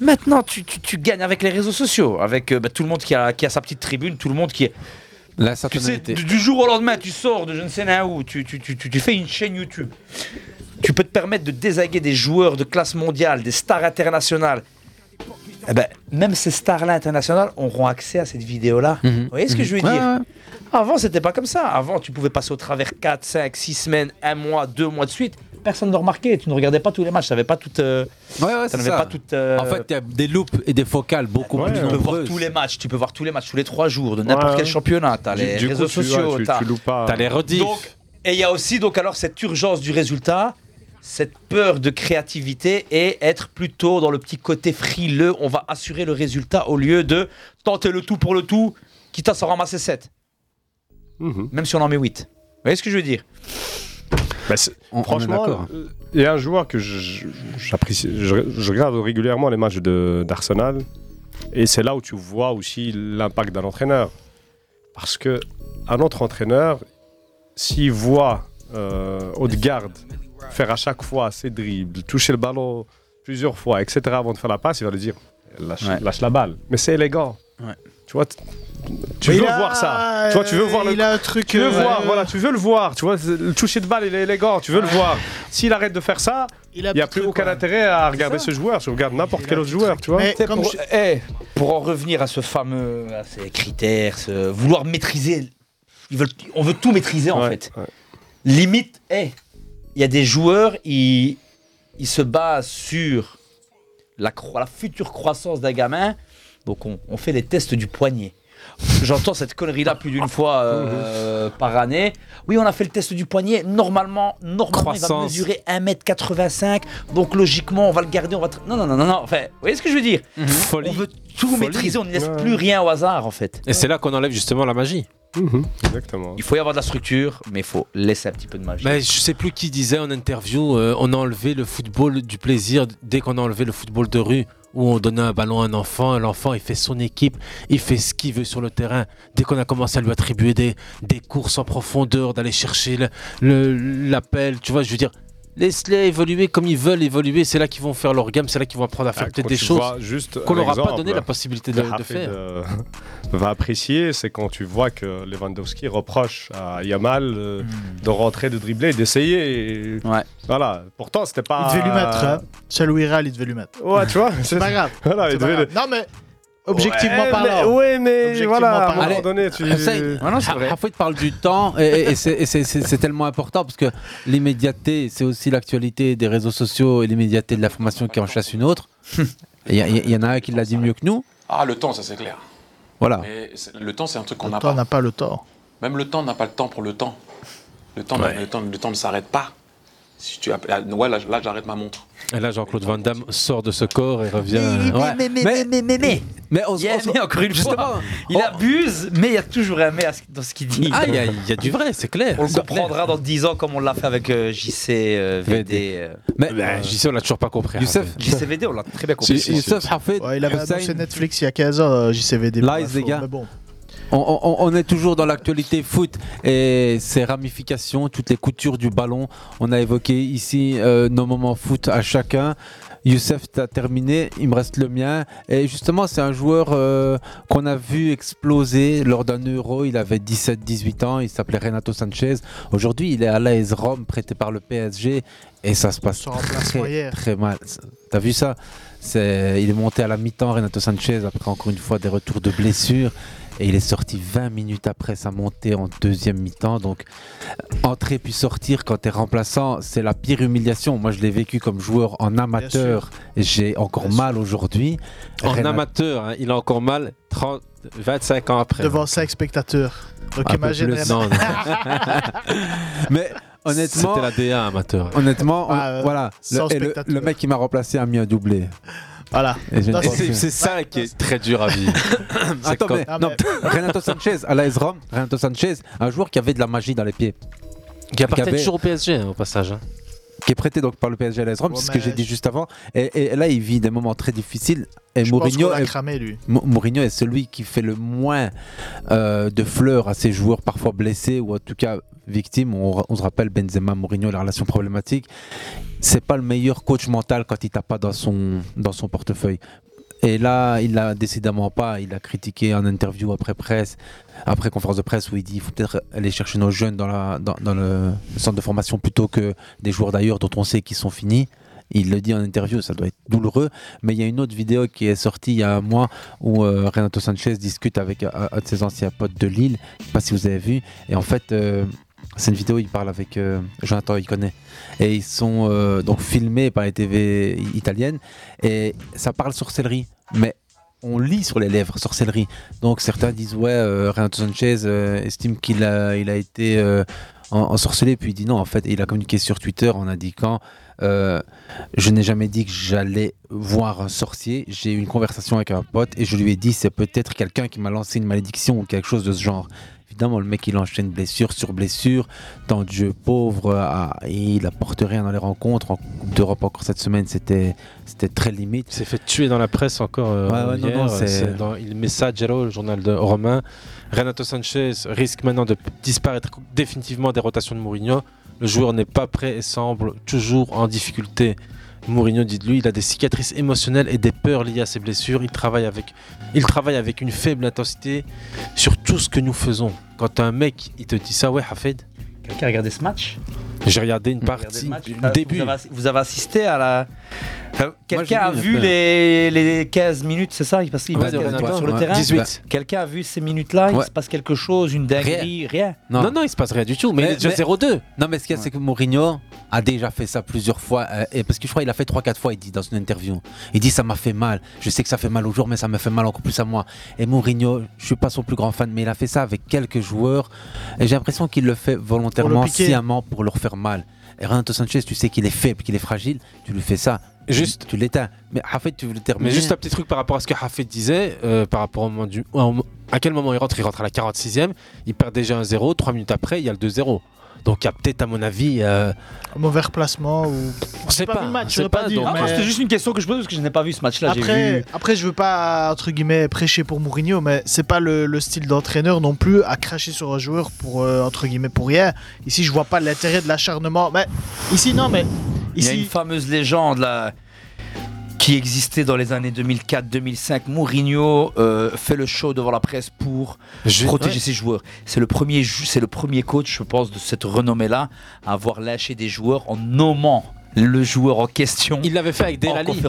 S12: Maintenant, tu, tu- tu gagnes avec les réseaux sociaux, avec euh, bah, tout le monde qui a, qui a sa petite tribune, tout le monde qui est.
S9: La
S12: Tu sais,
S9: certainité.
S12: du, du jour au lendemain, tu sors de je ne sais n'a où, tu, tu- tu- tu- tu fais une chaîne YouTube. Tu peux te permettre de désaguer des joueurs de classe mondiale, des stars internationales. Eh ben, même ces stars-là internationales auront accès à cette vidéo-là. Vous voyez ce que je veux
S9: Mhm.
S12: dire
S9: Ouais,
S12: Avant, c'était pas comme ça. Avant, tu pouvais passer au travers 4, 5, 6 semaines, 1 mois, 2 mois de suite. Personne ne remarquait. Tu ne regardais pas tous les matchs. Tu n'avais pas toute. euh,
S9: Ouais,
S12: t'en
S9: c'est
S12: avais
S9: ça.
S12: pas toute, euh,
S9: En fait, il y a des loupes et des focales beaucoup
S12: Ouais, tu
S9: plus
S12: peux voir
S9: nombreuses.
S12: tous les matchs, tu peux voir tous les matchs tous les trois jours de n'importe
S9: Ouais.
S12: quel championnat. T'as
S9: Du-
S12: les
S9: du
S12: réseaux
S9: coup, tu- ouais,
S12: sociaux,
S9: tu-
S12: t'as
S9: tu loupes pas. hein. T'as les rediffs.
S12: Donc, et il y a aussi donc alors cette urgence du résultat, cette peur de créativité et être plutôt dans le petit côté frileux. On va assurer le résultat au lieu de tenter le tout pour le tout, quitte à s'en ramasser 7.
S9: Mhm.
S12: Même si on en met 8. Vous voyez ce que je veux dire
S10: Bah, c'est-
S9: on est d'accord.
S10: franchement, euh, il y a un joueur que je- je- j'apprécie. Je, je regarde régulièrement les matchs de- d'Arsenal. Et c'est là où tu vois aussi l'impact d'un entraîneur. Parce que un autre entraîneur, s'il voit euh, Odegaard faire à chaque fois ses dribbles, toucher le ballon plusieurs fois, etc., avant de faire la passe, il va lui dire lâche,
S12: Ouais.
S10: lâche la balle. Mais c'est élégant.
S12: Ouais.
S10: Tu vois, t- tu
S11: Mais
S10: veux
S11: il a-
S10: voir ça. Tu vois, tu veux voir le.
S11: il a un truc,
S10: Tu veux
S11: euh,
S10: voir,
S11: ouais.
S10: voilà, tu veux le voir. Tu vois, c'est- le toucher de balle, il est élégant. Tu veux le voir. S'il arrête de faire ça, il
S11: a
S10: n'y a plus aucun intérêt à regarder ce joueur. Je regarde n'importe quel autre joueur, tu vois.
S12: Tu sais, pour, eh, pour en revenir à ce fameux, à ces critères, ce vouloir maîtriser, ils veulent, on veut tout maîtriser en fait. Limite, eh, il y a des joueurs, ils, ils se basent sur la, cro- la future croissance d'un gamin, donc on, on fait les tests du poignet. J'entends cette connerie-là plus d'une fois euh, par année. Oui, on a fait le test du poignet. Normalement, normalement il va
S9: Croissance.
S12: mesurer 1m85. Donc logiquement, on va le garder. On va tra- non, non, non, non, non. Enfin, vous voyez ce que je veux dire
S2: Mhm.
S12: On veut tout maîtriser. On ne laisse plus rien au hasard, en fait.
S9: Et c'est là qu'on enlève justement la magie.
S10: Mhm. Exactement.
S12: Il faut y avoir de la structure, mais il faut laisser un petit peu de magie.
S9: Mais je sais plus qui disait en interview, euh, on a enlevé le football du plaisir dès qu'on a enlevé le football de rue où on donnait un ballon à un enfant, et l'enfant il fait son équipe, il fait ce qu'il veut sur le terrain. Dès qu'on a commencé à lui attribuer des, des courses en profondeur, d'aller chercher le- le- l'appel, tu vois, je veux dire, Laisse-les évoluer comme ils veulent évoluer. C'est là qu'ils vont faire leur gamme, c'est là qu'ils vont apprendre à
S10: Ah,
S9: faire peut-être
S10: quand
S9: des
S10: tu
S9: choses
S10: vois juste
S9: qu'on
S10: un
S9: leur a pas
S10: exemple,
S9: donné la possibilité de,
S10: que
S9: de
S10: Hafid,
S9: faire.
S10: euh, va apprécier, c'est quand tu vois que Lewandowski reproche à Yamal euh,
S11: Hmm.
S10: de rentrer, de dribbler, d'essayer. et- Voilà. Pourtant, c'était pas.
S11: Il devait lui mettre, hein. Celui où il râle, il devait lui mettre.
S10: Euh, Ouais, tu vois,
S11: c'est pas grave.
S10: Voilà, il
S11: C'est pas
S10: devait
S11: grave. Non, mais objectivement
S10: Ouais,
S11: parlant.
S10: mais- ouais, mais
S11: Objectivement
S10: voilà, à un
S11: parlant.
S10: moment donné, tu-
S8: Parfois, il parle du temps et, et- et c'est- et c'est- c'est c'est tellement important parce que l'immédiateté, c'est aussi l'actualité des réseaux sociaux et l'immédiateté de l'information qui en chasse une autre. Il y, a- il y en a un qui l'a dit mieux que nous.
S3: Ah, le temps, ça c'est clair.
S8: Voilà.
S3: Mais c'est- le temps, c'est un truc qu'on n'a
S11: Toi, on
S3: pas.
S11: n'a pas le tort.
S3: Même le temps n'a pas le temps pour le temps. Le temps, n'a- le temps, le temps ne s'arrête pas. Si tu app- ah, ouais, là, là, j'arrête ma montre.
S9: Et là, Jean-Claude Van Damme sort de ce corps et revient. Ouais.
S2: mais, mais, mais, mais, mais, mais.
S8: on,
S2: se encore une fois, il abuse, mais il y a toujours un mais à ce- dans ce qu'il dit.
S9: Ah, il y a- il y a du vrai, c'est clair.
S2: On le
S9: C'est
S2: comprendra dans 10 ans comme on l'a fait avec euh, JC euh, VD. euh,
S9: Mais
S8: ben,
S9: JC, on l'a toujours pas compris.
S2: Youssef,
S9: Hafid.
S2: JCVD, on l'a très bien compris.
S11: Ouais, il avait annoncé
S8: Hussein-
S11: Netflix il y a 15 ans, euh, JCVD. pour
S8: Lies,
S11: l'info,
S8: les gars.
S11: Mais bon.
S8: On, on- on est toujours dans l'actualité foot et ses ramifications, toutes les coutures du ballon. On a évoqué ici euh, nos moments foot à chacun. Youssef, t'as terminé, il me reste le mien. Et justement, c'est un joueur euh, qu'on a vu exploser lors d'un euro. Il avait 17-18 ans, il s'appelait Renato Sanchez. Aujourd'hui, il est à l'AS Rome, prêté par le PSG. Et ça se passe
S11: remplacement
S8: très,
S11: hier.
S8: très mal. T'as vu ça C'est- Il est monté à la mi-temps, Renato Sanchez, après encore une fois des retours de blessures. Et il est sorti 20 minutes après sa montée en deuxième mi-temps. Donc, entrer puis sortir quand t'es remplaçant, c'est la pire humiliation. Moi, je l'ai vécu comme joueur en amateur. Et j'ai encore mal aujourd'hui.
S9: En
S8: Renato-
S9: amateur, hein, il a encore mal 30, 25 ans après.
S11: Devant 5 spectateurs. Donc
S9: Un peu
S11: imagine.
S9: plus, Ah, non, non.
S8: Mais honnêtement.
S9: C'était la DA amateur.
S8: Honnêtement, on-
S9: Ah, euh,
S8: voilà.
S9: sans
S8: Le, et le-
S9: spectateur.
S8: le mec qui m'a remplacé a mis un doublé.
S11: Voilà.
S8: Et je ne
S9: Et
S8: pense
S9: c'est
S8: plus.
S9: c'est ça qui est très dur à vivre. C'est
S8: Attends,
S9: quand-
S8: Ah, mais, non, Renato Sanchez, à l'AS Rome, Renato Sanchez, un joueur qui avait de la magie dans les pieds.
S9: Qui appartient
S8: avait-
S9: toujours au PSG hein, au passage. hein.
S8: qui est prêté donc par le PSG à l'AS Rome,
S9: Ouais,
S8: c'est ce
S9: mais
S8: que j'ai dit juste avant. Et, et là, il vit des moments très difficiles. Et Mourinho,
S11: qu'on l'a
S8: est,
S11: cramé, lui.
S8: Mou- Mourinho est celui qui fait le moins euh, de fleurs à ses joueurs parfois blessés ou en tout cas victimes. On, ra- on se rappelle Benzema, Mourinho, la relation problématique. C'est pas le meilleur coach mental quand il tape pas dans son dans son portefeuille. Et là, il l'a décidément pas. Il a critiqué en interview après presse, après conférence de presse où il dit il faut peut-être aller chercher nos jeunes dans, la, dans, dans le centre de formation plutôt que des joueurs d'ailleurs dont on sait qu'ils sont finis. Il le dit en interview, ça doit être douloureux. Mais il y a une autre vidéo qui est sortie il y a un mois où euh, Renato Sanchez discute avec un, un de ses anciens potes de Lille. Je sais pas si vous avez vu. Et en fait, euh, c'est une vidéo où il parle avec euh, Jonathan Iconé. Et ils sont euh, donc filmés par les TV italiennes. Et ça parle sorcellerie. Mais on lit sur les lèvres sorcellerie. Donc certains disent ouais, euh, Renato Sanchez euh, estime qu'il a, il a été euh, en- ensorcelé, puis il dit non, en fait, il a communiqué sur Twitter en indiquant euh, je n'ai jamais dit que j'allais voir un sorcier, j'ai eu une conversation avec un pote et je lui ai dit c'est peut-être quelqu'un qui m'a lancé une malédiction ou quelque chose de ce genre. Évidemment, le mec, il enchaîne blessure sur blessure. Tant Dieu pauvre, ah, il apporte rien dans les rencontres. En Coupe d'Europe, encore cette semaine, c'était c'était très limite.
S9: s'est fait tuer dans la presse encore. euh,
S8: Ouais, ouais, non,
S9: hier,
S8: non,
S9: euh,
S8: c'est-
S9: c'est dans il met ça, Gero, le journal de Romain. Renato Sanchez risque maintenant de p- disparaître co- définitivement des rotations de Mourinho. Le joueur n'est pas prêt et semble toujours en difficulté. Mourinho dit de lui, il a des cicatrices émotionnelles et des peurs liées à ses blessures. Il travaille avec, il travaille avec une faible intensité sur tout ce que nous faisons. Quand un mec, il te dit ça, ouais, Hafed.
S2: Quelqu'un a regardé ce match
S9: J'ai regardé une
S2: Regardez
S9: partie,
S2: le match.
S9: le
S2: Ah,
S9: début.
S2: Vous avez, assi- vous avez assisté à la. Enfin, Quelqu'un a
S9: vu,
S2: vu
S9: euh,
S2: les, les 15 minutes, c'est ça Il passe, il
S9: Ouais,
S2: passe
S9: de
S2: 15 minutes
S9: Renato,
S2: sur le
S9: ouais.
S2: terrain.
S9: 18.
S2: Quelqu'un a vu ces minutes-là Il
S8: Ouais.
S2: se passe quelque chose, une dinguerie, rien.
S8: Non.
S9: non, il se passe rien du tout, mais, il est déjà 0-2.
S8: Non, mais ce qu'il y a, c'est que Mourinho a déjà fait ça plusieurs fois. euh, et parce que je crois qu'il a fait 3-4 fois, il dit dans une interview. Il dit ça m'a fait mal. Je sais que ça fait mal au jour, mais ça me fait mal encore plus à moi. Et Mourinho, je suis pas son plus grand fan, mais il a fait ça avec quelques joueurs. Et j'ai l'impression qu'il le fait volontairement,
S9: piquer.
S8: sciemment, pour leur faire mal. Et Renato Sanchez, tu sais qu'il est faible, qu'il est fragile, tu lui fais ça.
S9: Juste.
S8: Tu l'éteins. Mais en fait, tu veux le terminer.
S9: Mais juste un petit truc par rapport à ce que Hafid disait, euh, par rapport au moment du. au- À quel moment il rentre Il rentre à la 46e, il perd déjà un 0, 3 minutes après, il y a le 2-0. Donc il y a peut-être, à mon avis. euh,
S11: Mauvais replacement ou.
S9: On sait
S11: pas,
S9: pas,
S11: vu le
S9: on
S11: match,
S9: sait
S11: j'aurais pas,
S9: pas,
S11: dit.
S9: donc-
S11: mais-
S9: Ah,
S2: C'était juste une question que je pose parce que je n'ai pas vu ce match-là. j'ai
S11: Après,
S2: vu-
S11: après, je veux pas entre guillemets prêcher pour Mourinho, mais c'est pas le, le style d'entraîneur non plus à cracher sur un joueur pour euh, entre guillemets pour rien. Ici, je vois pas l'intérêt de l'acharnement. Mais ici, non, mais
S12: Il y a une fameuse légende là, qui existait dans les années 2004-2005. Mourinho euh, fait le show devant la presse pour
S2: Je-
S12: protéger
S2: ouais.
S12: ses joueurs. C'est le premier, ju- c'est le premier coach, je pense, de cette renommée-là, à avoir lâché des joueurs en nommant le joueur en question.
S9: Il l'avait fait avec
S12: des
S9: Delali.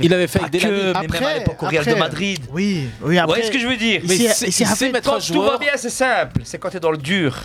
S9: Il l'avait
S11: ah,
S9: fait avec Delali.
S12: Delali. Même à l'époque au Real de
S9: après-
S12: Madrid.
S11: Oui, oui. euh,
S12: Vous
S9: après-
S12: voyez ce que je veux dire
S9: Il Mais s'est- c'est- il s'est il rappelé sait mettre
S12: quand
S9: un
S12: tout
S9: joueur-
S12: va bien, c'est simple. C'est quand t'es dans le dur.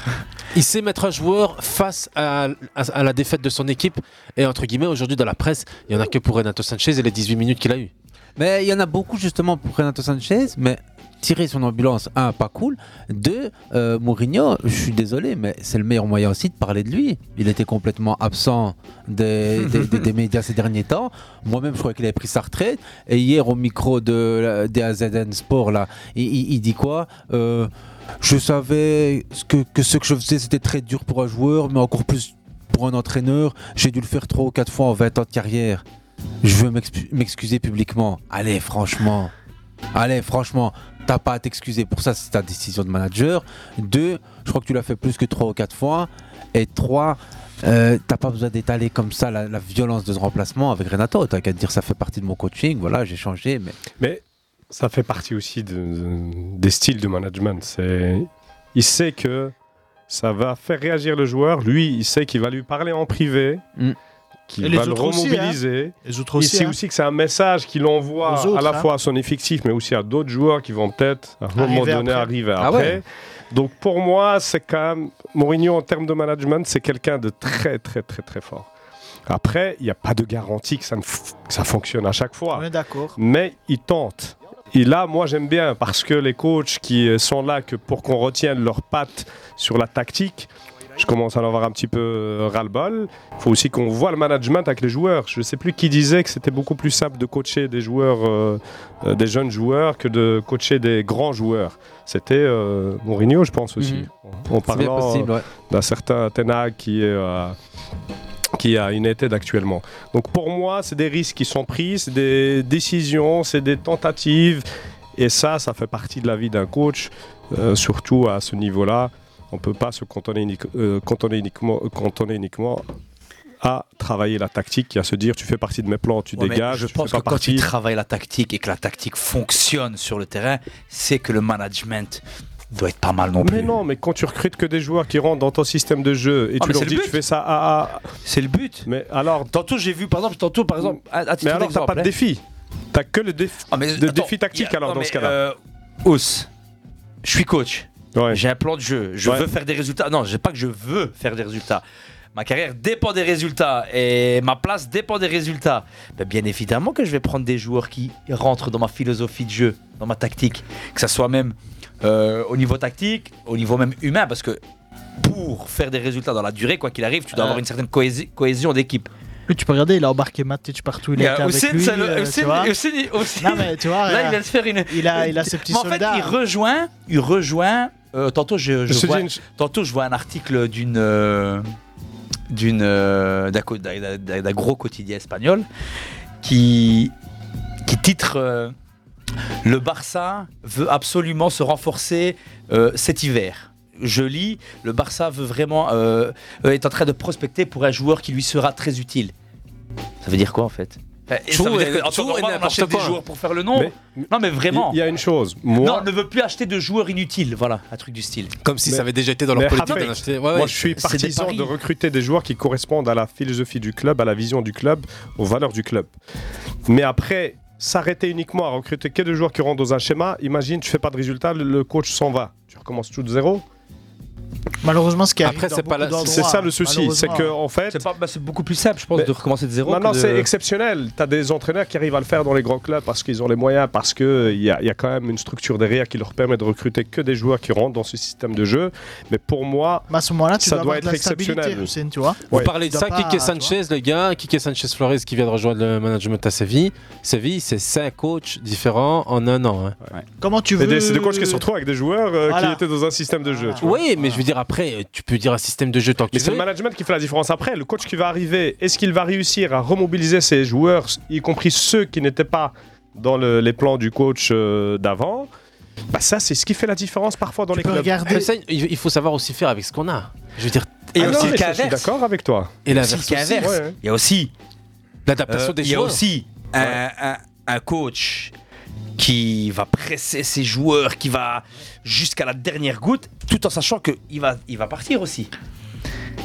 S9: Il sait mettre un joueur face à, à- à la défaite de son équipe. Et entre guillemets, aujourd'hui, dans la presse, il n'y en a que pour Renato Sanchez et les 18 minutes qu'il a eues.
S8: Mais il y en a beaucoup justement pour Renato Sanchez, mais tirer son ambulance, un, pas cool. Deux, euh, Mourinho, je suis désolé, mais c'est le meilleur moyen aussi de parler de lui. Il était complètement absent des, des- des- des médias ces derniers temps. Moi-même, je croyais qu'il avait pris sa retraite. Et hier, au micro de la- DAZN Sport, là, il, il- il dit quoi Euh, Je savais ce que, que ce que je faisais, c'était très dur pour un joueur, mais encore plus pour un entraîneur. J'ai dû le faire trois ou quatre fois en 20 ans de carrière. Je veux m'excu- m'excuser publiquement. Allez, franchement. Allez, franchement, t'as pas à t'excuser. Pour ça, c'est ta décision de manager. Deux, je crois que tu l'as fait plus que trois ou quatre fois. Et trois, euh, t'as pas besoin d'étaler comme ça la, la violence de ce remplacement avec Renato. T'as qu'à te dire, ça fait partie de mon coaching. Voilà, j'ai changé, mais
S10: Mais ça fait partie aussi de- de- des styles de management. C'est, il sait que ça va faire réagir le joueur. Lui, il sait qu'il va lui parler en privé,
S11: Mm. Et
S10: qu'il
S11: les
S10: va le
S11: autres aussi,
S10: remobiliser.
S11: hein. Les autres
S10: il
S11: aussi,
S10: sait
S11: hein.
S10: aussi que c'est un message qu'il envoie
S11: Aux autres,
S10: à la
S11: hein.
S10: fois à son effectif, mais aussi à d'autres joueurs qui vont peut-être à un moment
S11: Arriver
S10: donné
S11: après.
S10: arriver
S11: Ah
S10: après.
S11: ouais.
S10: Donc pour moi, c'est quand même Mourinho en termes de management, c'est quelqu'un de très très très très fort. Après, il n'y a pas de garantie que ça, ne f- que ça fonctionne à chaque fois.
S11: On est d'accord.
S10: Mais il tente. Et là, moi, j'aime bien parce que les coachs qui euh, sont là que pour qu'on retienne leurs pattes sur la tactique, je commence à en avoir un petit peu euh, ras-le-bol. Il faut aussi qu'on voit le management avec les joueurs. Je ne sais plus qui disait que c'était beaucoup plus simple de coacher des joueurs, euh, euh, des jeunes joueurs, que de coacher des grands joueurs. C'était euh, Mourinho, je pense aussi.
S8: Mhm.
S10: En
S8: C'est bien
S10: parlant
S8: possible,
S10: euh,
S8: ouais.
S10: d'un certain Ten Hag qui est euh, qui a une United actuellement. Donc pour moi, c'est des risques qui sont pris, c'est des décisions, c'est des tentatives. Et ça, ça fait partie de la vie d'un coach, euh, surtout à ce niveau-là. On ne peut pas se cantonner, unique- euh, cantonner uniquement, euh, cantonner uniquement à travailler la tactique et à se dire tu fais partie de mes plans, tu
S12: Ouais, mais
S10: dégages,
S12: Je
S10: tu
S12: pense
S10: fais
S12: que
S10: pas
S12: quand
S10: partie.
S12: tu travailles la tactique et que la tactique fonctionne sur le terrain, c'est que le management doit être pas mal non
S10: Mais
S12: plus.
S10: non, mais quand tu recrutes que des joueurs qui rentrent dans ton système de jeu et
S12: Ah,
S10: tu
S12: mais
S10: leur
S12: c'est le
S10: dis
S12: but.
S10: tu fais ça à,
S12: C'est le but.
S10: Mais alors.
S12: Tantôt j'ai vu par exemple, tantôt par exemple, à, à titre
S10: Mais alors t'as
S12: d'exemple,
S10: pas de
S12: hein. Ah,
S10: défi. T'as que le défi, le
S12: attends,
S10: défi tactique
S12: y a-
S10: alors
S12: non,
S10: dans
S12: mais,
S10: ce cas-là.
S12: euh, Ous, je suis coach.
S10: J'ai
S12: un plan de jeu. Je veux faire des résultats. Non, j'ai pas que je veux faire des résultats. Ma carrière dépend des résultats et ma place dépend des résultats. Ben, bien évidemment que je vais prendre des joueurs qui rentrent dans ma philosophie de jeu, dans ma tactique, que ça soit même euh, au niveau tactique, au niveau même humain, parce que pour faire des résultats dans la durée, quoi qu'il arrive, tu dois
S11: Euh.
S12: avoir une certaine cohési- cohésion d'équipe.
S11: Lui, tu peux regarder, il a embarqué Matic partout. Il
S12: Mais,
S11: a été
S12: euh,
S11: avec
S12: Hussein,
S11: lui,
S12: ça le-
S11: euh, tu
S12: Hussein-
S11: vois.
S12: Hussein, il- Hussein-
S11: Non, mais tu vois,
S12: là,
S11: euh,
S12: il vient de faire une.
S11: Il a, il a ses petits
S12: Mais en
S11: soldats.
S12: fait, il rejoint, il rejoint. euh, tantôt, je, je
S11: Je te
S12: vois,
S11: dis une
S12: tantôt, je vois un article d'une euh, d'une euh, d'un co- d'un- d'un- d'un- d'un gros quotidien espagnol qui qui titre euh, le Barça veut absolument se renforcer euh, cet hiver. Je lis, le Barça veut vraiment euh, euh, est en train de prospecter pour un joueur qui lui sera très utile. Ça veut dire quoi en fait Et ça veut dire que, en temps normal, on achète des joueurs pour faire le nombre. non, mais vraiment.
S10: Il y a une chose.
S12: Non,
S10: Moi,
S12: on ne veut plus acheter de joueurs inutiles. Voilà, un truc du style.
S9: Comme si
S10: Mais-
S9: ça avait déjà été dans leur
S10: mais
S9: politique
S10: Hafez,
S9: d'en acheter. Ouais,
S10: moi,
S9: ouais,
S10: je suis
S9: c'est des
S10: partisan
S9: paris.
S10: de recruter des joueurs qui correspondent à la philosophie du club, à la vision du club, aux valeurs du club. Mais après, s'arrêter uniquement à recruter que des joueurs qui rentrent dans un schéma, imagine, tu fais pas de résultat, le- le coach s'en va. Tu recommences tout de zéro.
S11: Malheureusement, ce qui arrive
S10: Après,
S11: dans
S10: c'est pas
S11: beaucoup
S10: la-
S11: d'endroits,
S10: c'est ça le souci, c'est que
S11: malheureusement.
S10: en fait,
S12: c'est beaucoup plus simple, je pense, de recommencer de zéro.
S10: Maintenant,
S12: que de-
S10: c'est exceptionnel. Tu as des entraîneurs qui arrivent à le faire dans les grands clubs parce qu'ils ont les moyens, parce qu'il y a, il y a quand même une structure derrière qui leur permet de recruter que des joueurs qui rentrent dans ce système de jeu. Mais pour moi,
S11: Mais à ce moment-là, tu
S10: ça
S11: dois
S10: doit
S11: avoir de
S10: être
S11: la stabilité,
S10: exceptionnel.
S11: Hussein, tu vois.
S9: Vous
S10: Ouais.
S9: parlez de
S11: Tu
S9: ça,
S11: dois pas,
S9: Kike
S11: tu
S9: Sanchez, le gars, Kike Sanchez Flores qui vient de rejoindre le management à Séville. Séville, c'est cinq coachs différents en un an. hein.
S11: Comment tu
S10: Et
S11: veux
S10: des- C'est des coachs qui se retrouvent avec des joueurs euh,
S11: Voilà.
S10: qui étaient dans un système de jeu. tu vois.
S9: Oui, mais je veux dire, après, Après, euh, tu peux dire un système de jeu tant que
S10: Mais
S9: tu
S10: c'est
S9: veux.
S10: le management qui fait la différence après. Le coach qui va arriver, est-ce qu'il va réussir à remobiliser ses joueurs, y compris ceux qui n'étaient pas dans le- les plans du coach euh, d'avant bah ça, c'est ce qui fait la différence parfois dans les clubs.
S9: Mais ça, il il faut savoir aussi faire avec ce qu'on a. Je veux dire.
S10: Et
S9: Ah
S10: aussi
S9: non,
S10: le
S9: mais
S10: cas
S9: ça, je suis
S10: inverse.
S9: d'accord
S10: avec toi.
S9: Et
S10: la
S9: l'inverse
S10: version
S9: aussi. Ouais, ouais.
S12: Il y a aussi euh,
S9: l'adaptation des
S12: Il y a
S9: joueurs.
S12: aussi un, un- un coach qui va presser ses joueurs, qui va jusqu'à la dernière goutte, tout en sachant qu'il va, il va partir aussi.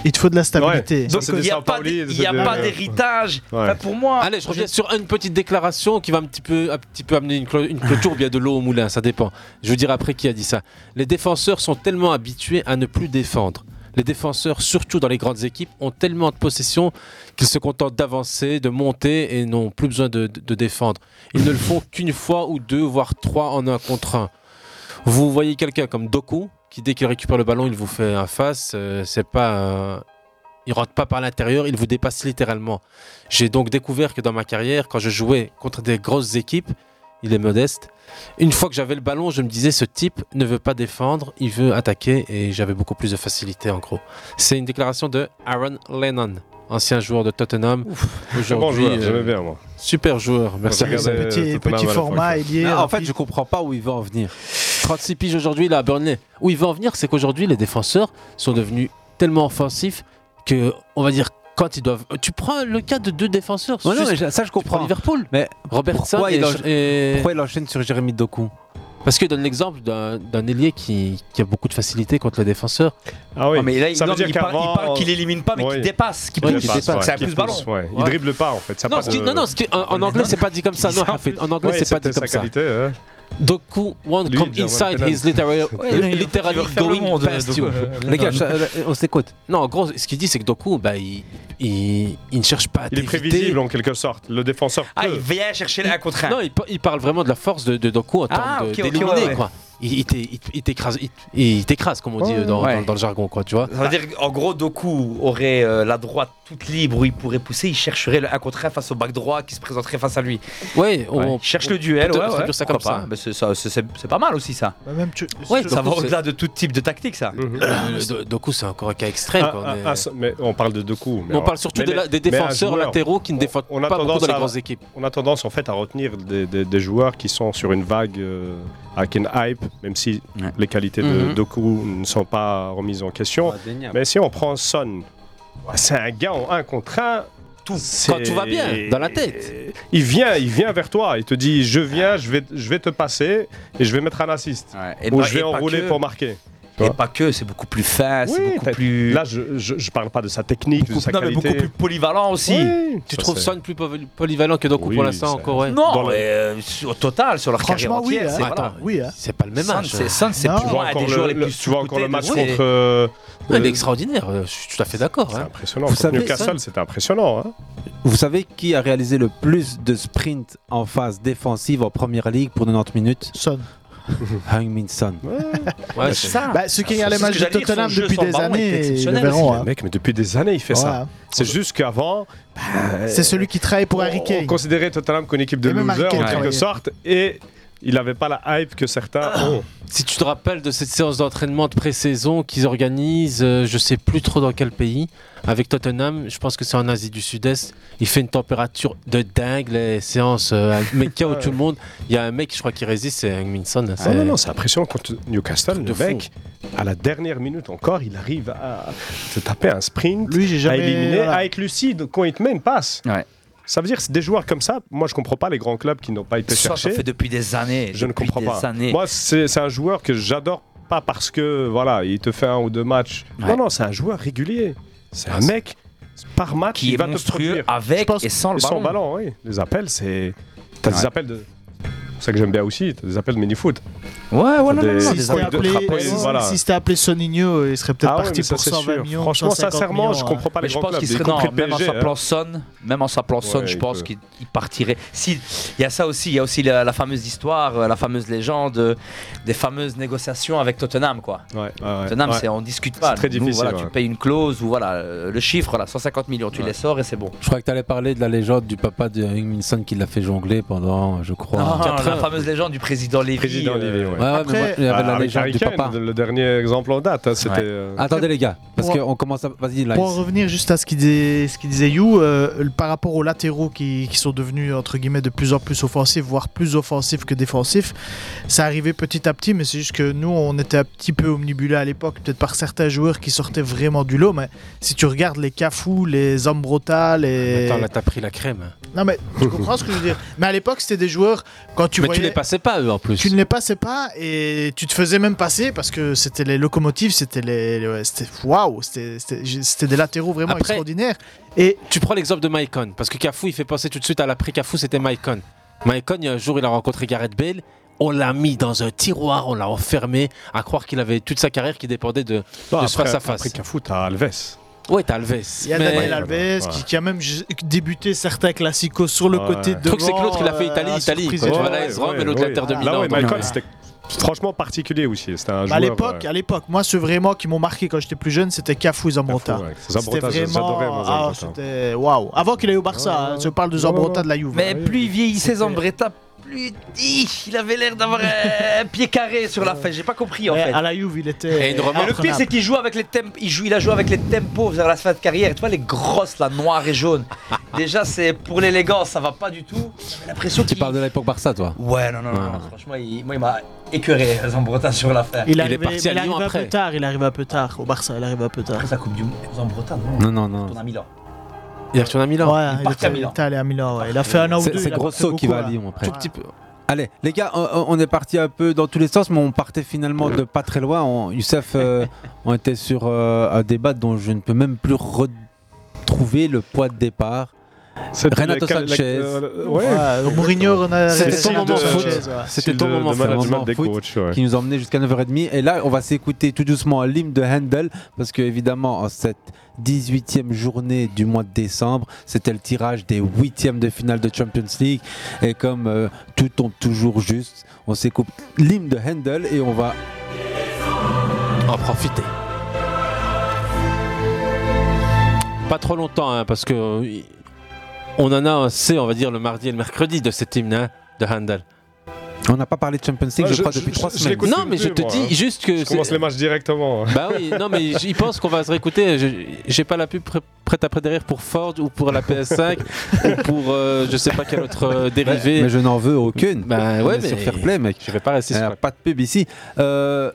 S11: Il te faut de la stabilité.
S12: Donc il n'y a pas d'hé- il y a pas d'héritage. Enfin, pour moi.
S9: Allez, je reviens sur une petite déclaration qui va un petit peu, un petit peu amener une, clo- une clôture ou bien de l'eau au moulin, ça dépend. Je vous dirai après qui a dit ça. Les défenseurs sont tellement habitués à ne plus défendre. Les défenseurs, surtout dans les grandes équipes, ont tellement de possession qu'ils se contentent d'avancer, de monter et n'ont plus besoin de, de- de défendre. Ils ne le font qu'une fois ou deux, voire trois en un contre un. Vous voyez quelqu'un comme Doku, qui dès qu'il récupère le ballon, il vous fait un face. euh, c'est pas, euh, il rentre pas par l'intérieur, il vous dépasse littéralement. J'ai donc découvert que dans ma carrière, quand je jouais contre des grosses équipes, il est modeste. Une fois que j'avais le ballon, je me disais ce type ne veut pas défendre, il veut attaquer et j'avais beaucoup plus de facilité en gros. C'est une déclaration de Aaron Lennon, ancien joueur de Tottenham. euh,
S10: très bon joueur, j'aimais bien, moi.
S9: Super joueur, merci.
S10: Je regardais Petit- Tottenham petit à la format, fois, quoi. ailier, euh,
S9: Non, En fait,
S10: rapide.
S9: je comprends pas où il veut en venir. 36 piges aujourd'hui là à Burnley. Où il veut en venir, c'est qu'aujourd'hui les défenseurs sont devenus tellement offensifs que on va dire quand ils doivent. Tu prends le cas de deux défenseurs.
S8: Ouais, non,
S9: juste-
S8: mais je- ça, je
S9: tu prends
S8: comprends.
S9: Liverpool. Mais Robertson
S8: pourquoi
S9: et,
S8: il en-
S9: et-
S8: pourquoi il enchaîne sur Jérémy Doku
S9: parce qu'il donne l'exemple d'un d'un ailier qui, qui a beaucoup de facilité contre le défenseur.
S10: Ah oui.
S9: mais là, il- non, mais il parle-
S10: qu'avant-
S9: il parle qu'il élimine pas, mais qu'il dépasse, qu'il pousse.
S10: dépasse,
S9: C'est un
S10: qu'il
S9: pouce ballon.
S10: ouais. Il
S9: Ouais.
S10: dribble pas en fait. Ça
S9: non,
S10: passe,
S9: ce qui-
S10: euh,
S9: non, non, ce qui- en, en anglais, c'est pas dit comme ça. Non,
S10: ça, euh, en
S9: en fait,
S10: fait.
S9: en anglais,
S10: Ouais,
S9: c'est pas
S10: c'était
S9: dit comme
S10: sa
S9: ça.
S10: qualité, ouais.
S9: Doku won't
S10: Lui,
S9: come
S10: il vient voir le
S9: inside his literal,
S10: penalty. Ouais, il-
S9: literally
S10: il veut refaire le
S9: going
S10: monde,
S9: past
S10: Doku.
S9: you.
S10: Euh, Les gars, non, je- non. euh,
S9: on s'écoute. Non, en gros, ce qu'il dit, c'est que Doku, bah, il, il, il ne cherche pas à
S10: Il est
S9: t'éviter.
S10: prévisible en quelque sorte. Le défenseur.
S9: Ah,
S10: peut.
S9: il
S12: Viens chercher la contre
S9: Non, il, pa- il parle vraiment de la force de, de Doku en termes
S12: Ah, ok,
S9: de-
S12: ok,
S9: d'éliminer,
S12: ouais, ouais.
S9: quoi. Il, il t'é- il t- il t'écrase, il- il t'écrase, comme on dit
S12: Ouais.
S9: euh, dans,
S12: Ouais.
S9: dans- dans le jargon, quoi, tu vois.
S12: Ça veut dire qu'en gros, Doku aurait euh, la droite toute libre où il pourrait pousser. Il chercherait le 1 contre 1 face au bac droit qui se présenterait face à lui.
S9: Ouais, on-
S12: il cherche
S9: on
S12: le duel.
S9: peut
S12: ouais,
S9: traduire
S12: ouais,
S9: ça comme
S12: pourquoi
S9: ça.
S12: Mais c'est, ça, c'est- c'est- c'est pas mal aussi ça.
S11: Bah, même tu-
S12: Ouais,
S11: surtout,
S12: ça va
S11: c'est-
S12: au-delà de tout type de tactique ça.
S10: Mhm.
S9: Ah, Doku, c'est encore un cas extrême.
S10: Ah, ah, ah, ça- mais on parle de deux coups.
S9: Mais on parle surtout de la- des défenseurs latéraux qui ne défendent pas beaucoup dans les grosses
S10: équipes. On a tendance en fait à retenir des, des- des joueurs qui sont sur une vague euh, avec une hype, même si les qualités de
S13: Mhm.
S10: Doku ne sont pas remises en question.
S13: Indéniable.
S10: Mais si on prend Son, bah, c'est un gars en un contre un. Tout.
S9: Quand tout va bien, dans la tête.
S10: Il vient, il vient vers toi. Il te dit je viens, je vais, je vais te passer et je vais mettre un assist
S12: et
S10: ou
S12: pas-
S10: je vais
S12: et pas
S10: enrouler
S12: que.
S10: pour marquer.
S12: Et pas que, c'est beaucoup plus fin, c'est beaucoup plus.
S10: Là, je, je, je parle pas de sa technique, de sa
S12: non, mais
S10: qualité.
S12: beaucoup plus polyvalent aussi.
S10: Oui,
S9: Tu
S10: ça,
S9: trouves
S10: c'est-
S9: Son plus poly- polyvalent que Doku
S10: Oui,
S9: pour l'instant
S10: ça-
S9: encore ouais.
S12: Non, mais, euh, sur- au total, sur leur
S9: Franchement,
S12: carrière
S9: oui,
S12: entière,
S9: hein.
S12: c'est,
S9: Attends,
S12: voilà.
S9: oui, hein. c'est pas le même
S12: Son,
S9: âge.
S12: C'est, Son, c'est
S9: Non.
S12: plus
S9: Tu vois
S12: loin
S9: encore
S12: des joueurs
S9: le-
S12: les
S9: le-
S12: plus
S10: tu vois encore le
S12: sous-cotés de
S10: match
S12: la
S10: contre.
S12: ligue.
S10: euh,
S9: Ouais, il est
S10: euh,
S9: extraordinaire, euh, je suis tout à fait d'accord. hein.
S10: Impressionnant.
S8: Vous
S10: contre
S8: savez,
S10: Newcastle,
S8: ça-
S10: c'était impressionnant. hein.
S8: Vous savez qui a réalisé le plus de sprints en phase défensive en première ligue pour 90 minutes
S11: Son.
S8: Heung-min Son.
S11: Ouais, c'est- ça. Bah, ceux qui regardent les
S10: Ah, C'est ce
S11: matchs de
S10: que j'allais dire,
S11: Tottenham
S10: son jeu
S11: depuis
S10: sans
S11: des
S10: ballon était
S11: années,
S10: exceptionnel.
S11: ils le verront,
S10: Le
S11: hein.
S10: Mec, mais depuis des années, il fait
S11: Ouais.
S10: ça. C'est juste qu'avant. bah,
S11: C'est celui qui travaille pour
S12: Oh,
S11: Harry
S10: On
S11: Kane.
S10: considérait Tottenham comme une équipe de
S11: Et même Harry
S10: losers en
S11: Kane
S10: quelque
S11: travaillait.
S10: sorte et il n'avait pas la hype que certains
S11: Ah.
S10: ont.
S9: Si tu te rappelles de cette séance d'entraînement de pré-saison qu'ils organisent, euh, je sais plus trop dans quel pays, avec Tottenham, je pense que c'est en Asie du Sud-Est, il fait une température de dingue, les séances, euh, mais qu'il y a où tout le monde, il y a un mec, je crois, qui résiste, c'est Heung-min Son. hein,
S11: Ah
S10: Ah Non,
S9: c'est-
S10: non, non, c'est impressionnant contre Newcastle. Le
S9: de fou.
S10: mec, à la dernière minute encore, il arrive à te taper un sprint,
S11: Lui, j'ai jamais-
S10: à éliminer,
S11: voilà.
S10: à être lucide quand il te met une passe. Ça veut dire que c'est des joueurs comme ça. Moi, je comprends pas les grands clubs qui n'ont pas été
S12: Ça, ça
S10: cherchés.
S12: fait depuis des années.
S10: Je ne
S12: depuis
S10: comprends
S12: des
S10: pas.
S12: années.
S10: Moi, c'est c'est un joueur que j'adore pas parce que voilà, il te fait un ou deux matchs. Non, non, c'est un joueur régulier. C'est un mec par match
S12: Qui
S10: il
S12: est
S10: va
S12: monstrueux
S10: te produire.
S12: avec
S10: Je pense-
S12: et sans le
S10: Sans
S12: ballon.
S10: ballon, oui. Les appels, c'est. T'as des appels de. C'est ça que j'aime bien aussi, t'as des appels de mini-foot.
S12: Ouais,
S11: Ah ouais,
S10: Des-
S11: Si
S10: des
S11: c'était
S10: appels de
S11: appelé,
S10: frapper,
S11: si-
S10: voilà.
S11: si c'était appelé Soninho, il serait peut-être
S10: Ah ouais,
S11: parti
S10: mais ça,
S11: pour
S10: c'est
S11: 120
S10: sûr.
S11: millions.
S10: Franchement,
S11: 150
S10: sincèrement,
S11: millions,
S10: je
S11: hein.
S10: comprends pas
S12: Mais
S10: les
S12: je
S10: grands
S12: pense
S10: clubs,
S12: qu'il
S10: y
S12: serait non,
S10: compris le
S12: même en
S10: PSG,
S12: s'appelant
S10: hein.
S12: Son, même en s'appelant Son,
S10: Ouais,
S12: je
S10: il
S12: pense
S10: peut.
S12: qu'il il partirait. Si il y a ça aussi, il y a aussi la, la fameuse histoire, euh, la fameuse légende euh, des fameuses négociations avec Tottenham quoi. Tottenham,
S10: ouais.
S12: c'est on discute pas.
S10: C'est très
S12: Nous,
S10: difficile,
S12: voilà,
S10: ouais.
S12: tu payes une clause ou voilà euh, le chiffre voilà, 150 millions, tu les sors et c'est bon.
S10: Ah,
S8: Je crois que tu allais parler de la légende du papa de Heung-min Son qui l'a fait jongler pendant, je crois,
S12: Non,
S8: 80
S2: la fameuse légende du président Lévy.
S10: Président
S2: euh,
S10: Lévy, ouais. Ah,
S8: Après- mais moi, il y avait la
S10: avec
S8: légende
S10: Harry
S8: du
S10: Kane,
S8: papa.
S10: Le dernier exemple en date, hein, c'était.
S8: Ouais.
S10: euh,
S8: Attendez les gars, parce
S11: Pour-
S8: qu'on commence à. Vas-y, Lies.
S11: Pour en revenir juste à ce qu'il disait, ce qu'il disait You, euh, par rapport aux latéraux qui, qui sont devenus entre guillemets de plus en plus offensifs, voire plus offensifs que défensifs, ça arrivait petit à petit, mais c'est juste que nous on était un petit peu omnibulés à l'époque, peut-être par certains joueurs qui sortaient vraiment du lot, mais si tu regardes les Cafou, les Ambrota,
S10: Ah,
S11: les.
S9: Attends, là, t'as pris la crème.
S11: Non mais tu comprends ce que je veux dire. Mais à l'époque c'était des joueurs quand tu
S9: mais
S11: voyais.
S9: tu les passais pas, eux, en plus.
S11: Tu ne les passais pas et tu te faisais même passer parce que c'était les locomotives, c'était les, les- ouais, c'était waouh, c'était- c'était c'était des latéraux
S10: Ah.
S11: vraiment extraordinaires. Et
S9: tu prends l'exemple de Maicon, parce que Cafou, il fait penser tout de suite à l'après Cafou, c'était Maicon. Maicon, il y a un jour, il a rencontré Gareth Bale, on l'a mis dans un tiroir, on l'a enfermé, à croire qu'il avait toute sa carrière qui dépendait de,
S10: non,
S9: de ce
S10: Bah, après-
S9: face-à-face.
S10: Après Cafu, t'as Alves.
S9: Ouais, t'as Alves.
S11: Il y a
S9: mais-
S11: Daniel Alves qui, qui a même ju- débuté certains classicos sur le
S10: Ouais.
S11: côté de. euh,
S10: Le truc, c'est que l'autre, il a fait
S9: Italie, Italie, quoi, tu vois, là, ils se rendent, mais l'autre, l'Inter de
S10: Là,
S9: Milan,
S10: ouais,
S9: donc,
S10: Malcolm,
S9: ouais.
S10: c'était franchement particulier aussi. C'était un
S11: Bah, à
S10: joueur.
S11: l'époque,
S10: euh,
S11: à l'époque, moi ceux vraiment qui m'ont marqué quand j'étais plus jeune, c'était Cafu et Zambrota.
S10: ouais.
S11: C'était
S10: Zambrota, je- j'adorais, moi,
S11: ah,
S10: Zambrota.
S11: c'était waouh. Avant qu'il aille au Barça, hein, je parle de Zambrota de la Juve.
S12: Mais plus il vieillissait,
S11: C'était-
S12: Zambretta, plus Ih, il avait l'air d'avoir euh, un pied carré sur la fin. J'ai pas compris en
S11: Ouais,
S12: fait.
S11: à la Juve, il était.
S12: Et le pire, c'est qu'il joue avec les tempos. Il, joue, il a joué avec les tempos vers la fin de carrière. Tu vois, les grosses, là, noires et jaunes. Déjà, c'est pour l'élégance, ça va pas du tout. J'ai l'impression
S8: Tu parles de l'époque Barça, toi Ah.
S12: Ouais, non, non, non, non, Franchement, il, moi, il m'a écœuré, Zambrota, sur la fin.
S11: Il, arrivait- mais il arrivait un peu tard, il arrivait un peu tard au Barça, il arrivait un peu tard.
S12: Après sa Coupe du Monde, Zambrota,
S8: Non, non, non.
S12: Ton ami là.
S9: Il est retourné à Milan.
S11: Ouais, Ah, il,
S12: parti à
S11: était, il
S12: Milan.
S11: était allé à Milan, ouais. il a fait un an ou
S8: C'est-
S11: deux.
S8: C'est
S11: il a pas fait
S8: Grosso qui
S11: beaucoup,
S8: va à
S11: là.
S8: Lyon après.
S11: Tout petit
S8: peu. Allez, les gars, on- on on est parti un peu dans tous les sens, mais on partait finalement de pas très loin. On- Youssef, euh, on était sur euh, un débat dont je ne peux même plus retrouver le poids de départ.
S10: C'était
S8: Renato
S10: les-
S8: Sanchez.
S10: euh,
S11: Ouais, Mourinho, on a
S8: C'était
S11: réussi
S8: ton
S11: à
S8: moment
S11: deux
S8: foot.
S11: Sanchez, ouais.
S8: C'était ton moment foot, moment foot qui nous emmenait jusqu'à 9h30. Et là, on va s'écouter tout doucement l'hymne de Handel parce que évidemment, en cette 18e journée du mois de décembre, c'était le tirage des 8e de finale de Champions League. Et comme euh, tout tombe toujours juste, on s'écoute l'hymne de Handel et on va
S9: en profiter. Pas trop longtemps, hein, parce que euh, y- on en a un C, on va dire, le mardi et le mercredi de cet hymne hein, de Handel.
S8: On n'a pas parlé de Champions
S10: Ouais,
S8: League, je,
S10: Ah, je-
S8: crois,
S10: je-
S8: depuis
S10: je-
S8: 3
S10: je
S8: semaines.
S10: l'écoute
S9: Non, mais
S10: tous les
S9: je te
S10: deux,
S9: dis
S10: moi, hein.
S9: juste que
S10: Je commence
S9: c'est-
S10: les matchs directement.
S9: Bah oui, non, mais j- il pense qu'on va se réécouter. Je- J'ai pas la pub prê- prête après derrière pour Ford ou pour la PS5 ou pour euh, je sais pas quel autre euh, dérivé.
S8: Mais je n'en veux aucune.
S9: Bah
S8: On
S9: ouais,
S8: est
S9: mais-
S8: sur fair play, mec.
S9: Je vais pas rester
S8: Euh,
S9: sur la-
S8: Pas de pub ici. Euh,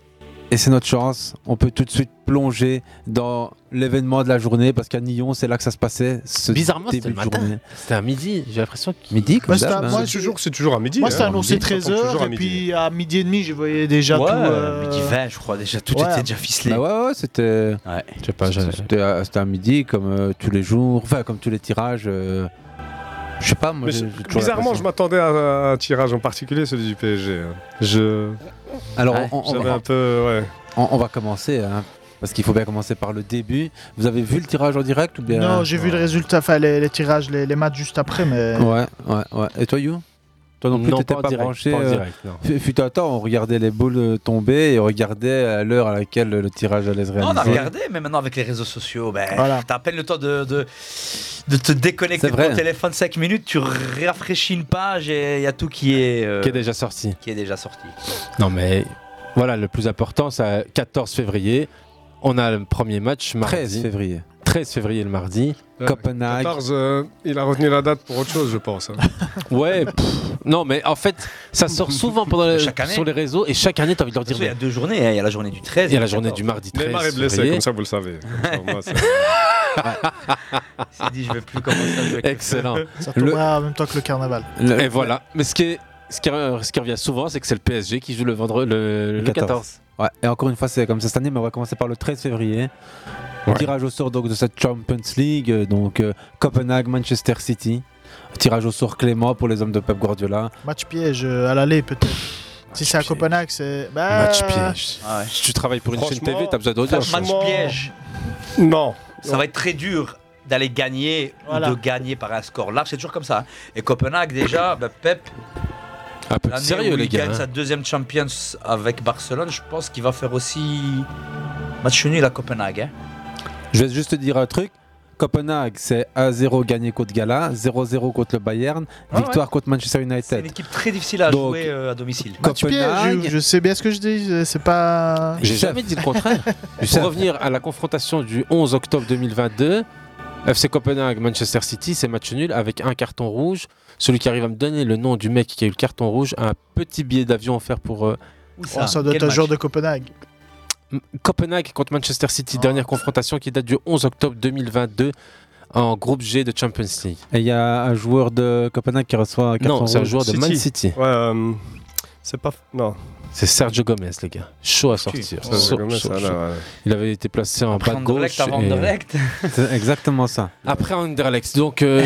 S8: et c'est notre chance. On peut tout de suite plonger dans l'événement de la journée parce qu'à Nyon, c'est là que ça se passait. Ce
S9: Bizarrement, c'était
S8: début
S9: le
S8: de
S9: matin.
S8: journée.
S9: C'était à midi. J'ai l'impression que
S8: Midi, comme hein.
S11: Moi, c'était
S8: ça.
S11: à- moi, je- Moi,
S8: hein.
S11: c'était annoncé 13h, et puis à midi et demi, je voyais déjà tout. euh,
S12: je crois déjà,
S11: tout Ouais. était
S12: déjà ficelé.
S8: Bah ouais, ouais, c'était. Je sais pas, j'avais- c'était à, c'était à midi comme euh, tous les jours, enfin comme tous les tirages. euh, je sais pas, Ah, moi.
S10: Mais
S8: j'ai-
S10: je-
S8: j'ai toujours
S10: bizarrement, je
S8: l'impression-
S10: m'attendais à un tirage en particulier, celui du PSG. hein. Je.
S8: Alors, on, on-
S10: J'avais
S8: on-
S10: un peu. Ouais.
S8: on- on va commencer, hein, parce qu'il faut bien commencer par le début. Vous avez vu le tirage en direct ou bien
S11: Non, j'ai vu le résultat, enfin les, les tirages, les, les matchs juste après, mais.
S8: Ouais, ouais, ouais. Et toi, You Toi non plus,
S9: Non,
S8: t'étais
S9: pas en
S8: pas,
S9: direct,
S8: branché.
S9: pas en
S8: euh,
S9: direct, non.
S8: fu- Fut un temps, on regardait les boules euh, tomber et on regardait à l'heure à laquelle le tirage allait se
S12: Non,
S8: réaliser.
S12: on a regardé, mais maintenant avec les réseaux sociaux, ben,
S8: Voilà.
S12: t'as à peine le temps de, de, de te déconnecter
S8: C'est
S12: de
S8: vrai.
S12: ton téléphone 5 minutes, tu rafraîchis une page et il y a tout qui est, euh,
S9: Qui est déjà sorti.
S12: qui est déjà sorti.
S9: Non, mais voilà, le plus important, c'est 14 février. On a le premier match mardi.
S8: 13 février.
S9: 13 février le mardi.
S8: Copenhague.
S10: 14, euh, il a retenu la date pour autre chose, je pense. hein.
S9: Ouais, pff, non, mais en fait, ça sort souvent pendant les-
S10: Chaque année.
S9: sur les réseaux et chaque année, t'as envie de leur dire.
S12: Il y a deux journées, hein, il y a la journée du 13.
S9: Il y a la journée du mardi 13.
S10: Neymar est blessé,
S9: février.
S10: comme ça vous le savez. Comme ça, moi, c'est-
S12: dit, je vais plus commencer à jouer avec le
S9: Excellent.
S12: feu.
S11: Ça
S9: Le-
S11: tombera en même temps que le carnaval.
S9: Et voilà. Mais ce qui, est- ce, qui, re- ce qui revient souvent, c'est que c'est le PSG qui joue le, vendredi, le, le 14.
S8: Ouais, et encore une fois, c'est comme ça cette année, mais on va commencer par le 13 février.
S9: Ouais.
S8: Tirage au sort donc, de cette Champions League, euh, donc euh, Copenhague, Manchester City. Tirage au sort clément pour les hommes de Pep Guardiola.
S11: Match piège euh, à l'aller peut-être. Si c'est à Copenhague, c'est. Bah,
S8: Match piège.
S9: Si tu travailles pour une chaîne
S11: Franchement,
S9: TV, t'as besoin d'audience.
S12: Match piège.
S10: Non.
S12: Ça va être très dur d'aller gagner
S11: Voilà.
S12: ou de gagner par un score large, c'est toujours comme ça. hein. Et Copenhague, déjà, ben, Pep,
S9: Un Ah, peu de
S12: l'année
S9: sérieux,
S12: où
S9: les
S12: il
S9: gars.
S12: gagne
S9: hein.
S12: sa deuxième Champions avec Barcelone, je pense bah, qu'il va faire aussi match nul à Copenhague. hein.
S8: Je vais juste te dire un truc. Copenhague, c'est 1-0 gagné contre Gala, 0-0 contre le Bayern,
S2: Ah ouais.
S8: victoire contre Manchester United.
S2: Une équipe très difficile à
S8: Donc,
S2: jouer euh, à domicile.
S8: Copenhague.
S11: Je, je sais bien ce que je dis, c'est pas.
S9: J'ai jamais dit le contraire. Pour revenir à la confrontation du 11 octobre 2022, FC Copenhague, Manchester City, c'est match nul avec un carton rouge. Celui qui arrive à me donner le nom du mec qui a eu le carton rouge a un petit billet d'avion offert pour. euh,
S11: Oh, ça doit être un joueur de Copenhague.
S9: M- Copenhague contre Manchester City, dernière confrontation qui date du 11 octobre 2022 en groupe G de Champions League.
S8: Et il y a un joueur de Copenhague qui reçoit un carton
S9: Non, c'est un
S8: rouge.
S9: joueur de Man City.
S10: Ouais, euh, c'est pas. Non.
S9: C'est Sergio Gomez, les gars. Chaud à
S10: Tu-
S9: sortir.
S10: Sergio
S9: Chaud,
S10: Gomez,
S9: chaud,
S10: alors,
S9: chaud.
S10: ouais.
S9: Il avait été placé en bas de gauche.
S8: Anderlecht avant
S9: et-
S8: Anderlecht. C'est exactement ça.
S9: Après Anderlecht. Donc, euh,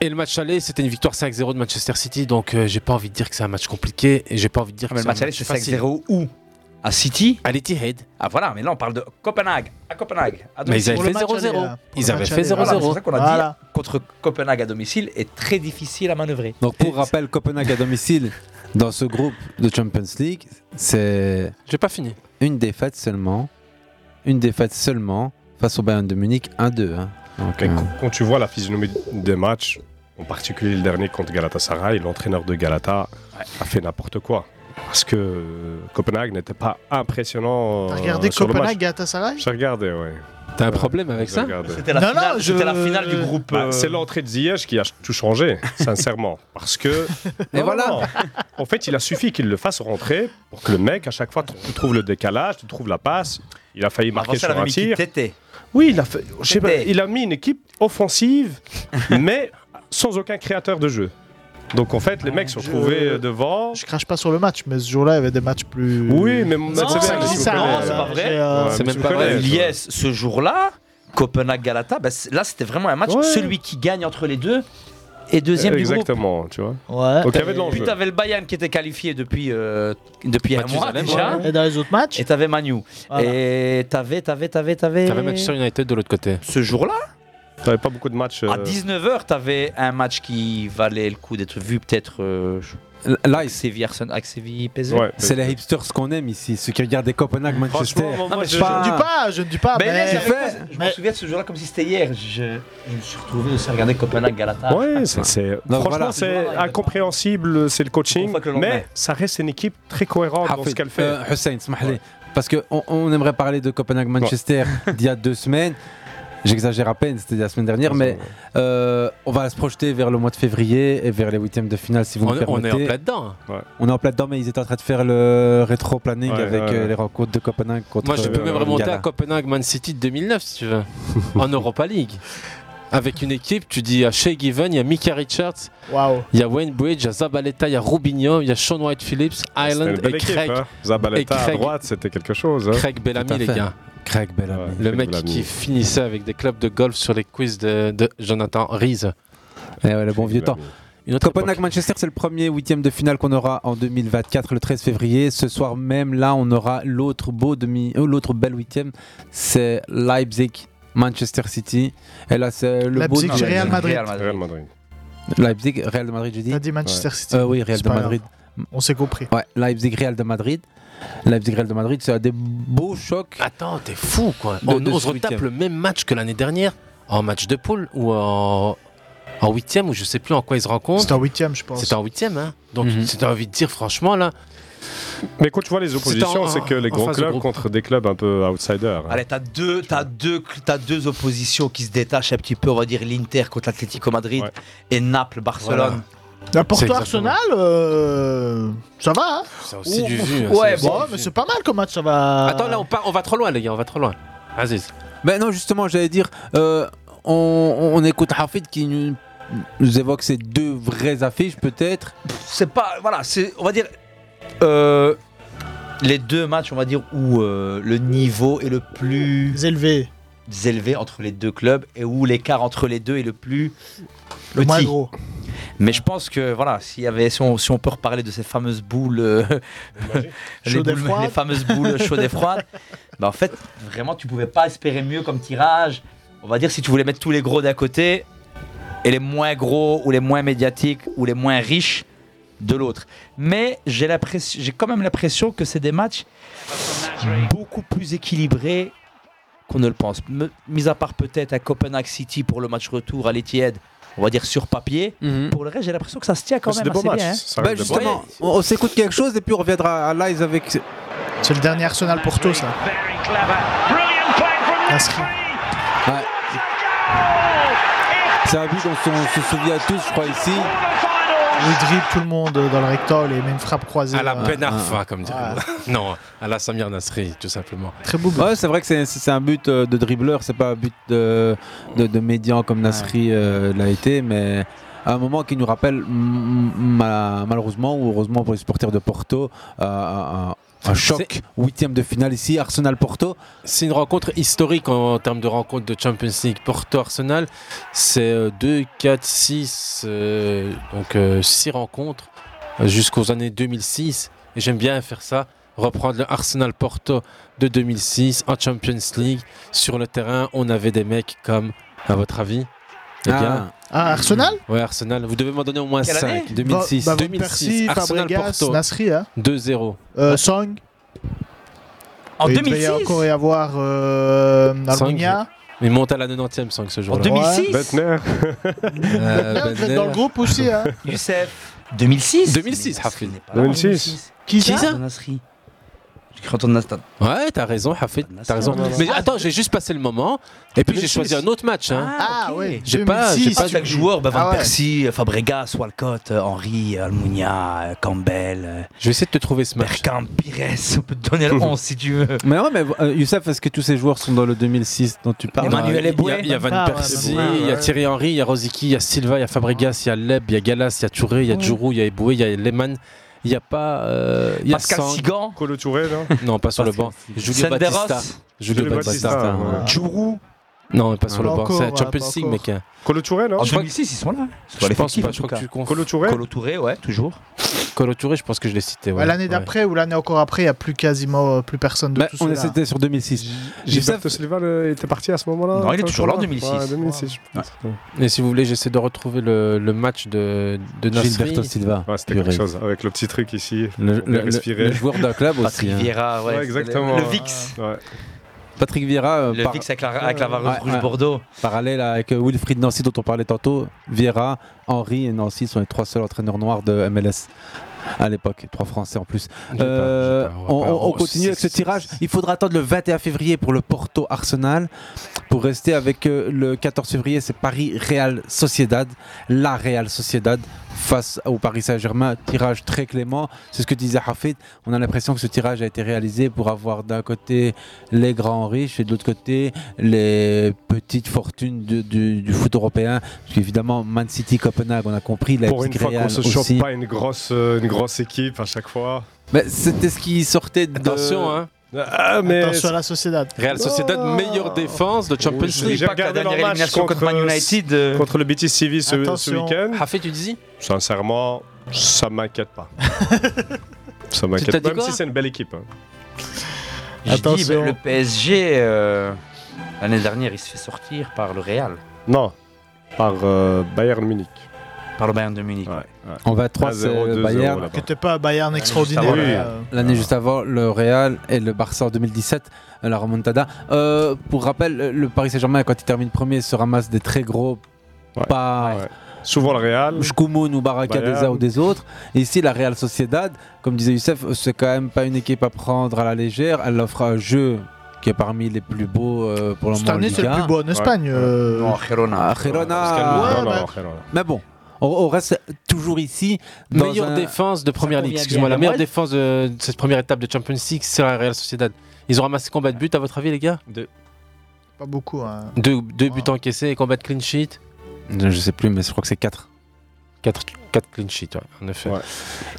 S9: et le match aller, c'était une victoire 5-0 de Manchester City. Donc, euh, j'ai pas envie de dire que c'est un match compliqué. Et j'ai pas envie de dire
S12: Ah,
S9: que
S12: mais
S9: c'est
S12: le
S9: un
S12: match
S9: match
S12: aller, c'est
S9: facile.
S12: 5-0 où À City
S9: À l'Etihad.
S12: Ah voilà, mais là on parle de Copenhague, à Copenhague. à
S9: Mais ils
S12: domicile.
S9: avaient fait
S12: Pour le match
S9: 0-0.
S12: aller, là. Pour
S9: Ils
S12: le
S9: avaient
S12: match
S9: fait
S12: aller. Voilà,
S9: 0-0.
S12: C'est ça qu'on a
S9: Voilà.
S12: dit contre Copenhague à domicile est très difficile à manœuvrer.
S8: Donc pour rappel, Copenhague à domicile dans ce groupe de Champions League, c'est.
S9: J'ai pas fini.
S8: Une défaite seulement, une défaite seulement face au Bayern de Munich 1-2. hein. Donc,
S10: Et
S8: euh,
S10: quand- Quand tu vois la physionomie des matchs, en particulier le dernier contre Galatasaray, l'entraîneur de Galata a fait n'importe quoi. Parce que euh, Copenhague n'était pas impressionnant.
S11: T'as
S10: euh,
S11: regardé
S10: sur le match.
S11: Copenhague Galatasaray
S10: J'ai regardé, ouais.
S9: T'as un problème avec ça
S10: C'était
S11: la Non, finale- non, c'était je- la finale du groupe, euh,
S10: Bah, C'est l'entrée de Ziyech qui a tout changé, sincèrement. Parce que.
S8: Et voilà.
S10: En fait, il a suffi qu'il le fasse rentrer pour que le mec, à chaque fois, tu tu trouves le décalage, tu trouves la passe. Il a failli marquer
S12: Avant ça,
S10: sur
S12: la
S10: un
S12: Rémi qui
S10: tir.
S12: t'était.
S10: Oui, il a, fait, je sais pas,
S12: C'était.
S10: il a mis une équipe offensive, mais sans aucun créateur de jeu. Donc en fait, les mecs se retrouvaient euh, devant.
S11: Je crache pas sur le match, mais ce jour-là, il y avait des matchs plus.
S10: Oui, mais mon-
S11: Non,
S10: c'est bien,
S11: je dis
S10: monsieur
S11: ça,
S10: Pelé.
S11: hein,
S10: C'est
S12: C'est
S10: pas
S12: pas
S11: j'ai,
S12: vrai.
S11: euh,
S10: C'est même pas vrai.
S12: Liès, ce jour-là, Copenhague-Galata, ben, c- là c'était vraiment un match. Celui qui gagne entre les deux est deuxième du groupe.
S10: Exactement, tu vois. Donc il y avait de
S12: Puis
S10: l'enjeu.
S12: t'avais le Bayern qui était qualifié depuis, euh, depuis un mois
S11: Mathusalem,
S12: déjà.
S11: ouais. Et dans les autres matchs
S12: Et t'avais Manu. Et t'avais, t'avais, t'avais, t'avais.
S9: T'avais Manchester United de l'autre côté.
S12: Ce jour-là
S10: T'avais pas beaucoup de matchs. euh,
S12: À 19h, t'avais un match qui valait le coup d'être vu, peut-être. Euh,
S8: Là,
S12: Séville, Arsenal, avec Séville, PSV.
S8: c'est les hipsters ce qu'on aime ici, ceux qui regardent des Copenhague, Manchester.
S12: Franchement, moi,
S8: Non,
S12: moi,
S8: mais
S12: je-
S8: pas-
S11: Je ne dis pas, je ne dis pas.
S12: Ben,
S11: mais-
S12: laisse, avec toi, Je me souviens de ce jour-là comme si c'était hier. Je, je me suis retrouvé aussi à regarder Copenhague
S9: Ah,
S12: Galata.
S10: Ouais, c'est- c'est-
S12: Donc
S10: franchement,
S12: voilà.
S10: c'est incompréhensible, c'est le coaching, mais ça reste une équipe très cohérente
S9: Ah,
S10: dans
S8: Hafid,
S10: ce qu'elle fait.
S8: euh, Hussein, smahli. parce que on, on aimerait parler de Copenhague-Manchester d'il y a deux semaines. J'exagère à peine, c'était la semaine dernière, mais euh, on va se projeter vers le mois de février et vers les huitièmes de finale, si vous
S9: On-
S8: me
S9: on
S8: permettez.
S9: est en plein dedans. hein.
S8: On est en plein dedans, mais ils étaient en train de faire le rétro-planning
S9: Ouais,
S8: avec
S9: ouais,
S8: euh,
S9: ouais.
S8: les rencontres de Copenhague contre.
S9: Moi, je peux
S8: euh,
S9: même remonter
S8: Gala.
S9: à Copenhague-Man City de 2009, si tu veux, en Europa League. Avec une équipe, tu dis, à Shea Given, il y a Mika Richards,
S11: Waouh.
S9: il y a Wayne Bridge, il y a Zabaleta, il y a Rubinho, il y a Sean White Phillips,
S10: C'était
S9: Island
S10: une
S9: et
S10: belle équipe,
S9: Craig.
S10: hein. Zabaleta
S9: et
S10: à
S9: Craig-
S10: droite, c'était quelque chose. hein.
S9: Craig Bellamy, les gars.
S8: Craig Bellamy.
S9: Le mec qui finissait avec des clubs de golf sur les quiz de, de Jonathan Rees.
S8: Eh ouais, le bon vieux temps.
S9: Une autre époque.
S8: Copenhague-Manchester, c'est le premier huitième de finale qu'on aura en 2024, le 13 février. Ce soir même, là, on aura l'autre beau demi, euh, l'autre belle huitième, c'est Leipzig. Manchester City, et là c'est le beau
S11: Leipzig,
S8: duel.
S11: Real Madrid.
S10: Real Madrid.
S8: Leipzig, Real de Madrid, j'ai dit.
S11: T'as dit Manchester City.
S8: Euh, oui, Real
S11: C'est
S8: de
S11: pas grave.
S8: Madrid.
S11: On s'est compris.
S8: Ouais, Leipzig, Real de Madrid. Leipzig, Real de Madrid, c'est un des beaux chocs.
S9: Attends, t'es fou quoi.
S8: De-
S9: On,
S8: de
S9: on
S8: ce
S9: se retape
S8: huitième.
S9: le même match que l'année dernière en match de poule ou en, en huitième ou je sais plus en quoi ils se rencontrent.
S11: C'était en huitième, je pense.
S9: C'était en huitième, hein. Donc
S8: Mhm.
S9: c'était envie de dire franchement là.
S10: Mais quand tu vois les
S9: C'était
S10: oppositions,
S9: en-
S10: c'est que les
S9: en
S10: grands
S9: phase de
S10: clubs
S9: groupe.
S10: contre des clubs un peu outsiders. hein.
S12: Allez, t'as deux, t'as deux, t'as deux oppositions qui se détachent un petit peu. On va dire l'Inter contre l'Atlético Madrid et Naples, Barcelone.
S11: Là, pour toi, Arsenal, euh, ça va. Hein
S9: C'est aussi du vu, hein,
S11: Ouais,
S9: c'est aussi
S11: bon,
S9: du
S11: mais
S9: vu.
S11: c'est pas mal comme match, ça va.
S9: Attends là on, part- on va trop loin les gars, on va trop loin. Aziz.
S8: Euh, Ben non, justement, j'allais dire, euh, on, on écoute Hafid qui nous, nous évoque ces deux vraies affiches, peut-être.
S12: C'est pas, voilà, c'est, on va dire, euh, les deux matchs, on va dire, où euh, le niveau est le plus
S11: élevé.
S12: élevé entre les deux clubs et où l'écart entre les deux est le plus
S11: Le moins
S12: petit.
S11: gros.
S12: Mais je pense que voilà, s'il y avait, si on, si on peut reparler de ces fameuses boules, euh, les,
S11: Chaudes et
S12: boules-
S11: froides.
S12: les fameuses boules chaudes et froides, bah en fait, vraiment, tu pouvais pas espérer mieux comme tirage. On va dire si tu voulais mettre tous les gros d'un côté et les moins gros ou les moins médiatiques ou les moins riches de l'autre. Mais j'ai l'impression- j'ai quand même l'impression que c'est des matchs beaucoup plus équilibrés
S2: qu'on ne le pense. Me- mis à part peut-être à Copenhague City pour le match retour à l'Etihad, on va dire sur papier. Pour le reste, j'ai l'impression que ça se tient quand
S8: Ah, C'est
S2: même
S8: des
S2: assez
S8: beaux matchs,
S2: bien. hein.
S8: ça reste Mhm. Bah, des beaux justement, matchs. on- on s'écoute quelque chose et puis on reviendra à live avec.
S11: C'est le dernier Arsenal Porto, ça. Inscrit.
S8: Ouais. C'est un but dont on se souvient tous, je crois, ici.
S11: Il dribble tout le monde dans le rectangle et met une frappe croisée.
S9: À la
S11: euh,
S9: Ben
S11: ouais.
S9: Arfa, comme dire.
S11: Ouais.
S9: Non, à la Samir Nasri, tout simplement.
S11: Très beau
S8: Ouais, c'est vrai que c'est- c'est un but euh, de dribbleur, c'est pas un but de, de, de médian comme Nasri euh, l'a été, mais à un moment qui nous rappelle mm, mm, ma- malheureusement ou heureusement pour les supporters de Porto euh, un, un choc huitième de finale ici Arsenal Porto.
S9: C'est une rencontre historique en termes de rencontre de Champions League Porto-Arsenal. C'est euh, 2, 4, 6, euh, donc 6 rencontres euh, jusqu'aux années 2006. Et j'aime bien faire ça, reprendre le Arsenal Porto de 2006 en Champions League. Sur le terrain, on avait des mecs comme, à votre avis eh bien,
S11: Ah, Arsenal
S9: Ouais, Arsenal. Vous devez m'en donner au moins
S11: Quelle année
S9: 5. 2006.
S11: Bah- bah, Van
S9: 2006.
S11: Persie,
S9: Arsenal
S11: Fabregas,
S9: Porto.
S11: Nasri, hein.
S9: 2-0.
S11: Euh, Song
S9: En
S11: Il devait
S9: 2006?
S11: encore y avoir euh, Almunia.
S9: Il monte à la 90e, Song, ce jour-là.
S11: 2006?
S9: Bettner.
S11: Euh, Merde, vous êtes dans le groupe aussi. Hein.
S12: 2006
S9: 2006, Hafid.
S12: 2006.
S11: Qui ça
S9: J'ai cru entendre Nastan. Ouais, t'as raison, Hafid.
S11: Ah,
S9: T'as raison.
S12: Nastan.
S9: Mais attends, j'ai juste passé le moment. Et puis j'ai
S2: 2006.
S9: choisi un autre match. Hein.
S11: Ah, ouais.
S9: J'ai pas- j'ai
S2: 2006,
S9: pas-
S2: chaque joueur, bah, Van
S9: Ah ouais.
S2: Persie, Fabregas, Walcott, euh, Henry, euh, Almunia, euh, Campbell.
S9: Je vais essayer de te trouver ce
S2: match. Bergkamp, Pires, on peut te donner le 11 si tu veux.
S8: Mais ouais, mais euh, Youssef, est-ce que tous ces joueurs sont dans le 2006 dont tu parles
S9: Il y a- Il y a Van Persie, il y a Thierry Henry, il y a Rosicky, il y a Silva, il y a Fabregas, il y a Leb, il y a Galas, il y a Touré, il y a
S8: Ouais.
S9: Djourou, il y a Eboué, il y a Lehmann. Il n'y a pas. euh, il y a
S2: Pascal
S9: Sang-
S2: Sigan.
S10: Colo Touré, non
S9: Non, pas sur le banc. Julio
S2: Senderos.
S9: Batista. Julio
S10: Julio
S9: Batista.
S10: Batista, ouais.
S2: Djourou.
S9: Non, pas sur
S10: Ah, Pas
S9: le banc.
S10: encore,
S9: C'est
S10: ouais,
S9: Champions
S10: pas
S9: League,
S10: encore.
S9: mec. hein.
S10: Colo Touré, non
S9: En
S10: Je crois
S2: 2006, ils sont là.
S9: Je pense pas, je crois que tu confonds.
S10: Colo Touré Bah,
S2: Colo Touré, ouais, toujours.
S9: Colo Touré, je pense que je l'ai cité. ouais.
S11: Ouais, Bah, l'année
S9: Ouais.
S11: d'après ou l'année encore après, il n'y a plus quasiment euh, plus personne de
S9: Bah,
S11: tout
S9: on
S11: cela.
S9: est- c'était sur 2006.
S10: Gilberto Silva le- était parti à ce moment-là
S9: Non, il est toujours là en
S10: Ouais,
S9: 2006.
S10: 2006, je pense.
S9: Et si vous voulez, j'essaie de retrouver le, le match de, de Nasri.
S8: Gilberto Silva.
S10: Ouais, c'était quelque chose avec le petit truc ici.
S8: Le-
S10: pour bien
S8: le-
S10: respirer.
S8: le joueur d'un club Patrick aussi, hein. Vieira, ouais, c'était
S10: exactement.
S8: le- le Vix.
S10: Ouais.
S8: Patrick Vieira. euh,
S2: Le
S8: par-
S2: Vix avec la, avec la vareuse rouge Bordeaux.
S8: Parallèle avec euh, Wilfried Nancy dont on parlait tantôt, Vieira, Henry et Nancy sont les trois seuls entraîneurs noirs de MLS à l'époque, trois Français en plus. Euh, on,
S9: pas-
S8: on- on
S9: oh,
S8: continue
S9: c'est-
S8: avec ce tirage. Il faudra attendre le 21 février pour le Porto Arsenal. Pour rester avec euh, le 14 février, c'est Paris Real Sociedad, la Real Sociedad face au Paris Saint-Germain. Tirage très clément. C'est ce que disait Hafid. On a l'impression que ce tirage a été réalisé pour avoir d'un côté les grands riches et de l'autre côté les petites fortunes du, du- du foot européen. Parce qu'évidemment, Man City, Copenhague, on a compris.
S10: Pour une
S8: Leipzig,
S10: fois qu'on
S8: Real
S10: se chope
S8: aussi.
S10: pas une grosse, euh, une grosse équipe à chaque fois.
S8: Mais c'était ce qui sortait de.
S9: Attention, hein.
S10: Ah, mais
S11: Attention à la Sociedad.
S9: Real Sociedad,
S10: Ah.
S9: meilleure défense de Champions
S10: J'ai-
S9: League.
S10: J'ai
S9: Pas que la
S10: regardé leur
S9: dernière
S10: match
S9: élimination
S10: contre,
S9: contre Man United, euh.
S10: contre le Betis Civi ce, ce
S9: Attention.
S10: week-end.
S9: Hafid, tu disais
S10: Sincèrement, ça m'inquiète pas. ça
S12: t'as
S10: m'inquiète
S12: dit
S10: pas, même
S12: quoi
S10: si c'est une belle équipe. hein.
S12: Je dis,
S10: Attention.
S12: bah, le PSG, euh, l'année dernière, il se fait sortir par le Real.
S10: Non, par euh, Bayern Munich.
S12: Par le Bayern de Munich.
S8: En
S10: 1-0,
S8: 23,
S10: 2-0
S8: c'est euh, Bayern. Ah,
S10: là-bas.
S11: Que t'es pas un Bayern extraordinaire. euh,
S8: L'année juste avant, le Real et le Barça en 2017, euh, la remontada. Euh, pour rappel, euh, le Paris Saint-Germain, quand il termine premier, se ramasse des très gros pas.
S10: Souvent le Real.
S8: Shkoumoun ou Baraka
S10: Bayern.
S8: des uns ou des autres. Et ici, la Real Sociedad, comme disait Youssef, euh, c'est quand même pas une équipe à prendre à la légère. Elle offre un jeu qui est parmi les plus beaux euh, pour le
S11: Cette
S8: moment. en
S11: année,
S8: Ligue
S11: c'est le
S8: 1.
S11: plus beau en Espagne. euh,
S8: Ah, Girona.
S11: Girona, Ouais, bah. ouais.
S8: Mais bon, on, on reste toujours ici. dans
S9: Meilleure
S8: un-
S9: défense de première
S8: Ça
S9: ligue.
S8: convient
S9: Excuse-moi,
S8: bien.
S9: la meilleure
S8: Ouais.
S9: défense de cette première étape de Champions League, c'est la Real Sociedad. Ils ont ramassé combien de buts à votre avis, les gars Deux.
S11: Pas beaucoup. hein.
S9: Deux, deux buts encaissés et combien de clean sheet
S8: Je sais plus, mais je crois que c'est 4.
S9: 4, 4 clean sheets, ouais, en effet.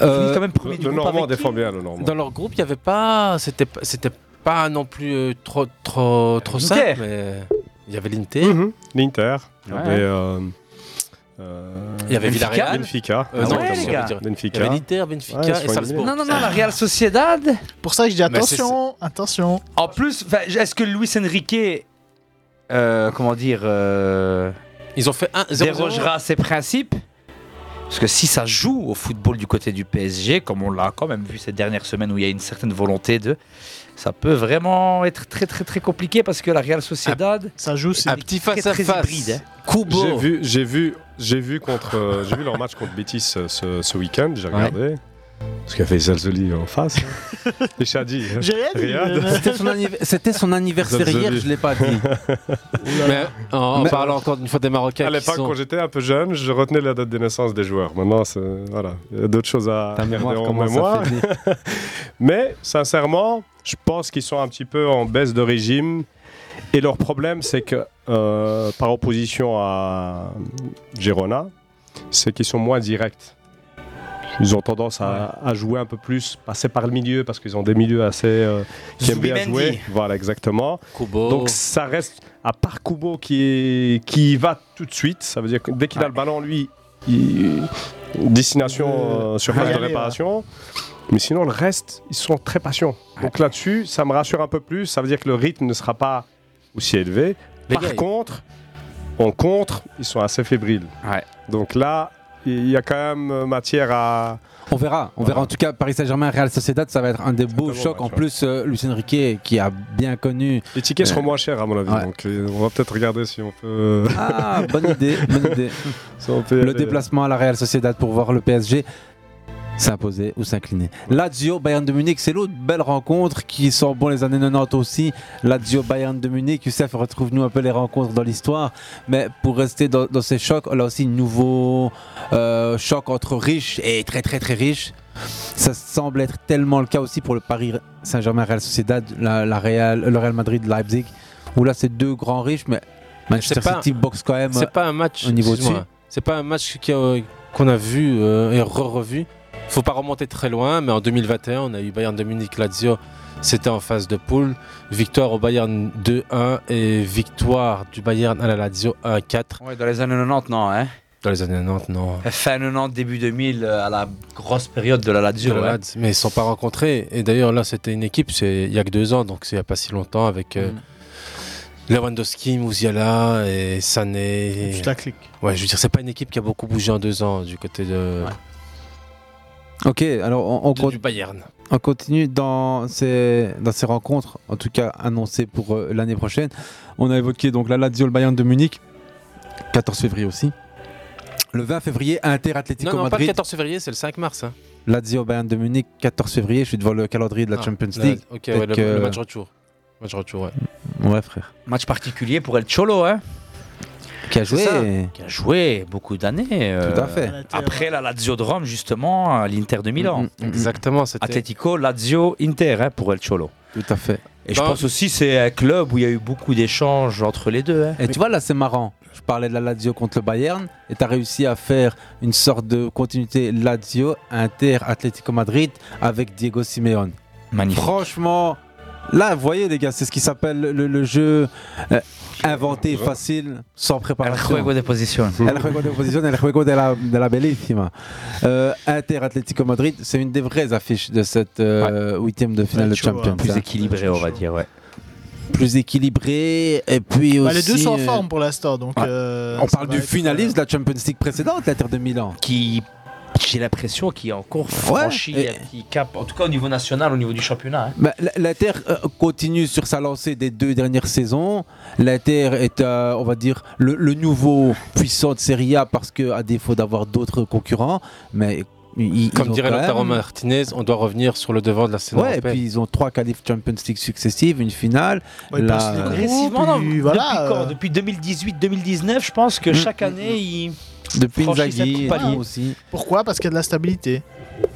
S8: Euh, Finit quand même
S10: premier Le- du le groupe Normand avec défend qui bien, le Normand.
S9: Dans leur groupe, il n'y avait pas. C'était pas- c'était pas non plus euh, trop, trop, trop
S10: l'Inter.
S9: simple, mais il y avait l'Inter.
S10: Mhm, L'Inter. Il y
S9: Ouais.
S10: avait, euh, euh,
S9: Il y avait Villarreal.
S10: Benfica.
S9: Euh, non, qu'est-ce que je veux dire
S10: Benfica.
S9: Il y avait l'Inter, Benfica
S10: Ouais, ils se
S9: et
S10: font
S9: Salzbourg.
S10: éliminer.
S12: Non, non, non, la Real Sociedad.
S11: Pour ça, je dis
S12: Mais
S11: attention, attention.
S2: En plus, 'fin, est-ce que Luis Enrique, euh, comment dire, euh,
S9: Ils ont fait 1-0.
S2: dérogera à ses principes
S12: Parce que si ça joue au football du côté du PSG, comme on l'a quand même vu ces dernières semaines où il y a une certaine volonté de, ça peut vraiment être très très très compliqué parce que la Real Sociedad,
S11: ça joue,
S12: c'est un
S9: petit face-à-face.
S12: hein.
S10: hein.
S9: hein.
S10: J'ai vu, j'ai vu, j'ai vu contre, euh, j'ai vu leur match contre Betis euh, ce, ce week-end. J'ai regardé. Parce qu'il y avait Zalzoli en face. hein. Et Shadi.
S11: J'ai rien dit, euh,
S8: C'était son, anniv- c'était son anniversaire hier, je l'ai pas dit.
S9: Mais oh, en, en
S10: Mais-
S9: parlant encore une fois des Marocains
S10: À
S9: qui
S10: l'époque,
S9: sont...
S10: quand j'étais un peu jeune, je retenais la date de naissance des joueurs. Maintenant, c'est- voilà, il y a d'autres choses à
S8: Ta
S10: garder
S8: mémoire
S10: en
S8: commence à
S10: mémoire.
S8: faiblir.
S10: Mais sincèrement, je pense qu'ils sont un petit peu en baisse de régime. Et leur problème, c'est que euh, par opposition à Girona, c'est qu'ils sont moins directs. Ils ont tendance à, à jouer un peu plus, passer par le milieu, parce qu'ils ont des milieux assez. euh, qui aiment bien
S9: Zubimendi.
S10: jouer. Voilà, exactement.
S9: Kubo.
S10: Donc ça reste, à part Kubo qui, est, qui y va tout de suite, ça veut dire que dès qu'il a le ballon, lui, il- destination euh, surface
S13: Ouais,
S10: de
S13: allez,
S10: réparation. Mais sinon, le reste, ils sont très patients. Donc là-dessus, ça me rassure un peu plus. Ça veut dire que le rythme ne sera pas aussi élevé.
S13: Les
S10: Par
S13: gars, ils-
S10: contre, en contre, ils sont assez fébriles. Donc là, il y a quand même euh, matière à.
S8: On verra, on verra. En tout cas, Paris Saint-Germain, Real Sociedad, ça va être un des beaux chocs. En plus, euh, Lucien Riquet, qui a bien connu.
S10: Les tickets
S8: Euh,
S10: seront moins chers, à mon avis.
S8: ouais.
S10: Donc euh, on va peut-être regarder si on peut. euh,
S8: Ah, bonne idée, bonne idée.
S10: Ça, on peut y
S8: le
S10: aller.
S8: déplacement à la Real Sociedad pour voir le PSG s'imposer ou s'incliner. Lazio Bayern de Munich, c'est l'autre belle rencontre qui sent bon les années 90 aussi. Lazio Bayern de Munich, Youssef, retrouve-nous un peu les rencontres dans l'histoire. Mais pour rester dans, dans ces chocs, là aussi, nouveau euh, choc entre riches et très très très riches. Ça semble être tellement le cas aussi pour le Paris Saint-Germain Real Sociedad, la, la Real, le Real Madrid Leipzig, où là c'est deux grands riches, mais Manchester
S9: C'est pas-
S8: City boxe quand même
S9: C'est pas un match.
S8: au niveau
S9: excuse-moi,
S8: dessus.
S9: C'est pas un match qui a- qu'on a vu euh, et re-revu. Faut pas remonter très loin, mais en 2021, on a eu Bayern de Munich, Lazio. C'était en phase de poule. Victoire au Bayern 2-1 et victoire du Bayern à la Lazio 1-4.
S12: Ouais, dans les années 90, non, hein
S9: Dans les années 90, non.
S12: Fin 90, début 2000, euh, à la grosse période de la Lazio.
S9: De la
S12: hein.
S9: Lazio, Mais ils ne sont pas rencontrés. Et d'ailleurs, là, c'était une équipe, c'est il y a que deux ans, donc c'est il n'y a pas si longtemps, avec euh,
S8: Mm.
S9: Lewandowski, Mouziala et Sané.
S11: Juste la clique.
S9: Ouais, je veux dire, c'est pas une équipe qui a beaucoup bougé en deux ans du euh, côté de.
S8: Ok, alors on, on
S9: du Bayern.
S8: On continue dans ces, dans ces rencontres, en tout cas annoncées pour euh, l'année prochaine. On a évoqué donc la Lazio, le Bayern de Munich, 14 février aussi. Le 20 février, Inter Atlético
S9: Non, non, pas le
S8: Madrid.
S9: 14 février, c'est le 5 mars. hein.
S8: Lazio, Bayern de Munich, 14 février. Je suis devant le calendrier de la
S9: Ah,
S8: Champions
S9: la-
S8: League.
S9: ok,
S8: Peut-être
S9: ouais, le,
S8: que-
S9: le match retour. Match retour, ouais.
S8: Ouais, frère.
S12: Match particulier pour El Cholo, hein
S8: Qui a
S12: C'est
S8: joué.
S12: ça, Qui a joué beaucoup d'années. euh,
S8: à fait.
S12: Après la Lazio de Rome, justement, à l'Inter de Milan.
S8: Mm, mm, mm.
S9: Exactement,
S8: c'était-
S12: Atletico, Lazio, Inter hein, pour El Cholo.
S8: Tout à fait. Ben,
S12: Et je pense aussi c'est un club où il y a eu beaucoup d'échanges entre les deux. hein.
S8: Et tu vois, là, c'est marrant. Je parlais de la Lazio contre le Bayern et tu as réussi à faire une sorte de continuité Lazio, Inter, Atlético Madrid avec Diego Simeone.
S12: Magnifique.
S8: Franchement, là, vous voyez, les gars, c'est ce qui s'appelle le, le jeu euh, inventé,
S12: Ouais.
S8: facile, sans préparation.
S12: juego de posición.
S8: El juego de position, el juego de la, de la bellissima. Euh, Inter, Atlético Madrid, c'est une des vraies affiches de cette euh, huitième de finale de Champions.
S12: Plus
S8: hein.
S12: équilibré, on va dire, ouais.
S8: Plus équilibré et puis
S11: Bah,
S8: aussi.
S11: les deux sont en
S8: euh,
S11: forme pour l'instant, donc. euh,
S8: on
S11: ça
S8: parle
S11: va
S8: du
S11: être-
S8: finaliste de la Champions League précédente, l'Inter de Milan.
S12: Qui, j'ai l'impression qu'il est encore Franchi, qui cap, en tout cas au niveau national, au niveau du championnat. hein.
S8: Bah, l- L'Inter euh, continue sur sa lancée des deux dernières saisons. L'Inter est, euh, on va dire, le, le nouveau puissant de Serie A parce que à défaut d'avoir d'autres concurrents, mais ils- ils
S9: Comme
S8: ont
S9: dirait
S8: quand
S9: Lautaro
S8: même-
S9: Martinez, on doit revenir sur le devant de la scène
S8: Ouais, et
S9: européenne.
S8: puis ils ont trois qualifs Champions League successives, une finale.
S11: Ouais, ils
S8: la-
S11: passent les
S12: Progressivement, non,
S11: puis voilà,
S12: depuis, quand
S11: euh.
S12: depuis 2018, 2019, je pense que
S8: Mm,
S12: chaque
S8: mm,
S12: année, il
S8: Depuis
S12: franchit
S8: Inzaghi
S12: cette
S8: et
S12: palier.
S8: tout aussi.
S11: Pourquoi Parce qu'il y a de la stabilité.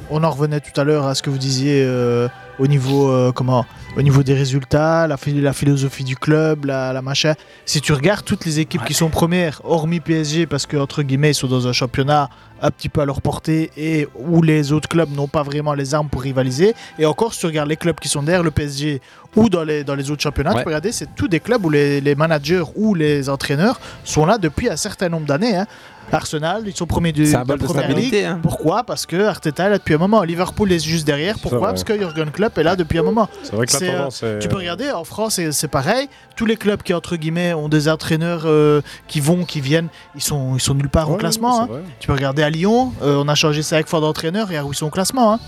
S11: On en revenait tout à l'heure à ce que vous disiez euh, au niveau euh, comment Au niveau des résultats, la, phi- la philosophie du club, la, la machin. Si tu regardes toutes les équipes qui sont premières, hormis PSG, parce que entre guillemets ils sont dans un championnat un petit peu à leur portée et où les autres clubs n'ont pas vraiment les armes pour rivaliser. Et encore, si tu regardes les clubs qui sont derrière le PSG ou dans les, dans les autres championnats,
S8: Ouais.
S11: tu peux regarder, c'est tous des clubs où les, les managers ou les entraîneurs sont là depuis un certain nombre d'années. hein. Arsenal, ils sont premiers du,
S9: C'est un
S11: de la
S9: bol de
S11: première
S9: stabilité,
S11: ligue.
S9: hein.
S11: Pourquoi Parce que Arteta est là depuis un moment. Liverpool est juste derrière. Pourquoi
S10: vrai.
S11: Parce que Jurgen Klopp est là depuis un moment.
S10: C'est vrai que la
S11: euh,
S10: tendance est-
S11: Tu peux regarder, en France, c'est- c'est pareil. Tous les clubs qui, entre guillemets, ont des entraîneurs euh, qui vont, qui viennent, ils sont, ils sont nulle part au
S10: Ouais,
S11: classement.
S10: c'est
S11: hein.
S10: vrai.
S11: Tu peux regarder à Lyon, euh, on a changé 5 fois d'entraîneur, et où ils sont au classement. hein.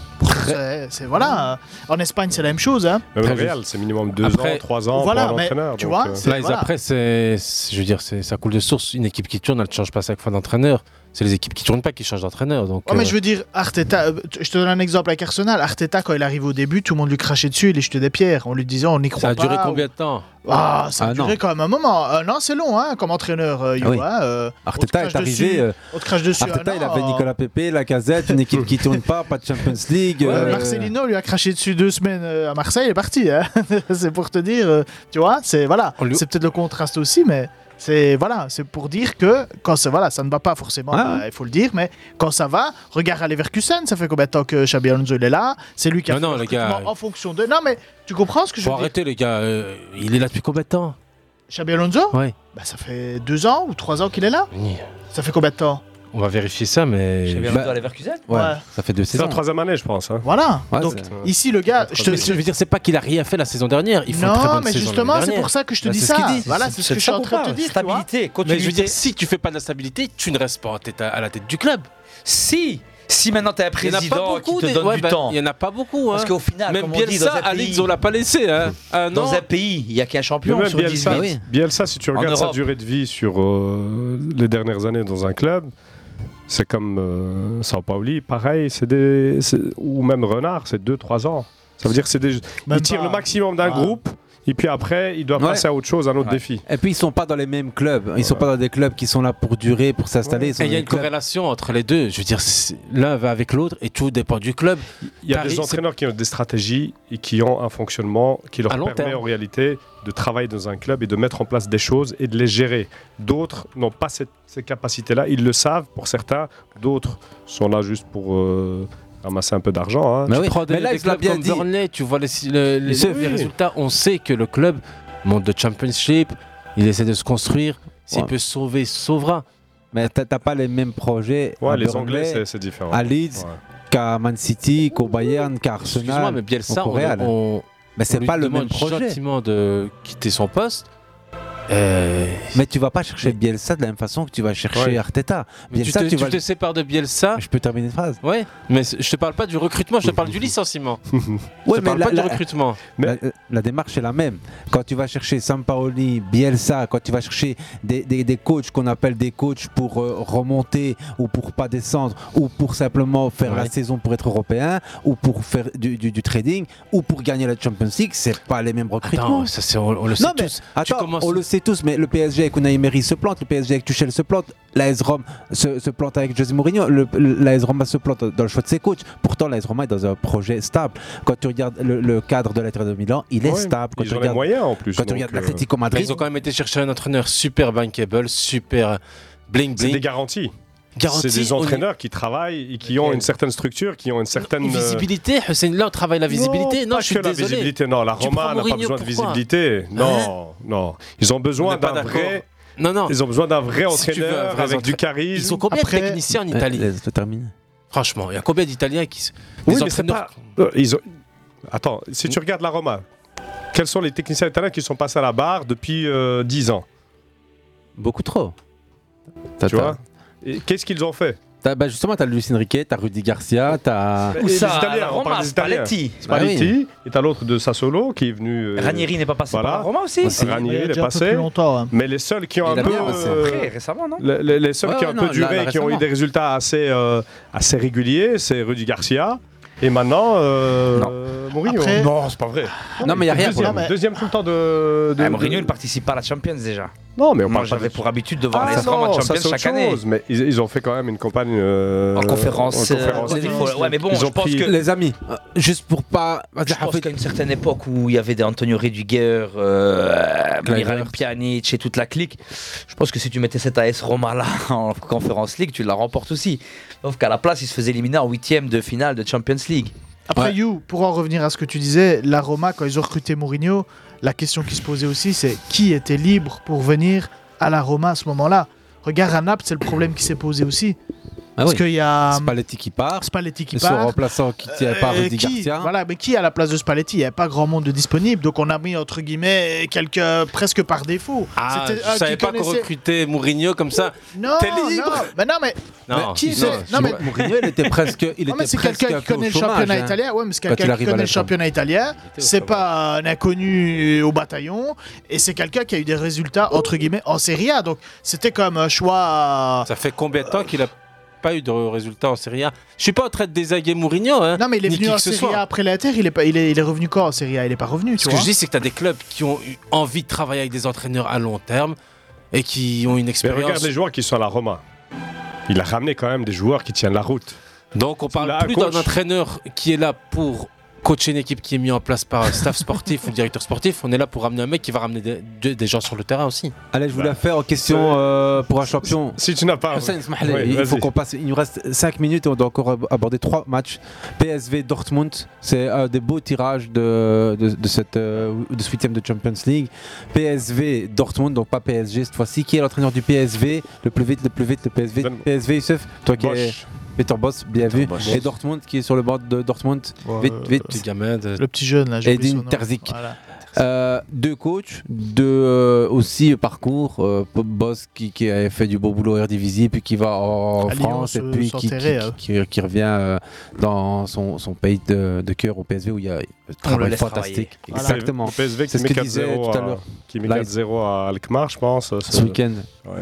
S11: C'est- C'est voilà. En Espagne, c'est la même chose. hein.
S10: Même le Real, c'est minimum 2
S11: Après-
S10: ans, 3 ans
S11: Voilà,
S10: pour un
S11: mais
S10: entraîneur.
S11: tu
S10: donc,
S11: vois,
S10: euh,
S11: c'est-
S9: Là,
S11: voilà.
S9: après, c'est, c'est- je veux dire, c'est, ça coule de source. Une équipe qui tourne, elle ne change pas chaque fois d'entraîneur. C'est les équipes qui tournent pas qui changent d'entraîneur. Donc,
S11: Ouais,
S9: euh,
S11: mais je veux dire, Arteta, euh, t- je te donne un exemple avec Arsenal. Arteta, quand il arrive au début, tout le monde lui crachait dessus, il lui jetait des pierres en lui disant on n'y croit
S9: ça a
S11: pas.
S9: duré
S11: ou-
S9: combien de temps
S11: Ah, ça a
S9: Un
S11: duré
S9: an.
S11: quand même un moment. Un an, c'est long, hein, comme entraîneur. euh, Yo,
S8: Ah oui.
S11: hein, euh,
S8: Arteta
S11: on
S8: est
S11: te crache dessus-
S8: arrivé. euh,
S11: on te crache dessus.
S8: Arteta,
S11: un
S8: il
S11: an,
S8: avait
S11: euh,
S8: Nicolas Pepe, la casette, une équipe qui tourne pas, pas de Champions League.
S11: ouais,
S8: euh,
S11: Marcelino lui a craché dessus deux semaines euh, à Marseille, il est parti. hein. c'est pour te dire, euh, tu vois, c'est voilà, c'est peut-être le contraste aussi, mais c'est voilà, c'est pour dire que quand ça, voilà, ça ne va pas forcément,
S8: Ah,
S11: bah, il faut le dire, mais quand ça va, regarde à Leverkusen, ça fait combien de temps que Xabi Alonso il est là, c'est lui qui a
S9: Non,
S11: fait
S9: non,
S11: le
S9: les gars.
S8: euh,
S11: recrutement en fonction de. Non, mais tu comprends ce que je
S9: Faut
S11: veux dire
S9: arrêter, les gars. euh, il est là depuis combien de temps
S11: Xabi Alonso,
S9: Ouais.
S11: bah, ça fait deux ans ou trois ans qu'il est là. Ça fait combien de temps
S9: On va vérifier ça, mais. Bah,
S11: Xabi Alonso à Leverkusen
S9: ouais,
S11: Ouais.
S9: Ça fait deux
S10: C'est la
S9: saisons.
S10: troisième année, je pense. hein.
S11: Voilà.
S9: Ouais,
S11: Donc
S9: c'est-
S11: ici le gars, je te,
S9: Mais ce que je veux dire, c'est pas qu'il a rien fait la saison dernière. Il fait
S11: Non,
S9: une très bonne
S11: mais
S9: saison
S11: justement,
S9: l'année
S11: c'est
S9: dernière.
S11: pour ça que je te
S9: Bah,
S11: dis
S9: c'est ce qu'il
S11: ça.
S9: dit.
S11: Voilà, c'est ce que je suis en train de te dire, tu vois.
S2: Stabilité,
S9: Mais je veux
S2: continuité.
S9: dire, si tu fais pas de la stabilité, tu ne restes pas en tête à, à la tête du club.
S2: Si Si maintenant t'es un
S9: Il y en a pas
S2: président qui
S9: beaucoup
S2: te
S9: des-
S2: donne
S9: ouais,
S2: du
S9: bah,
S2: temps.
S9: Il y en a pas beaucoup. Hein.
S2: Parce qu'au final,
S9: même
S2: comme on
S9: Bielsa,
S2: dit, dans un
S9: Alix,
S2: pays-
S9: on l'a pas laissé. Hein. Un
S2: Dans
S9: an.
S2: un pays, il y a qu'un champion
S10: Mais même
S2: sur Bah
S10: Bielsa,
S2: 18.
S8: Bah
S10: Bielsa, si tu
S2: En
S10: regardes sa
S2: Europe.
S10: durée de vie sur euh, les dernières années dans un club, c'est comme euh, Sao Pauli, pareil, c'est des, c'est- ou même Renard, c'est 2-3 ans. Ça veut dire que c'est des, ils tirent le maximum d'un groupe, et puis après, ils doivent
S8: Ouais.
S10: passer à autre chose, à un autre
S8: Ouais.
S10: défi.
S8: Et puis ils sont pas dans les mêmes clubs. Ils sont pas dans des clubs qui sont là pour durer, pour s'installer. Ils sont
S9: Et il y
S8: dans
S9: a
S8: des
S9: une
S8: clubs-
S9: corrélation entre les deux. Je veux dire, c'est- l'un va avec l'autre et tout dépend du club.
S10: Il y a
S9: Paris,
S10: des
S9: c'est-
S10: entraîneurs qui ont des stratégies et qui ont un fonctionnement qui leur
S9: À long
S10: permet
S9: terme.
S10: en réalité de travailler dans un club et de mettre en place des choses et de les gérer. D'autres n'ont pas cette, ces capacités-là, ils le savent pour certains, d'autres sont là juste pour euh, ramasser un peu d'argent. hein.
S9: tu prends des,
S8: Mais là,
S9: des
S8: il se l'a
S9: clubs
S8: bien
S9: comme
S8: dit.
S9: Burnley, tu vois les, le- les-
S8: Oui.
S9: les résultats. On sait que le club monte de championship, il essaie de se construire. S'il
S8: Ouais.
S9: peut sauver, sauvera.
S8: Mais t'as t'as pas les mêmes projets.
S10: Ouais,
S8: à
S10: les
S8: Burnley,
S10: Anglais, c'est- c'est différent.
S8: À Leeds,
S10: Ouais.
S8: qu'à Man City, qu'au Bayern, qu'à
S9: Excuse-moi,
S8: Arsenal.
S9: mais Bielsa,
S8: ou qu'au Real.
S9: on, on-
S8: mais
S9: on
S8: c'est
S9: lui
S8: pas le
S9: demande
S8: même projet.
S9: gentiment de quitter son poste. Euh,
S8: Mais tu vas pas chercher Bielsa de la même façon que tu vas chercher
S9: Ouais.
S8: Arteta.
S9: Mais
S8: Bielsa,
S9: tu te, tu
S8: vas.
S9: te sépares de Bielsa.
S8: Je peux terminer une phrase.
S9: Ouais, mais c- je te parle pas du recrutement, je te parle du licenciement. je te
S8: Ouais, mais
S9: parle
S8: la-
S9: pas
S8: la-
S9: du recrutement.
S8: La, la démarche est la même. Quand tu vas chercher Sampaoli, Bielsa, quand tu vas chercher des, des- des coachs qu'on appelle des coachs pour euh, remonter ou pour pas descendre ou pour simplement faire la
S9: Ouais.
S8: saison pour être européen ou pour faire du, du- du trading ou pour gagner la Champions League, c'est pas les mêmes recrutements.
S9: ça, c'est- on- on le sait
S8: Non, mais
S9: tous. Tu
S8: attends,
S9: commences-
S8: on le sait tous, mais le PSG avec Unai Emery se plante, le PSG avec Tuchel se plante, l'AS Rome se, se plante avec José Mourinho, le- l'AS Roma se plante dans le choix de ses coachs. Pourtant, l'AS Roma est dans un projet stable. Quand tu regardes le, le cadre de l'Inter de Milan, il est
S10: Ouais,
S8: stable. Quand
S10: ils
S8: tu
S10: ont les
S8: regardes-
S10: moyens, en plus,
S8: Quand tu
S10: donc,
S8: regardes
S10: euh,
S8: l'Atlético Madrid,
S9: Mais ils ont quand même été chercher un entraîneur super bankable, super bling bling.
S10: C'est des garanties.
S9: Garanties,
S10: C'est des
S9: on est-
S10: entraîneurs qui travaillent et qui ont une certaine structure, qui ont une certaine... euh,
S9: Une visibilité, Hussein, là on travaille la visibilité. Non,
S10: pas
S9: je suis
S10: que la
S9: désolé.
S10: visibilité, non, la
S9: Tu prends
S10: Roma n'a pas
S9: Mourinho,
S10: besoin de
S9: pourquoi Hein
S10: visibilité. Non, non. Ils ont besoin
S9: n'est pas
S10: d'un
S9: d'accord.
S10: vrai.
S9: Non, non.
S10: Ils ont besoin d'un vrai
S9: Si tu veux un
S10: entraîneur
S9: vrai
S10: avec du
S9: entraîneur.
S10: charisme.
S9: Ils sont combien de techniciens en Italie Franchement, il y a combien d'Italiens qui. s-
S10: Oui,
S9: des
S10: mais c'est
S9: entraîneurs-
S10: pas. euh, ils ont- Attends, si tu regardes la Roma, quels sont les techniciens italiens qui sont passés à la barre depuis euh, 10 ans
S8: Beaucoup trop.
S10: Tu vois Et Qu'est-ce qu'ils ont fait
S8: T'as- bah justement, t'as Luis Enrique, t'as Rudy Garcia, t'as.
S2: Ah.
S10: Et les Italiens, on parle des Italiens. Spalletti.
S8: Ah oui.
S10: Et t'as l'autre de Sassuolo qui est venu. euh,
S2: Ranieri n'est pas passé
S10: voilà.
S2: par la Roma aussi
S10: Ranieri, il est passé. Mais les seuls qui ont
S2: Il a
S10: un peu.
S2: bien passé.
S10: euh,
S2: Après, récemment, non
S10: les, les- les seuls
S2: Ouais,
S10: qui
S2: ouais,
S10: ont un
S2: non,
S10: peu duré
S2: là,
S10: et qui ont eu
S2: récemment.
S10: des résultats assez, euh, assez réguliers, c'est Rudy Garcia. Et maintenant, euh, Mourinho.
S2: Après-
S10: Non, c'est pas vrai.
S2: Non, mais y a rien pour le
S10: Deuxième,
S2: moment.
S10: deuxième tout le temps de. de-
S2: Ah, Mourinho,
S10: de-
S2: il participe pas à la Champions déjà.
S10: Non, mais on
S2: Moi,
S10: parle
S2: j'avais
S10: jamais-
S2: pour habitude de voir
S10: Ah
S2: les
S10: non,
S2: Roma en
S10: ça,
S2: Champions
S10: c'est autre
S2: chaque année.
S10: chose, Mais ils, ils ont fait quand même une campagne. euh,
S2: En conférence,
S10: en
S2: euh,
S10: conférence.
S2: il faut- ouais, mais bon,
S10: Ils
S2: je
S10: ont
S2: pense
S10: pris-
S2: que
S8: les amis, euh, juste pour pas.
S2: Je pense qu'à une certaine époque où il y avait des Antonio Reduguer, euh, Miralem Pjanic et toute la clique, je pense que si tu mettais cette AS Roma là en Conférence League, tu la remportes aussi. Sauf qu'à la place, il se faisait éliminer en huitième de finale de Champions League.
S11: Après, You, pour en revenir à ce que tu disais, la Roma, quand ils ont recruté Mourinho, la question qui se posait aussi, c'est qui était libre pour venir à la Roma à ce moment-là Regarde, à Naples, c'est le problème qui s'est posé aussi.
S8: Ah
S11: Parce
S8: oui.
S11: qu'il y a.
S8: Spalletti qui part.
S11: Spalletti qui
S8: Et
S11: part.
S8: Son remplaçant qui tient par
S11: Euh,
S8: Rudy
S11: qui-
S8: Garcia.
S11: Voilà, mais qui à la place de Spalletti Il n'y avait pas grand monde de disponible. Donc on a mis, entre guillemets, quelqu'un presque par défaut.
S9: Ah,
S11: C'était
S9: je
S11: un qui
S9: savais pas qu'on
S11: connaissait-
S9: recrutait Mourinho comme ça.
S11: Non,
S9: T'es
S11: non,
S9: libre
S11: mais non, mais.
S9: Non,
S11: mais qui
S9: non,
S11: c'est-
S9: Simon- Mourinho, il était presque- il
S11: Non, mais
S9: était
S11: c'est
S9: presque
S11: quelqu'un
S9: un
S11: qui
S9: peu au
S11: connaît le
S9: chômage,
S11: championnat
S9: hein,
S11: italien. Ouais, mais c'est
S9: quand il
S11: quelqu'un qui
S9: arrive à
S11: connaît le
S9: la Chambre.
S11: championnat italien. C'est pas un inconnu au bataillon. Et c'est quelqu'un qui a eu des résultats, entre guillemets, en Serie A. Donc c'était comme euh, un
S10: Ah.
S11: choix.
S9: Ça fait combien de temps qu'il a pas eu de résultats en Serie A Je suis pas en train de désaguer Mourinho. Hein,
S11: Non, mais il est
S9: ni qui
S11: venu en
S9: que ce
S11: Serie
S9: soit.
S11: A après l'Inter. Il est, pas- il, est, il est revenu quand en Serie A Il n'est pas revenu, tu
S9: Ce que
S11: vois.
S9: je dis, c'est que tu as des clubs qui ont eu envie de travailler avec des entraîneurs à long terme et qui ont une
S10: Mais
S9: expérience.
S10: regarde les joueurs qui sont à la Roma. Il a ramené quand même des joueurs qui tiennent la route.
S9: Donc on parle plus d'un entraîneur qui est là pour coacher une équipe qui est mise en place par un staff sportif ou directeur sportif. On est là pour ramener un mec qui va ramener des, des- des gens sur le terrain aussi.
S8: Allez, je vous la fais en question euh, pour un champion.
S10: Si tu n'as pas.
S8: Hussein, Ismaël,
S10: Oui,
S8: il faut
S10: vas-y.
S8: qu'on passe. Il nous reste 5 minutes et on doit encore ab- aborder 3 matchs. PSV Dortmund, c'est un des beaux tirages de, de, de cette, euh, de ce huitième de Champions League. PSV Dortmund, donc pas PSG cette fois-ci. Qui est l'entraîneur du PSV Le plus vite, le plus vite, le PSV. PSV, Youssef, toi qui
S9: Bosch.
S8: es. Peter Boss, bien vu.
S9: Bosch.
S8: Et Dortmund qui est sur le bord de Dortmund.
S11: Ouais,
S8: vite,
S11: euh,
S8: vite.
S9: Le gamin de-
S11: Le petit jeune, là, j'ai oublié
S8: Edin
S11: son nom.
S8: Terzic.
S11: Voilà.
S8: Euh, deux coachs, deux euh, aussi euh, parcours. euh, Pop Boss qui, qui a fait du beau boulot en Eredivisie, puis qui va en
S11: À Lyon,
S8: France, et
S11: se-
S8: puis qui, qui,
S11: s'enterrer,
S8: qui-
S11: hein.
S8: qui- qui revient euh, dans son, son pays de, de cœur au PSV où il y a un travail
S10: laisse
S8: fantastique.
S10: travailler.
S8: Exactement.
S10: Le PSV qui
S8: C'est ce
S10: met
S8: que disait
S10: 4-0
S8: tout à
S10: à-
S8: l'heure.
S10: qui met
S8: Live.
S10: 4-0 à Alkmaar, je pense.
S8: Ce week-end.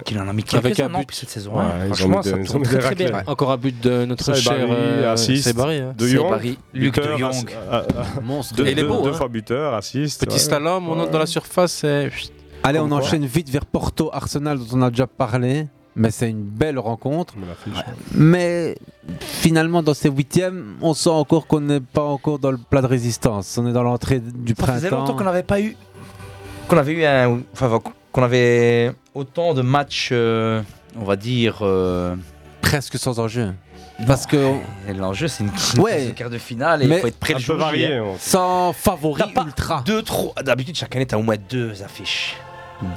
S12: Qu'il en a mis
S9: Avec
S12: quelques-uns,
S9: un
S12: non,
S9: but
S12: puis cette saison.
S9: Ouais,
S12: hein.
S9: ils ont
S12: Franchement,
S9: mis des-
S12: ça
S9: ils ont
S12: tourne
S9: mis
S12: très
S9: des
S12: très bien.
S9: raclées. Encore un but de notre
S10: Saibari,
S9: cher, euh,
S10: assist.
S9: Saibari, hein.
S10: De Jong.
S9: Saibari, Luc de
S10: buteur,
S9: Jong.
S10: ass- ah, ah,
S9: Monstre.
S10: Deux,
S9: Et il est
S10: deux-
S9: beau,
S10: deux
S9: hein.
S10: fois buteur, assist.
S9: Petit
S10: ouais.
S9: slalom, on entre dans la surface. et-
S8: Allez, on
S9: Comme quoi.
S8: enchaîne vite vers Porto Arsenal dont on a déjà parlé. Mais c'est une belle rencontre. Mais finalement, dans ces huitièmes, on sent encore qu'on n'est pas encore dans le plat de résistance. On est dans l'entrée du
S2: Ça faisait longtemps
S8: printemps.
S2: qu'on n'avait pas eu. Qu'on avait eu un. Enfin, qu'on avait autant de matchs, euh, on va dire. euh, Bah,
S8: Presque sans enjeu. Parce que.
S2: L'enjeu, c'est une
S8: Ouais.
S2: de quart de finale et il
S8: Mais-
S2: faut être prêt
S8: Un
S2: le
S8: peu
S2: jour J,
S8: varié,
S2: hein.
S8: on- Sans favori
S2: T'as pas Deux, trois. D'habitude, chaque année, t'as au moins deux affiches.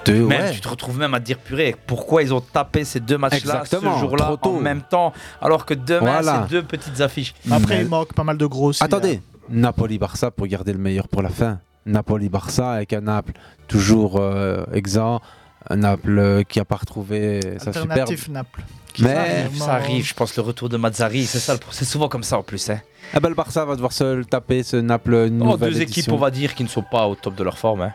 S8: Deux,
S2: même,
S8: ouais.
S2: Tu te retrouves même à te dire, purée, pourquoi ils ont tapé ces deux matchs-là ce
S8: Exactement,
S2: jour-là
S8: trop tôt.
S2: en même temps, alors que demain,
S8: Voilà.
S2: c'est deux petites affiches.
S11: Après, il manque pas mal de gros aussi,
S8: Attendez, Napoli-Barça pour garder le meilleur pour la fin. Napoli-Barça avec un Naples toujours euh, exempt. Un Naples euh, qui n'a pas retrouvé sa superbe.
S11: Alternatif Naples.
S8: Mais
S2: ça arrive, je pense, le retour de Mazzari, c'est ça, le pro- c'est souvent comme ça en plus. Hein.
S8: Ah bah, le Barça va devoir se le taper ce Naples
S2: Oh,
S8: nouvelle
S2: deux
S8: édition.
S2: équipes, on va dire, qui ne sont pas au top de leur forme. hein.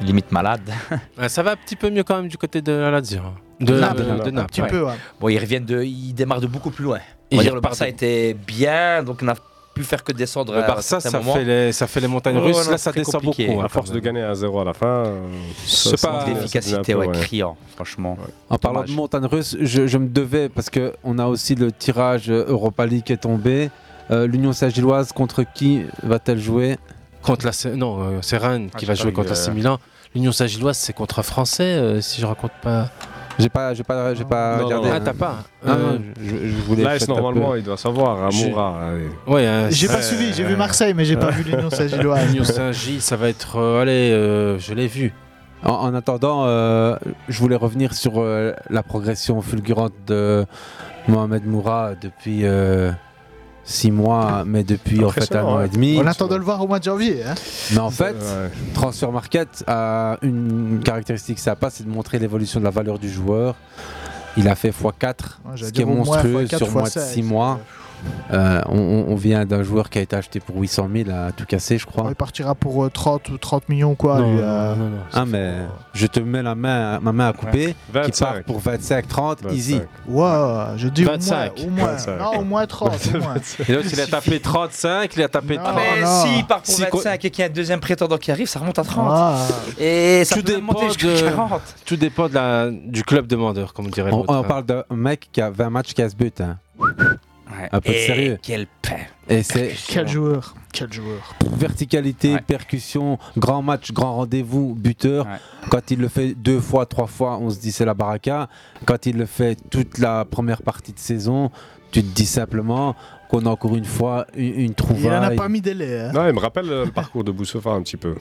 S2: Limite malade.
S9: Ouais, Ça va un petit peu mieux quand même du côté de la Lazio. hein. De,
S2: Naples,
S9: de
S2: Naples.
S9: Naples, ouais.
S2: Bon, ils reviennent de, ils démarrent de beaucoup plus loin.
S9: Ils
S2: On va dire, le
S9: repartent
S2: Barça
S9: de-
S2: était bien, donc n'a pu faire que descendre.
S9: Le
S2: à un
S9: Barça,
S2: certain
S9: ça
S2: moment.
S9: fait, les, ça fait les montagnes
S2: Oh,
S9: russes.
S2: non, c'est
S9: Là, ça
S2: très
S9: descend
S2: compliqué.
S9: beaucoup.
S10: À force de gagner à 0 à la fin. euh,
S9: C'est
S10: ça,
S9: pas-
S10: ça devient
S2: L'efficacité,
S10: un peu,
S2: ouais, criant, franchement.
S8: En parlant de montagne russe, je, je me devais, parce qu'on a aussi le tirage euh, Europa League qui est tombé. Euh, L'Union Saint-Gilloise, contre qui va-t-elle jouer
S9: Contre la, C- non, euh, c'est Rennes
S8: Ah,
S9: qui
S8: j'ai
S9: va
S8: pas
S9: jouer
S8: vu,
S9: contre la
S8: euh,
S9: AC Milan. L'Union Saint-Gilloise, c'est contre un Français, euh, si je raconte pas.
S8: J'ai pas, j'ai pas, j'ai pas
S9: Non,
S8: regardé.
S9: non, non. Ah, t'as pas.
S8: Non,
S9: Euh,
S8: non, je, je- je voulais.
S10: L'AS,
S8: faites un
S10: normalement,
S8: peu.
S10: il doit savoir.
S8: Je-
S10: Amoura.
S9: Ouais, euh,
S11: J'ai
S9: c'est-
S11: pas suivi, j'ai vu Marseille, mais j'ai pas vu l'Union Saint-Gilloise.
S9: L'Union Saint-Gilles, ça va être. euh, allez, euh, je l'ai vu.
S8: En, en attendant, euh, je voulais revenir sur euh, la progression fulgurante de Mohamed Moura depuis 6 mois, mais depuis en fait un
S11: Impressionnant,
S8: an
S11: hein.
S8: et demi.
S11: On attend de le voir au mois de janvier. hein.
S8: Mais en fait, Transfer Market a une caractéristique sympa, c'est de montrer l'évolution de la valeur du joueur. Il a fait x4,
S11: Ouais, j'allais
S8: ce qui est
S11: dire au moins
S8: monstrueux
S11: x4,
S8: sur moins de
S11: x16,
S8: 6 mois. Euh, on- on, on vient d'un joueur qui a été acheté pour 800 000 à tout casser, je crois.
S11: Il partira pour euh, 30 ou 30 millions, quoi.
S8: Non,
S11: lui,
S8: non,
S11: euh.
S8: non, non, non, Ah, mais je te mets la main, ma main à couper,
S11: Ouais.
S8: qui part pour 25, 30, easy.
S11: Wow, Ah, je dis au moins,
S8: 25.
S11: au moins,
S8: 25.
S11: non, au moins 30. au moins.
S9: Et l'autre, il a tapé 35, il a tapé 30.
S2: mais s'il part pour
S9: Si, quoi-
S2: 25 et qu'il y a un deuxième prétendant qui arrive, ça remonte à 30.
S9: Ah.
S2: Et ça
S9: tout
S2: peut même monter
S9: dépend,
S2: jusqu'à
S9: de-
S2: 40.
S9: tout dépend de la- du club demandeur, comme on dirait.
S8: On,
S9: l'autre,
S8: on
S9: hein.
S8: parle d'un mec qui a 20 matchs, 15 buts. Hein. Un peu de
S9: Et
S8: sérieux.
S2: quel pain.
S8: Et c'est
S11: Quel joueur Quel joueur
S8: verticalité, percussion, grand match, grand rendez-vous, buteur. Quand il le fait deux fois, trois fois, on se dit c'est la baraka. Quand il le fait toute la première partie de saison, tu te dis simplement qu'on a encore une fois une, une trouvaille.
S11: Il en a pas mis des laits. hein.
S10: Non, il me rappelle euh, le parcours de Boussofa un petit peu.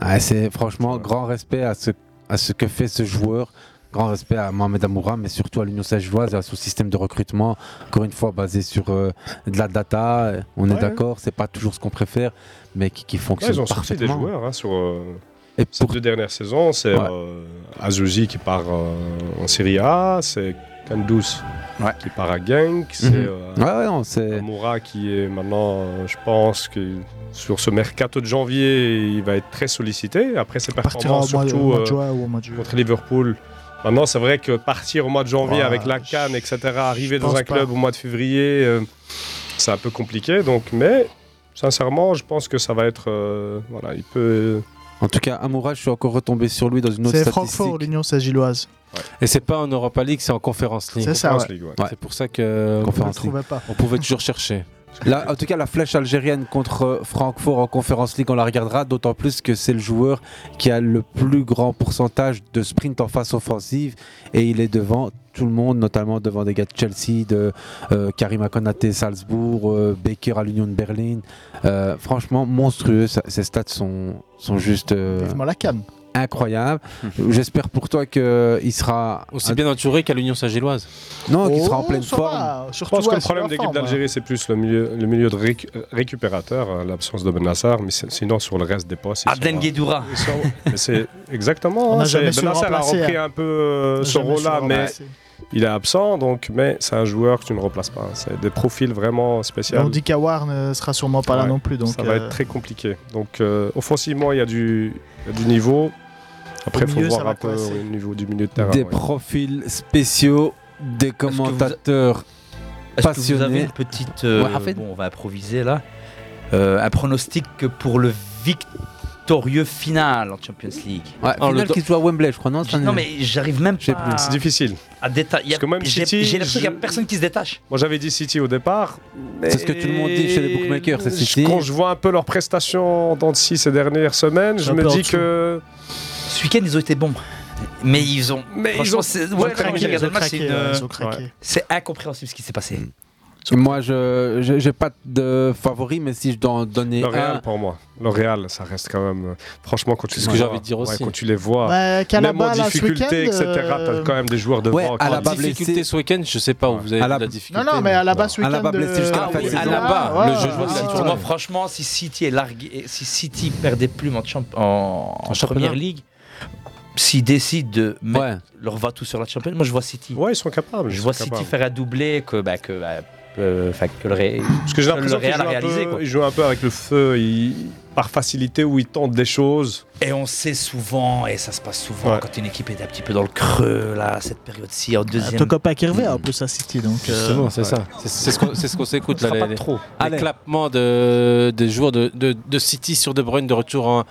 S8: Ah, c'est franchement grand respect à ce, à ce que fait ce joueur. Grand respect à Mohamed Amoura, mais surtout à l'Union Sagevoise et à son système de recrutement, encore une fois basé sur euh, de la data. On est
S10: Ouais.
S8: d'accord, c'est pas toujours ce qu'on préfère, mais qui, qui fonctionne
S10: Ouais, ils ont sorti
S8: parfaitement.
S10: des joueurs hein, sur euh,
S8: Et
S10: ces deux dernières saisons. C'est
S8: Ouais.
S10: euh, Azuzi qui part euh, en Serie A, c'est Kandous qui part à Genk, c'est
S8: Mhm.
S10: euh,
S8: Ouais, ouais, non, c'est-
S10: Amoura qui est maintenant, euh, je pense que sur ce mercato de janvier, il va être très sollicité. Après ses
S11: Partira au
S10: performances,
S11: mois de- au
S10: surtout
S11: mois de
S10: euh,
S11: juin ou au mois de
S10: contre Liverpool. Maintenant, c'est vrai que partir au mois de janvier
S11: Ouais,
S10: avec la Cannes, etc., arriver dans
S11: pense
S10: un club
S11: pas.
S10: au mois de février, euh, c'est un peu compliqué. Donc, mais sincèrement, je pense que ça va être, euh, voilà, il peut.
S8: En tout cas, Amoura, je suis encore retombé sur lui dans une autre
S11: C'est
S8: statistique.
S11: Francfort, l'Union Sagiloise.
S9: Et c'est pas en Europa League, c'est en Conference League.
S11: C'est ça, Conference ouais. League,
S8: ouais.
S9: C'est pour ça que
S8: Conference
S9: on,
S8: League.
S11: trouvait pas.
S9: on pouvait toujours chercher.
S8: La- en tout cas, la flèche algérienne contre euh, Francfort en Conférence League, on la regardera, d'autant plus que c'est le joueur qui a le plus grand pourcentage de sprint en face offensive et il est devant tout le monde, notamment devant des gars de Chelsea, de euh, Karim Akonate, Salzbourg, euh, Baker à l'Union de Berlin. Euh, franchement, monstrueux, ça- ces stats sont, sont juste euh,
S11: Vivement la canne.
S8: incroyables.
S10: Hmm.
S8: J'espère pour toi qu'il sera
S9: Aussi bien entouré qu'à l'Union Saint-Gilloise.
S8: Non, qui sera en pleine forme.
S10: Je
S11: Oh, Surtout
S10: pense que
S11: ouais,
S10: le
S11: sur
S10: problème
S11: la
S10: de l'équipe
S9: hein.
S11: forme,
S10: d'Algérie, c'est plus le milieu, le milieu de récu- euh, récupérateur, hein, l'absence de Benassar, mais c'est- sinon sur le reste des postes. ils
S12: Abdel
S10: sont-
S12: Guedoura.
S10: ils sont- mais C'est exactement.
S12: On
S10: hein,
S12: n'a
S10: c'est-
S12: jamais su le
S10: Benassar a
S12: remplacer,
S10: repris
S12: hein.
S10: un peu euh,
S12: On n'a
S10: ce
S12: jamais su le
S10: rôle-là, mais
S12: remplacer.
S10: il est absent, donc. Mais c'est un joueur que tu ne remplaces pas. hein. C'est des profils vraiment
S11: Et
S10: spéciaux.
S11: On dit qu'Awar ne sera sûrement pas là
S10: Ouais,
S11: non plus. Donc,
S10: ça va
S11: euh,
S10: être très compliqué. Donc euh, offensivement, il y a du, il y a du niveau. Après,
S8: Au
S10: il faut
S8: milieu, ça
S10: voir
S8: va
S10: un peu
S8: coincer.
S10: au niveau du milieu de terrain.
S8: des
S10: ouais.
S8: profils spéciaux, des commentateurs
S12: Est-ce que
S8: passionnés.
S12: vous avez une petite. euh,
S8: Ouais, Raphaël.
S12: bon, on va improviser là. Euh, un pronostic pour le victorieux final en Champions League.
S10: Ah,
S8: Ouais,
S12: Oh, le
S8: final
S12: do-
S8: qui se joue à Wembley, je crois, non cette
S12: Non,
S8: année
S12: mais j'arrive même
S8: J'ai
S12: pas.
S8: plus. C'est
S10: difficile.
S12: À détailler.
S10: Parce que même
S12: J'ai
S10: City,
S12: j'ai l'impression qu'il n'y
S10: je-
S12: a personne qui se détache.
S10: Moi, j'avais dit City au départ.
S8: C'est ce que tout le monde dit chez les bookmakers, c'est
S10: Je-
S8: City.
S10: Quand je vois un peu leurs prestations dans d'ici ces dernières semaines, je
S12: Un
S10: me
S12: peu en
S10: dis
S12: dessous.
S10: que.
S12: Ce week-end, ils ont été bons. Mais ils ont.
S10: Mais
S12: franchement,
S10: ils ont-
S12: c'est-
S10: ils ont
S12: ouais,
S10: craqué,
S12: quand
S10: ils
S12: j'ai regardé
S10: ont
S12: le match,
S10: craqué,
S12: c'est
S10: ouais,
S12: une-
S10: ils ont craqué.
S12: Ouais. C'est incompréhensible ce qui s'est
S8: Mm.
S12: passé.
S8: Moi, je j'ai- j'ai pas de favori, mais si je dois en donner
S10: Le
S8: un,
S10: Real pour moi. Le Real, ça reste quand même. euh, Franchement, quand tu
S8: C'est
S10: les
S8: ce que j'ai
S10: vois-
S8: envie de dire
S10: ouais,
S8: aussi.
S10: quand tu les vois,
S11: Bah,
S10: même
S11: Calaba,
S10: en
S11: là, ce
S10: difficulté,
S11: week-end,
S10: etc.
S11: euh,
S10: T'as quand même des joueurs devant.
S8: Ouais,
S10: qui
S8: à la
S10: ont
S8: base,
S10: des difficultés.
S9: Difficulté ce week-end, je sais pas où vous avez de la difficulté.
S11: Non, non, mais à la base, ce week-end.
S8: Alaba blessé jusqu'à la
S11: euh,
S8: fin de
S11: oui,
S8: saison.
S11: Alaba,
S8: Alaba,
S11: ouais,
S8: le jeu de
S11: ouais,
S8: la
S11: ouais,
S8: tournoi.
S11: ouais.
S12: Moi, franchement, si City est largué, si City perd des plumes en, champ- en, en première ligue, s'ils décident de mettre leur va-tout sur la Champions, moi je vois City.
S10: Ouais, ils sont capables.
S12: Je
S10: ils
S12: vois
S10: sont
S12: City
S10: capables.
S12: faire un doublé que, bah, que, bah, euh, enfin, que le Real.
S10: Parce que j'ai l'impression
S12: le Real a
S10: qu'ils jouent un peu-
S12: réalisé. quoi.
S10: ils jouent un peu avec le feu, ils- par facilité où ils tentent des choses.
S12: Et on sait souvent, et ça se passe souvent, quand une équipe est un petit peu dans le creux, là, à cette période-ci, en
S11: Ah,
S12: deuxième.
S11: Ton copain qui revient en plus à City. donc. euh,
S9: Justement, c'est ça. C'est- C'est ce qu'on c'est ce qu'on s'écoute
S12: Ça
S9: là.
S12: sera
S9: Les,
S12: pas
S9: les-
S12: trop.
S9: les clapements de, des joueurs de, de- de City sur De Bruyne de retour en,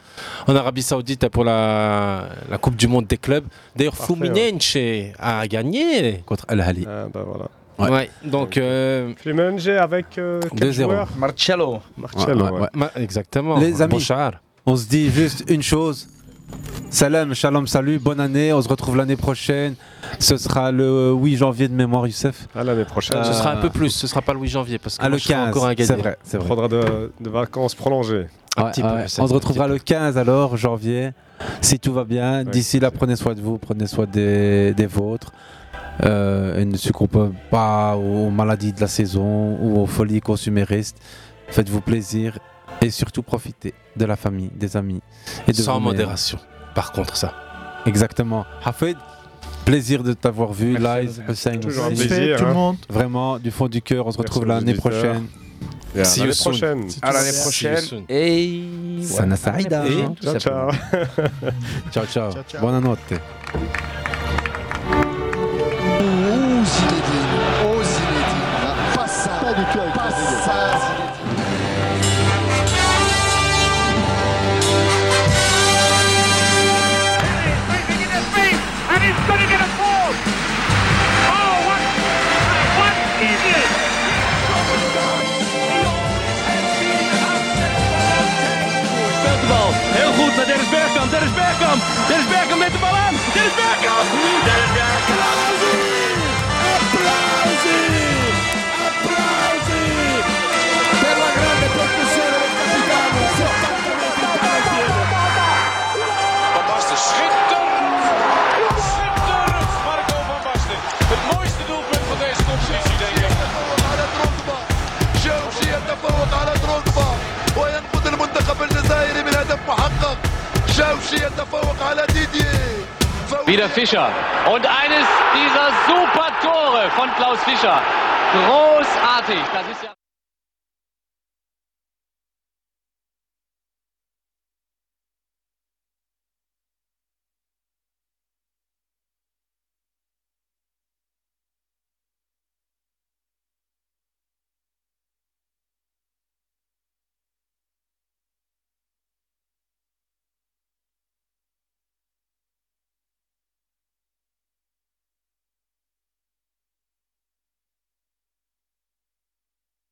S9: en Arabie Saoudite pour la, la Coupe du Monde des clubs. D'ailleurs,
S8: Parfait,
S9: Fluminense a gagné.
S8: contre Al Ahly.
S9: Ouais.
S8: Ouais.
S9: donc. euh,
S10: Fluminense avec euh, quatre
S9: 2-0.
S10: joueurs.
S12: Marcello.
S10: Marcello, ouais.
S9: Ma- exactement.
S8: Les amis,
S9: Bouchard.
S8: on se dit juste une chose. Salam, shalom, salut, bonne année. On se retrouve l'année prochaine. Ce sera le 8 janvier de mémoire, Youssef.
S10: À l'année prochaine.
S9: Ce sera un peu plus, ce sera pas le 8 janvier parce que
S8: Ah,
S9: moi,
S8: le
S9: je serai
S8: 15,
S9: encore un gagné.
S8: c'est vrai, c'est
S10: On
S8: vrai.
S10: prendra de, de vacances prolongées.
S8: Ouais, ouais. On se retrouvera le 15 alors, janvier, si tout va bien. D'ici là, prenez soin de vous, prenez soin des, des vôtres. Euh, et ne succombez pas aux maladies de la saison ou aux folies consuméristes. Faites-vous plaisir et surtout profitez de la famille, des amis. Et de
S9: Sans
S8: vous-même.
S9: modération, par contre, ça.
S8: Exactement. Hafid, plaisir de t'avoir vu live. Hussein.
S10: Toujours un Satisfait, plaisir, tout le hein. monde.
S8: Vraiment, du fond du cœur, on se retrouve
S10: Merci aux
S8: l'année
S10: auditeurs.
S8: prochaine.
S10: Et à See you l'année soon. prochaine.
S12: À l'année prochaine. Et.
S8: Sana
S12: voilà.
S8: Saïda.
S12: Et-
S8: Tout
S10: Ciao, ciao.
S8: Ciao, ciao.
S10: Ciao, ciao.
S8: Buonanotte.
S1: Oh Zinedine, oh Zinedine, Voilà. pas ça, pas du tout, pas ça.
S5: And he's going to get a ball. Oh, what, what is it?
S7: Speelt de bal. Heel goed naar Dennis Bergkamp. Dennis Bergkamp. Dennis Bergkamp met de bal aan. Dennis Bergkamp. Dennis Bergkamp.
S5: Applausi! Applausi! Per la grande percussione del capitano. Maar was de schitterend. Schitterend الشوشي يتفوق على ديدييه
S7: Wieder Fischer. Und eines dieser super Tore von Klaus Fischer. Großartig. Das ist ja